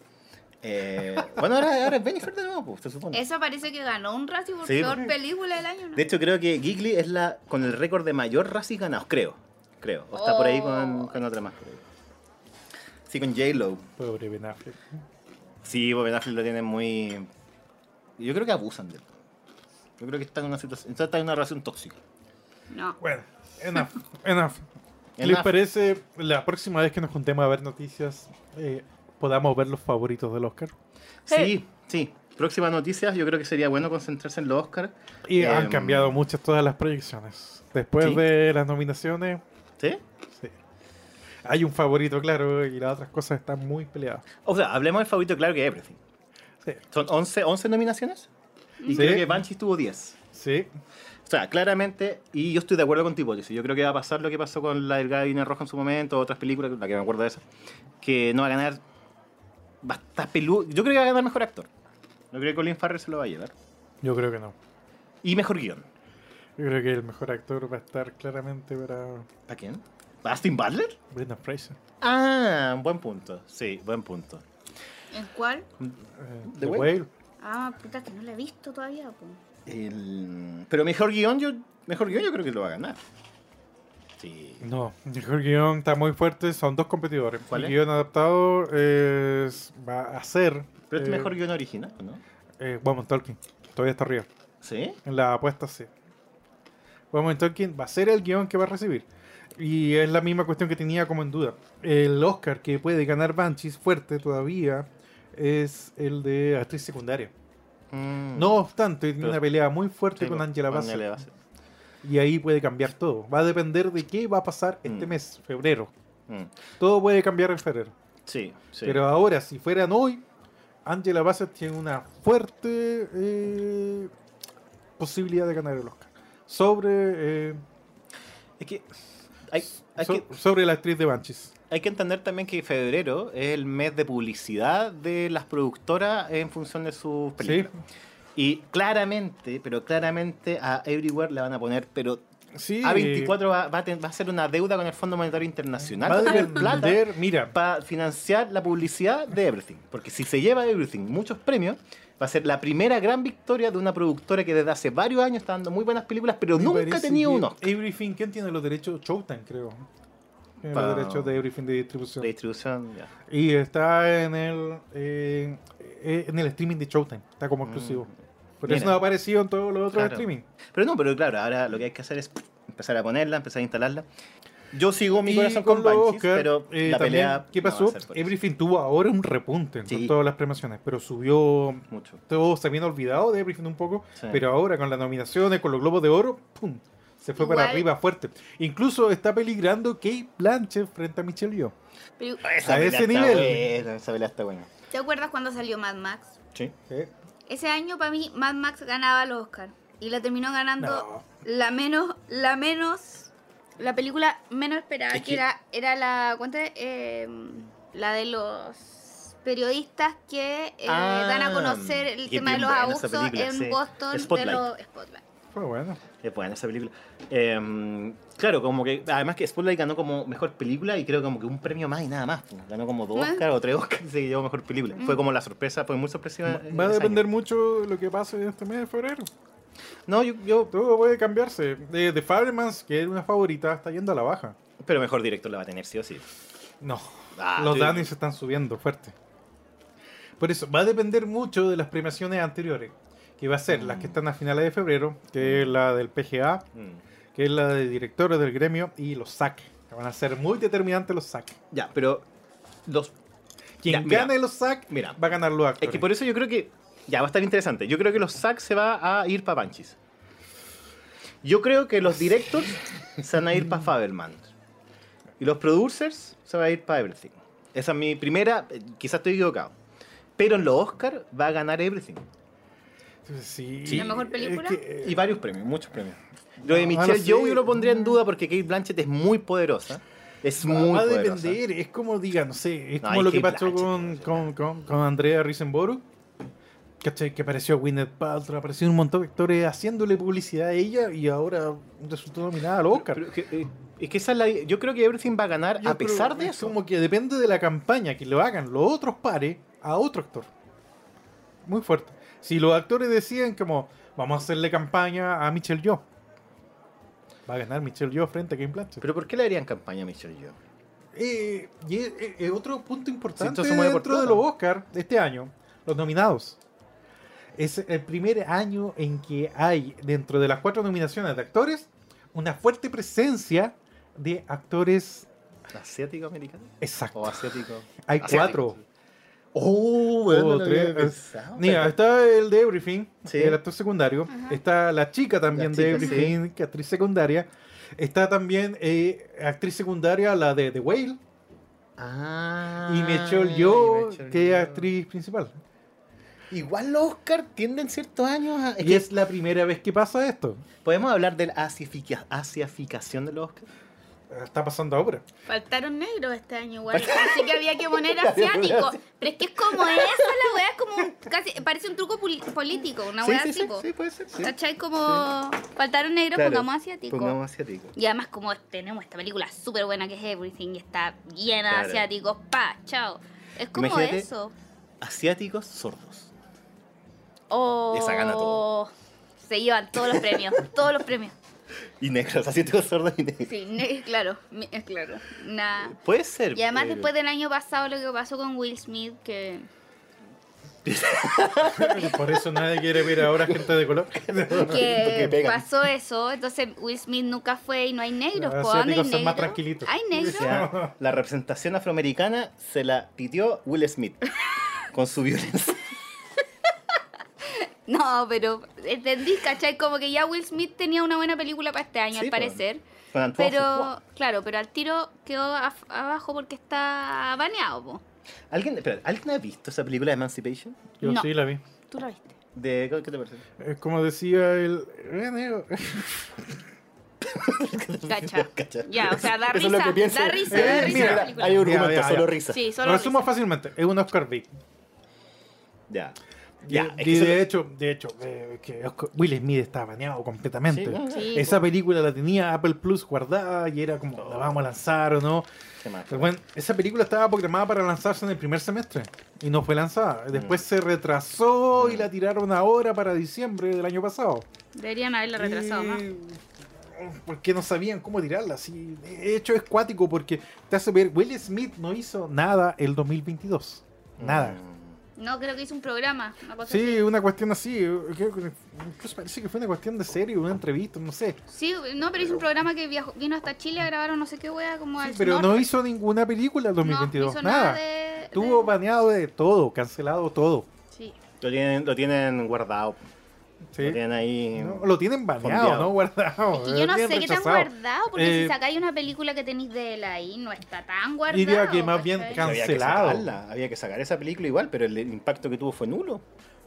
S2: Eh, bueno, ahora, ahora es Benifer de nuevo, pues, se supone.
S3: Eso parece que ganó un Razzie por
S2: Sí,
S3: peor
S2: pues.
S3: película del año, ¿no?
S2: De hecho, creo que Gigli es la con el récord de mayor Razzies ganados, creo. Creo. O está por ahí con,
S3: Oh.
S2: con otra más. creo. Sí, con J-Lo.
S4: Pobre Ben Affleck.
S2: Sí, pues Ben Affleck lo tienen muy. Yo creo que abusan de él. Yo creo que está en una situación. Está en una relación tóxica.
S3: No.
S4: Bueno,
S2: (laughs)
S4: Enough, enough. ¿Les
S2: Enough.
S4: parece la próxima vez que nos juntemos a ver noticias, eh, podamos ver los favoritos del Oscar?
S2: Sí, sí. Próximas noticias, yo creo que sería bueno concentrarse en los Oscars.
S4: Y
S2: Eh,
S4: han cambiado muchas todas las proyecciones. Después
S2: ¿Sí?
S4: de las nominaciones,
S2: ¿Sí?
S4: sí. hay un favorito, claro, y las otras cosas están muy peleadas.
S2: O sea, hablemos del favorito, claro que Everything.
S4: Sí.
S2: Son 11, 11 nominaciones. Y
S4: Sí.
S2: creo que Banshee tuvo 10.
S4: Sí.
S2: O sea, claramente, y yo estoy de acuerdo con tu hipótesis. Yo creo que va a pasar lo que pasó con La Delgada Línea Roja en su momento, otras películas, la que me acuerdo de esa, que no va a ganar. Va a estar pelu- Yo creo que va a ganar mejor actor. Yo creo que Colin Farrell se lo va a llevar.
S4: Yo creo que no.
S2: Y mejor guión.
S4: Yo creo que el mejor actor va a estar claramente para
S2: ¿A quién? ¿A Austin Butler?
S4: Brendan Fraser.
S2: Ah, buen punto. Sí, buen punto.
S3: ¿En cuál?
S4: Eh,
S2: The
S4: The
S2: Whale.
S4: Whale.
S3: Ah, puta, que no la he visto todavía. po.
S2: El- Pero mejor guión, yo... mejor guión yo creo que lo va a ganar. Sí.
S4: No, mejor guión está muy fuerte, son dos competidores.
S2: ¿Cuál
S4: el
S2: es?
S4: guión adaptado es- va a ser...
S2: Pero este
S4: eh,
S2: mejor guión original, ¿no?
S4: eh, Woman Talking, todavía está arriba.
S2: ¿Sí?
S4: En la apuesta sí. Woman Talking va a ser el guión que va a recibir. Y es la misma cuestión que tenía como en duda. El Oscar que puede ganar Banshees fuerte todavía es el de actriz secundaria. No obstante, tiene
S2: Pero-
S4: una pelea muy fuerte
S2: Sí,
S4: Mm. con
S2: pues,
S4: Angela
S2: con
S4: Bassett.
S2: Angela Bassett.
S4: Y ahí puede cambiar todo. Va a depender de qué va a pasar este
S2: Mm.
S4: mes, febrero.
S2: Mm.
S4: Todo puede cambiar en febrero.
S2: Sí, sí.
S4: Pero ahora, si fueran hoy, Angela Bassett tiene una fuerte eh, posibilidad de ganar el Oscar. Sobre, eh,
S2: Es que hay, hay
S4: so-
S2: que
S4: sobre la actriz de Banshees.
S2: hay que entender también que febrero es el mes de publicidad de las productoras en función de sus
S4: Sí,
S2: películas. Y claramente, pero claramente a Everywhere le van a poner, pero
S4: sí.
S2: A24 va, va a ten- va a hacer una deuda con el Fondo Monetario Internacional
S4: Va a
S2: para tener plata
S4: depender, mira,
S2: para financiar la publicidad de Everything. Porque si se lleva Everything muchos premios, va a ser la primera gran victoria de una productora que desde hace varios años está dando muy buenas películas, pero
S4: me
S2: nunca ha
S4: parece
S2: tenido
S4: que
S2: uno
S4: Everything, ¿quién tiene los derechos? Showtime, creo. Tiene
S2: Pa-
S4: los derechos de Everything de distribución.
S2: de distribución. ya.
S4: Y está en el, eh, eh, en el streaming de Showtime. Está como exclusivo. Por eso
S2: Mira.
S4: no ha aparecido en todos los otros
S2: Mm, Claro.
S4: streaming.
S2: Pero no, pero claro, ahora lo que hay que hacer es empezar a ponerla, empezar a instalarla. Yo sigo mi
S4: Y
S2: corazón con,
S4: los
S2: Banshees,
S4: Oscar,
S2: pero
S4: eh,
S2: la
S4: también,
S2: pelea.
S4: ¿Qué
S2: no va a
S4: pasó?
S2: ser por eso,
S4: Everything tuvo ahora un repunte en
S2: Sí.
S4: todas las premiaciones, pero subió.
S2: mucho.
S4: Todos se habían olvidado de Everything un poco,
S2: Sí.
S4: pero ahora con las nominaciones, con los globos de oro, ¡pum! Se fue para
S3: Igual-
S4: arriba fuerte. Incluso está peligrando Kate Blanchett frente a Michelle Yeoh.
S3: Pero,
S2: Esa
S4: a
S2: pelea
S4: ese
S2: está
S4: nivel.
S2: buena, esa pelea está buena.
S3: ¿Te acuerdas cuando salió Mad Max?
S2: Sí.
S4: ¿eh?
S3: Ese año para mí Mad Max ganaba el Oscar y la terminó ganando
S4: No.
S3: la menos la menos la película menos esperada
S2: Es
S3: que,
S2: que-
S3: era era la cuenta eh, la de los periodistas que eh,
S2: Ah,
S3: dan a conocer el
S2: es
S3: tema de
S2: bien
S3: los
S2: buena esa
S3: abusos
S2: película,
S3: en
S2: sí.
S3: Boston
S2: Spotlight.
S3: de los Spotlight.
S4: Fue bueno.
S2: Es buena esa película. Eh, claro, como que. Además que Spotlight ganó como mejor película y creo como que un premio más y nada más. pues. Ganó como dos
S3: Ah.
S2: Oscars o tres Oscars y se llevó mejor película. Fue como la sorpresa, fue muy sorpresiva. eh,
S4: Va a
S2: ese año.
S4: depender mucho de lo que pase en este mes de febrero.
S2: No, yo, yo-
S4: Todo puede cambiarse. De, de Fablemans, que era una favorita, está yendo a la baja.
S2: Pero mejor director la va a tener, sí o sí.
S4: No.
S2: Ah,
S4: los
S2: sí.
S4: danis se están subiendo fuerte. Por eso, va a depender mucho de las premiaciones anteriores. Que va a ser las que están a finales de febrero, que es la del PGA,
S2: Mm.
S4: que es la de directores del gremio, y los SAC. Que van a ser muy determinantes los SAC.
S2: Ya, pero. Los
S4: Quien
S2: Ya, mira.
S4: gane los SAC
S2: Mira.
S4: va a ganar los actores.
S2: Es que por eso yo creo que. Ya, va a estar interesante. Yo creo que los SAC se va a ir para Banshees. Yo creo que los directors se van a ir para Fabelman. Y los producers se van a ir para Everything. Esa es mi primera. eh, Quizás estoy equivocado. Pero en los Oscar va a ganar Everything.
S4: Sí.
S2: Sí.
S3: ¿La mejor película?
S4: Es que, eh,
S2: Y varios premios, muchos premios. Lo de
S4: Ah,
S2: Michelle
S4: no sé.
S2: Yeoh yo lo pondría en duda porque Kate Blanchett es muy poderosa. Es muy
S4: va a
S2: poderosa.
S4: depender, es como diga, no sé, es
S2: No,
S4: como
S2: hay
S4: lo que
S2: Kate
S4: pasó
S2: Blanchett,
S4: con,
S2: sí.
S4: con, con, con Andrea Risenborough. ¿Cachai? Que apareció Gwyneth Paltrow, apareció un montón de actores haciéndole publicidad a ella y ahora resultó nominada al Oscar.
S2: Pero que, eh, es que esa es la- yo creo que Everything va a ganar
S4: Yo
S2: a
S4: creo-
S2: pesar de
S4: es
S2: eso.
S4: Como que depende de la campaña que lo hagan los otros pares a otro actor. Muy fuerte. Si los actores deciden como, vamos a hacerle campaña a Michelle Yeoh. Va a ganar Michelle Yeoh frente a Kim Blanchett.
S2: ¿Pero por qué le harían campaña a Michelle Yeoh?
S4: Eh, y eh, eh, otro punto importante
S2: esto se mueve por
S4: dentro de
S2: plata.
S4: los Oscar de este año, los nominados. Es el primer año en que hay dentro de las cuatro nominaciones de actores una fuerte presencia de actores.
S2: ¿Asiático americano?
S4: Exacto.
S2: ¿O asiático?
S4: Hay
S2: asiático.
S4: cuatro.
S2: Oh,
S4: Dos,
S2: bueno, no lo
S4: tres,
S2: había
S4: eh,
S2: pensado,
S4: Mira,
S2: pero-
S4: está el de Everything,
S2: Sí.
S4: el actor secundario. Está la chica también
S2: La
S4: de
S2: chica, sí.
S4: Everything, que actriz secundaria. Está también eh, actriz secundaria, la de The Whale.
S2: Ah,
S4: Y Michelle
S2: y
S4: Yo,
S2: Michelle
S4: que es
S2: Yeoh.
S4: actriz principal.
S2: Igual los Oscar tienden ciertos años a. es
S4: y
S2: que-
S4: es la primera vez que pasa esto.
S2: ¿Podemos hablar de la asifica- asiaficación de los Oscar?
S4: Está pasando ahora. (laughs)
S3: Faltaron negros este año igual, así que había que
S2: (laughs)
S3: poner asiático. Pero es que es como eso, la weá es como un, casi, parece un truco puli- político, una weá así, po.
S2: puede ser. sí.
S3: ¿Cachai? Como faltaron negros,
S2: Claro,
S3: pongamos asiático.
S2: Pongamos asiático.
S3: Y además como tenemos esta película súper buena que es Everything y está llena
S2: Claro.
S3: de asiáticos, pa, chao. Es como
S2: Imagínate.
S3: eso.
S2: Asiáticos sordos.
S3: O
S2: Esa gana todo.
S3: Se llevan todos los
S2: (laughs)
S3: premios, todos los premios.
S2: Y negros, asiáticos sordos y negros. (laughs)
S3: Sí, ne- claro, mi- es claro. Nah.
S2: Puede ser.
S3: Y además
S2: pero-
S3: después del año pasado lo que pasó con Will Smith, que...
S4: Por eso nadie quiere ver ahora gente de
S2: (laughs)
S4: color.
S2: Porque
S3: que
S2: pegan.
S3: pasó eso, entonces Will Smith nunca fue y no hay negros.
S4: Los
S3: ¿Por dónde hay
S4: asiáticos son
S3: negros?
S4: más tranquilitos.
S3: Hay
S2: O
S3: negros.
S2: sea, la representación afroamericana se la pitió Will Smith con su violencia.
S3: No, pero entendí, ¿cachai? Como que ya Will Smith tenía una buena película para este año,
S2: Sí,
S3: al
S2: po.
S3: parecer.
S2: Con Antoine Fuqua.
S3: Pero, claro, pero al tiro quedó af- abajo porque está baneado, po.
S2: ¿Alguien, espera, ¿Alguien ha visto esa película de Emancipation?
S4: Yo
S3: No.
S4: sí la vi.
S3: Tú
S2: (laughs)
S3: lo viste.
S2: De, ¿Qué te parece?
S4: Es como decía el. "Eh, negro".
S2: (laughs)
S3: Cacha.
S2: Cacha.
S3: Ya, o sea, da
S2: Eso
S3: risa.
S2: es lo que pienso.
S3: da risa, da
S4: Eh,
S3: risa
S4: mira,
S3: la
S4: mira,
S3: película.
S2: Hay un
S4: Ya,
S2: argumento,
S4: ya, ya.
S2: solo risa.
S3: Sí, solo
S4: Resumo
S3: risa.
S4: fácilmente. Es un Oscar Big.
S2: Ya.
S4: Y,
S2: Ya, es
S4: y
S2: que
S4: de,
S2: se-
S4: hecho, de hecho, eh, que Oscar- Will Smith estaba baneado completamente.
S2: Sí, ¿no?
S3: Sí,
S4: Esa
S3: po.
S4: película la tenía Apple Plus guardada y era como, ¿la vamos a lanzar o no?
S2: Qué mal.
S4: Pero bueno, esa película estaba programada para lanzarse en el primer semestre y no fue lanzada. Después
S2: Mm.
S4: se retrasó y la tiraron ahora para diciembre del año pasado.
S3: Deberían haberla retrasado
S4: Y-
S3: más.
S4: Eh, Porque no sabían cómo tirarla. Sí, de hecho, es cuático porque te hace ver, Will Smith no hizo nada el 2022. Nada.
S2: Mm.
S3: No, creo que hizo un programa. Una cosa
S4: Sí, una cuestión así. creo que- Incluso parece que fue una cuestión de serie, una entrevista, no sé.
S3: Sí, no, pero hizo un programa que viajó, vino hasta Chile a grabar o no sé qué wea, como
S4: Sí,
S3: al
S4: pero no
S3: norte.
S4: hizo ninguna película el 2022.
S3: No hizo
S4: nada.
S3: nada, de,
S4: Estuvo
S3: de-
S4: baneado de todo, cancelado todo.
S3: Sí.
S2: Lo tienen, lo tienen guardado.
S4: Sí.
S2: Lo tienen ahí.
S4: No, lo tienen baneado,
S2: Fondeado.
S4: no guardado.
S3: Es que yo
S4: lo
S3: no sé
S4: tienen
S3: qué tan
S4: rechazado.
S3: guardado, porque
S4: Eh,
S3: si sacáis una película que tenéis de él ahí, no está tan guardado.
S4: diría que más bien
S3: ¿cachai?
S4: can-
S2: Había que
S4: cancelado.
S2: sacarla, había que sacar esa película igual, pero el impacto que tuvo fue nulo.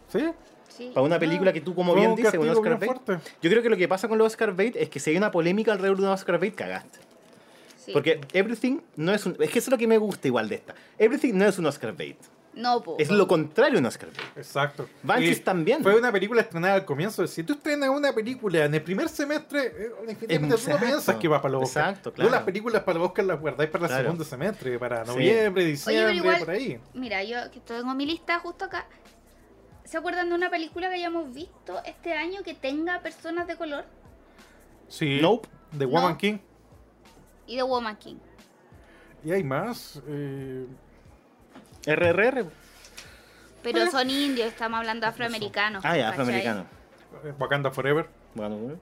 S4: Sí.
S3: Sí.
S2: Para una película que tú, como
S4: Fue
S2: bien
S4: un
S2: dices, un
S4: castigo
S2: Oscar
S4: bien
S2: bait.
S4: fuerte.
S2: Yo creo que lo que pasa con los Oscar bait es que si hay una polémica alrededor de un Oscar bait, cagaste.
S3: Sí.
S2: Porque Everything no es un. Es que eso es lo que me gusta igual de esta. Everything no es un Oscar bait.
S3: No, po.
S2: Es lo contrario a un Oscar bait.
S4: Exacto.
S2: Banshees
S4: Y
S2: también.
S4: Fue una película estrenada al comienzo. Si tú estrenas una película en el primer semestre, eh, definitivamente tú no
S2: exacto.
S4: piensas que va para los Oscar.
S2: Exacto,
S4: Tú
S2: claro.
S4: las películas para los Oscar las guardáis para el
S2: Claro.
S4: segundo semestre, para
S2: Sí.
S4: noviembre,
S3: Oye,
S4: diciembre,
S3: pero igual.
S4: por ahí.
S3: Mira, yo que tengo mi lista justo acá. ¿Se acuerdan de una película que hayamos visto este año que tenga personas de color?
S4: Sí.
S2: Nope.
S4: The Woman
S3: No.
S4: King.
S3: Y de Woman King.
S4: Y hay más. eh,
S3: Ah,
S2: RRR.
S4: Ah.
S3: Pero son indios, estamos hablando de afroamericanos.
S2: Ah, ya,
S3: ¿cachai?
S2: afroamericano.
S4: Wakanda Forever.
S2: Bueno,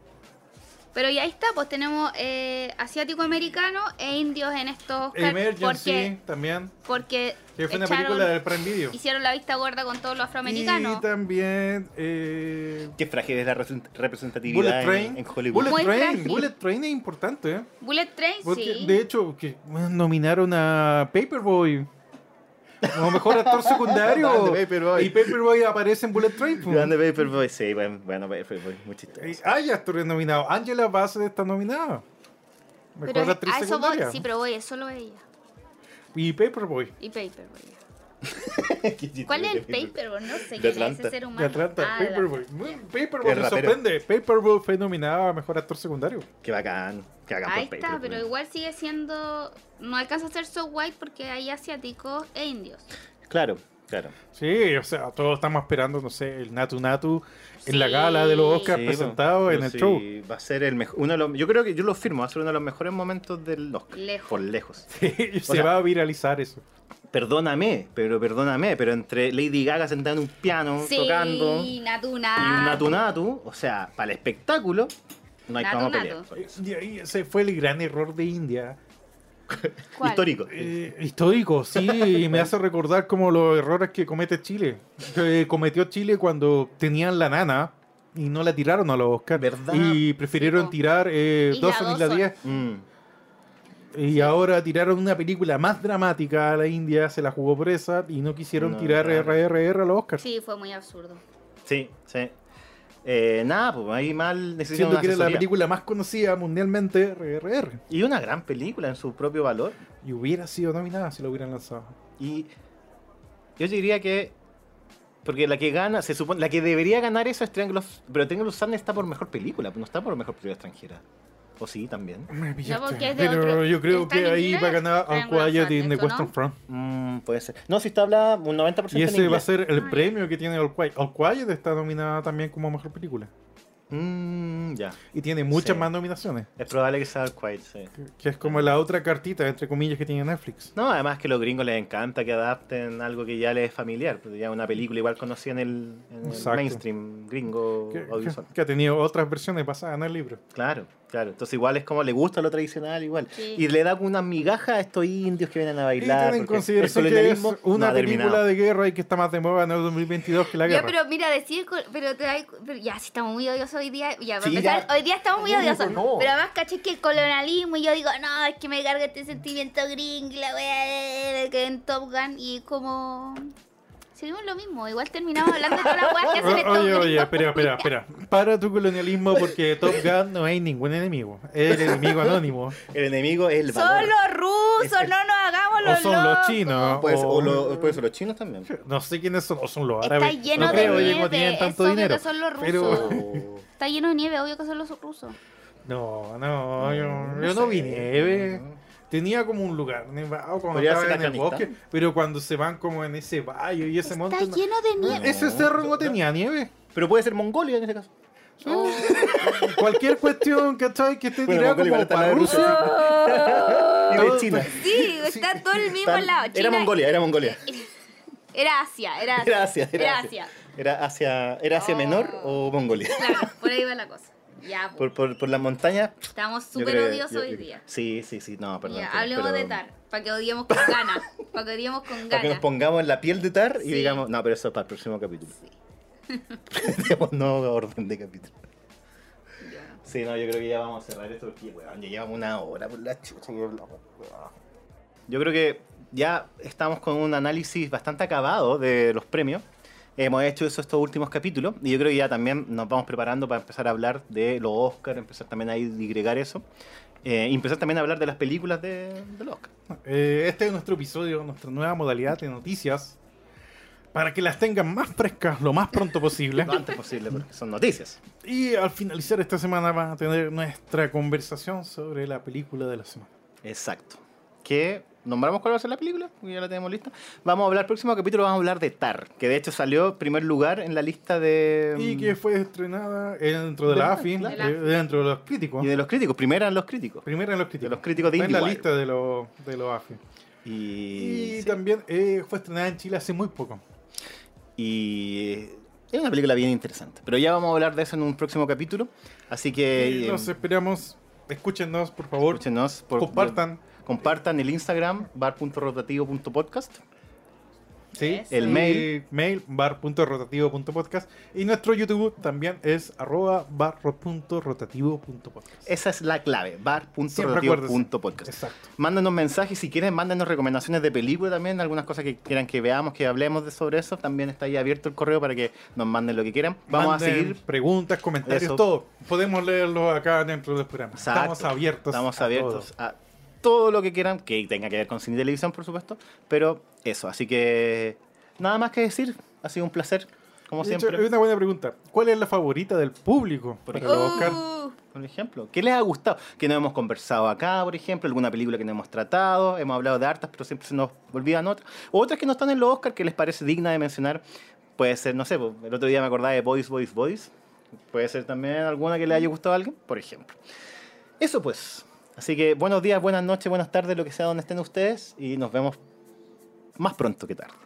S3: Pero ya está, pues tenemos eh, asiático-americano e indios en estos Oscar,
S4: Emergency
S3: porque,
S4: también.
S3: porque
S4: Que fue una
S3: echaron-
S4: película del Prime Video.
S3: hicieron la vista gorda con todos los
S4: Y
S3: afroamericanos.
S4: también. eh,
S2: qué frágil es la represent- representatividad
S4: Bullet
S2: en-
S4: Train.
S2: en, Hollywood.
S4: Bullet
S3: Muy
S4: Train.
S3: frágil.
S4: Bullet Train es importante, ¿eh?
S3: Bullet Train,
S4: Porque,
S3: sí.
S4: De hecho, que bueno, nominaron a Paperboy. Como mejor
S3: (laughs)
S4: actor secundario.
S2: Grande Paperboy.
S4: Y Paperboy aparece en Bullet Train. po.
S2: Grande Paperboy, sí, bueno, bueno, Paperboy, muy chistoso.
S4: Eh, Hay actores nominados. Angela Bassett está nominada. Mejor
S3: pero es-
S4: actriz
S3: a eso voy,
S4: secundaria.
S3: sí, pero voy, es solo ella.
S4: Y Paperboy.
S3: Y Paperboy.
S2: Qué chistoso
S3: ¿Cuál es el
S2: Paperboy.
S3: Paperboy? No sé
S2: De
S3: quién es
S2: Atlanta.
S3: ese ser humano.
S4: De Atlanta.
S3: Ah, de la-
S4: Paperboy. Mm, Paperboy
S2: El
S4: me
S2: rapero.
S4: sorprende. Paperboy fue nominada a mejor actor secundario.
S2: Qué bacán, que hagan
S3: Ahí
S2: por
S3: está,
S2: Paperboy.
S3: pero igual sigue siendo. No alcanza a ser so white porque hay asiáticos e indios.
S2: Claro, claro.
S4: Sí, o sea, todos estamos esperando, no sé, el Natu Natu en la
S3: Sí.
S4: gala de los Oscars
S2: Sí,
S4: presentado
S2: pues,
S4: en el
S2: sí,
S4: show.
S2: Va a ser el mejor. Uno de los- yo creo que yo lo firmo, va a ser uno de los mejores momentos del Oscar.
S3: Lejos.
S2: Por lejos.
S4: (laughs) se
S2: sea-
S4: va a viralizar eso.
S2: Perdóname, pero perdóname, pero entre Lady Gaga sentada en un piano,
S3: Sí, Ah.
S2: tocando, y
S3: Natuna.
S2: un Natu Natu, o sea, para el espectáculo, No hay
S3: Nato,
S2: cómo pelear.
S3: nato.
S4: Y ahí ese fue el gran error de India.
S3: ¿Cuál?
S2: Histórico.
S4: Eh, histórico, sí, y me hace recordar como los errores que comete Chile. Que cometió Chile cuando tenían la nana y no la tiraron a los Oscar.
S2: ¿Verdad?
S4: Y prefirieron
S3: Sí, po.
S4: tirar eh,
S3: Isla
S4: Dawson y la
S3: Dawson.
S4: 10.
S2: Mm.
S4: Y ahora tiraron una película más dramática a la India, se la jugó por esa y no quisieron
S2: No,
S4: tirar eh,
S2: claro.
S4: RRR a los Oscars.
S3: Sí, fue muy absurdo.
S2: Sí, sí. Eh, nada, pues ahí mal necesitan
S4: Siendo
S2: una
S4: que era la
S2: asesoría.
S4: película más conocida mundialmente, RRR.
S2: Y una gran película en su propio valor.
S4: Y hubiera sido nominada si lo hubieran lanzado.
S2: Y yo diría que. Porque la que gana, se supone, la que debería ganar eso es Triangle of Pero Triangle of Sadness está por mejor película, no está por mejor película extranjera. O sí, también.
S4: Me pillaste.
S3: porque es de
S4: Pero
S3: otro-
S4: yo creo
S3: está
S4: que
S3: en
S4: ahí
S3: inglés,
S4: va a ganar A
S3: Triangle of
S4: Quiet in the
S3: Sadness, ¿o
S4: Western
S3: no?
S4: Front.
S2: Mm, puede ser. No, si está hablada un 90%
S4: Y
S2: en
S4: ese va a
S2: inglés.
S4: ser el
S3: Ay.
S4: premio que tiene All Quiet. All Quiet está nominada también como mejor película.
S2: Mm, ya.
S4: Y tiene muchas
S2: Sí.
S4: más nominaciones.
S2: Es probable que sea All Quiet, sí.
S4: que- Que es como la otra cartita, entre comillas, que tiene Netflix.
S2: No, además que a los gringos les encanta que adapten algo que ya les es familiar, porque ya una película igual conocida en el, en el
S4: Exacto.
S2: mainstream gringo
S4: Que,
S2: audiovisual.
S4: que- que ha tenido otras versiones basadas en el libro.
S2: Claro, claro. Entonces igual es como le gusta lo tradicional igual.
S3: Sí.
S2: Y le da una migaja a estos indios que vienen a
S4: Y
S2: bailar.
S4: tienen en
S2: porque
S4: consideración
S2: el
S4: que es
S2: colonialismo
S4: una
S2: no ha
S4: película
S2: terminado.
S4: de guerra y que está más de moda en el 2022 que la
S3: Ya,
S4: guerra.
S3: pero mira, decir. co- Pero, te da- pero ya, si estamos muy odiosos hoy día. Ya, para
S2: Sí,
S3: empezar,
S2: ya.
S3: hoy día estamos muy
S2: Yo
S4: pues,
S3: odiosos.
S2: digo, no.
S3: Pero además, caché que el colonialismo. Y yo digo, no, es que me carga este sentimiento gringo. y La wea eh, que en Top Gun. Y como. Seguimos lo mismo. Igual terminamos hablando de todas las weas que hacen en
S4: O-
S3: Top
S4: (laughs) Oye, oye,
S3: Gun.
S4: espera, espera, espera. Para tu colonialismo, porque Top Gun no hay ningún enemigo. Es el enemigo anónimo.
S2: El enemigo es el valor.
S5: Son los rusos, no nos hagamos
S4: O
S5: los
S4: son los
S5: locos.
S4: chinos.
S2: Pues, o
S4: o-
S2: lo- puede ser los chinos también.
S4: No sé quiénes son. O son los
S3: Está
S4: árabes.
S3: lleno
S4: no
S2: de
S4: creo, ellos
S3: nieve,
S4: no tienen
S3: es
S4: tanto
S3: obvio
S4: dinero.
S3: que son los
S4: Pero,
S3: rusos. Está lleno de nieve, obvio que son los rusos.
S4: no, no, yo yo no,
S2: sé.
S4: vi nieve. Tenía como un lugar nevado cuando
S2: Podría
S4: estaba
S2: ser
S4: en el
S2: Afganistán.
S4: bosque, pero cuando se van como en ese valle y ese
S3: Está
S4: monte. no-
S3: lleno de
S4: (laughs)
S3: nieve. (laughs)
S4: Ese cerro no tenía nieve.
S2: Pero puede ser Mongolia en este caso.
S3: Oh.
S4: Cualquier cuestión, ¿cachai? Que esté
S2: Bueno,
S4: tirada
S2: Mongolia igual
S4: como
S2: está
S4: para
S2: al lado de
S4: Rusia. Ah,
S2: Y
S4: Todo-
S3: Oh,
S2: de China.
S5: Sí, está todo el mismo
S2: Tan-
S5: lado.
S2: Era
S5: China-
S2: Mongolia, era Mongolia.
S3: Era Asia, era Asia.
S2: Era Asia, era Asia.
S3: Asia.
S2: Era Asia, era Asia
S3: Oh.
S2: Menor o Mongolia.
S3: Claro, por ahí va la cosa. Ya, po.
S2: Por, por, por las montañas. yo
S3: estamos súper
S2: creo-
S3: odiosos
S2: yo-
S3: hoy día.
S2: Sí, sí, sí, no, perdón.
S3: Ya,
S2: pero-
S3: hablemos
S2: pero-
S3: de TAR, para que odiemos con ganas. Para que odiemos
S2: (laughs)
S3: con
S2: Para que nos
S3: ganas.
S2: pongamos en la piel de Tar y
S3: Sí.
S2: digamos, no, pero eso es para el próximo capítulo. (laughs) Tenemos nuevo orden de capítulo.
S3: Ya.
S2: Sí, no, yo creo que ya vamos a cerrar esto porque, weón, ya llevamos una hora por la chucha que hablamos, weón. Yo creo que ya estamos con un análisis bastante acabado de los premios. Hemos hecho eso estos últimos capítulos y yo creo que ya también nos vamos preparando para empezar a hablar de los Oscars, empezar también a digregar eso. Eh, y empezar también a hablar de las películas de, de los Oscars.
S4: (laughs) Eh, este es nuestro episodio, nuestra nueva modalidad de noticias. Para que las tengan más frescas lo más pronto posible.
S2: (laughs) Lo antes posible, porque son noticias.
S4: y al finalizar esta semana van a tener nuestra conversación sobre la película de la semana.
S2: Exacto. Que nombramos cuál va a ser la película, porque ya la tenemos lista. Vamos a hablar, próximo capítulo vamos a hablar de Tar, que de hecho salió en primer lugar en la lista de... mm,
S4: Y que fue estrenada dentro de
S2: Em, ¿Verdad?
S4: la AFI,
S2: Claro.
S4: eh, dentro de los críticos.
S2: y de los críticos, primero eran los críticos.
S4: Primero en los
S2: De
S4: críticos.
S2: los críticos de
S4: Está en la
S2: IndieWire.
S4: lista de los de los AFI.
S2: Y,
S4: Y
S2: sí.
S4: también eh, fue estrenada en Chile hace muy poco.
S2: Y es una película bien interesante. Pero ya vamos a hablar de eso en un próximo capítulo. Así que...
S4: Y
S2: eh,
S4: nos esperamos. Escúchenos, por favor.
S2: escúchenos por-
S4: Compartan.
S2: Compartan el Instagram, bar.rotativo.podcast.
S4: Sí.
S3: Eso.
S2: El
S4: Y
S2: mail.
S4: mail bar.rotativo.podcast y nuestro YouTube también es arroba bar.rotativo.podcast.
S2: Esa es la clave,
S4: Siempre acuérdese.
S2: bar.rotativo.podcast.
S4: Exacto.
S2: Mándanos mensajes, si quieren, mándanos recomendaciones de película también, algunas cosas que quieran que veamos, que hablemos de sobre eso. También está ahí abierto el correo para que nos manden lo que quieran. Vamos a
S4: Manden
S2: seguir.
S4: preguntas, comentarios,
S2: Eso.
S4: todo. Podemos leerlo acá dentro del programa.
S2: Exacto.
S4: Estamos abiertos.
S2: Estamos
S4: a
S2: abiertos
S4: todo.
S2: a todo lo que quieran, que tenga que ver con cine y televisión, por supuesto. Pero eso, así que nada más que decir. Ha sido un placer, como
S4: De hecho,
S2: siempre.
S4: es una buena pregunta. ¿Cuál es la favorita del público
S2: Por
S4: para
S2: ejemplo.
S4: los Oscar?
S5: Uh,
S2: Por ejemplo, ¿qué les ha gustado? Que no hemos conversado acá, por ejemplo, alguna película que no hemos tratado, hemos hablado de hartas, pero siempre se nos olvidan otras. O otras que no están en los Oscar que les parece digna de mencionar. Puede ser, no sé, po, el otro día me acordaba de Boys, Boys, Boys. Puede ser también alguna que le haya gustado a alguien, por ejemplo. Eso pues. Así que buenos días, buenas noches, buenas tardes, lo que sea donde estén ustedes. Y nos vemos más pronto que tarde.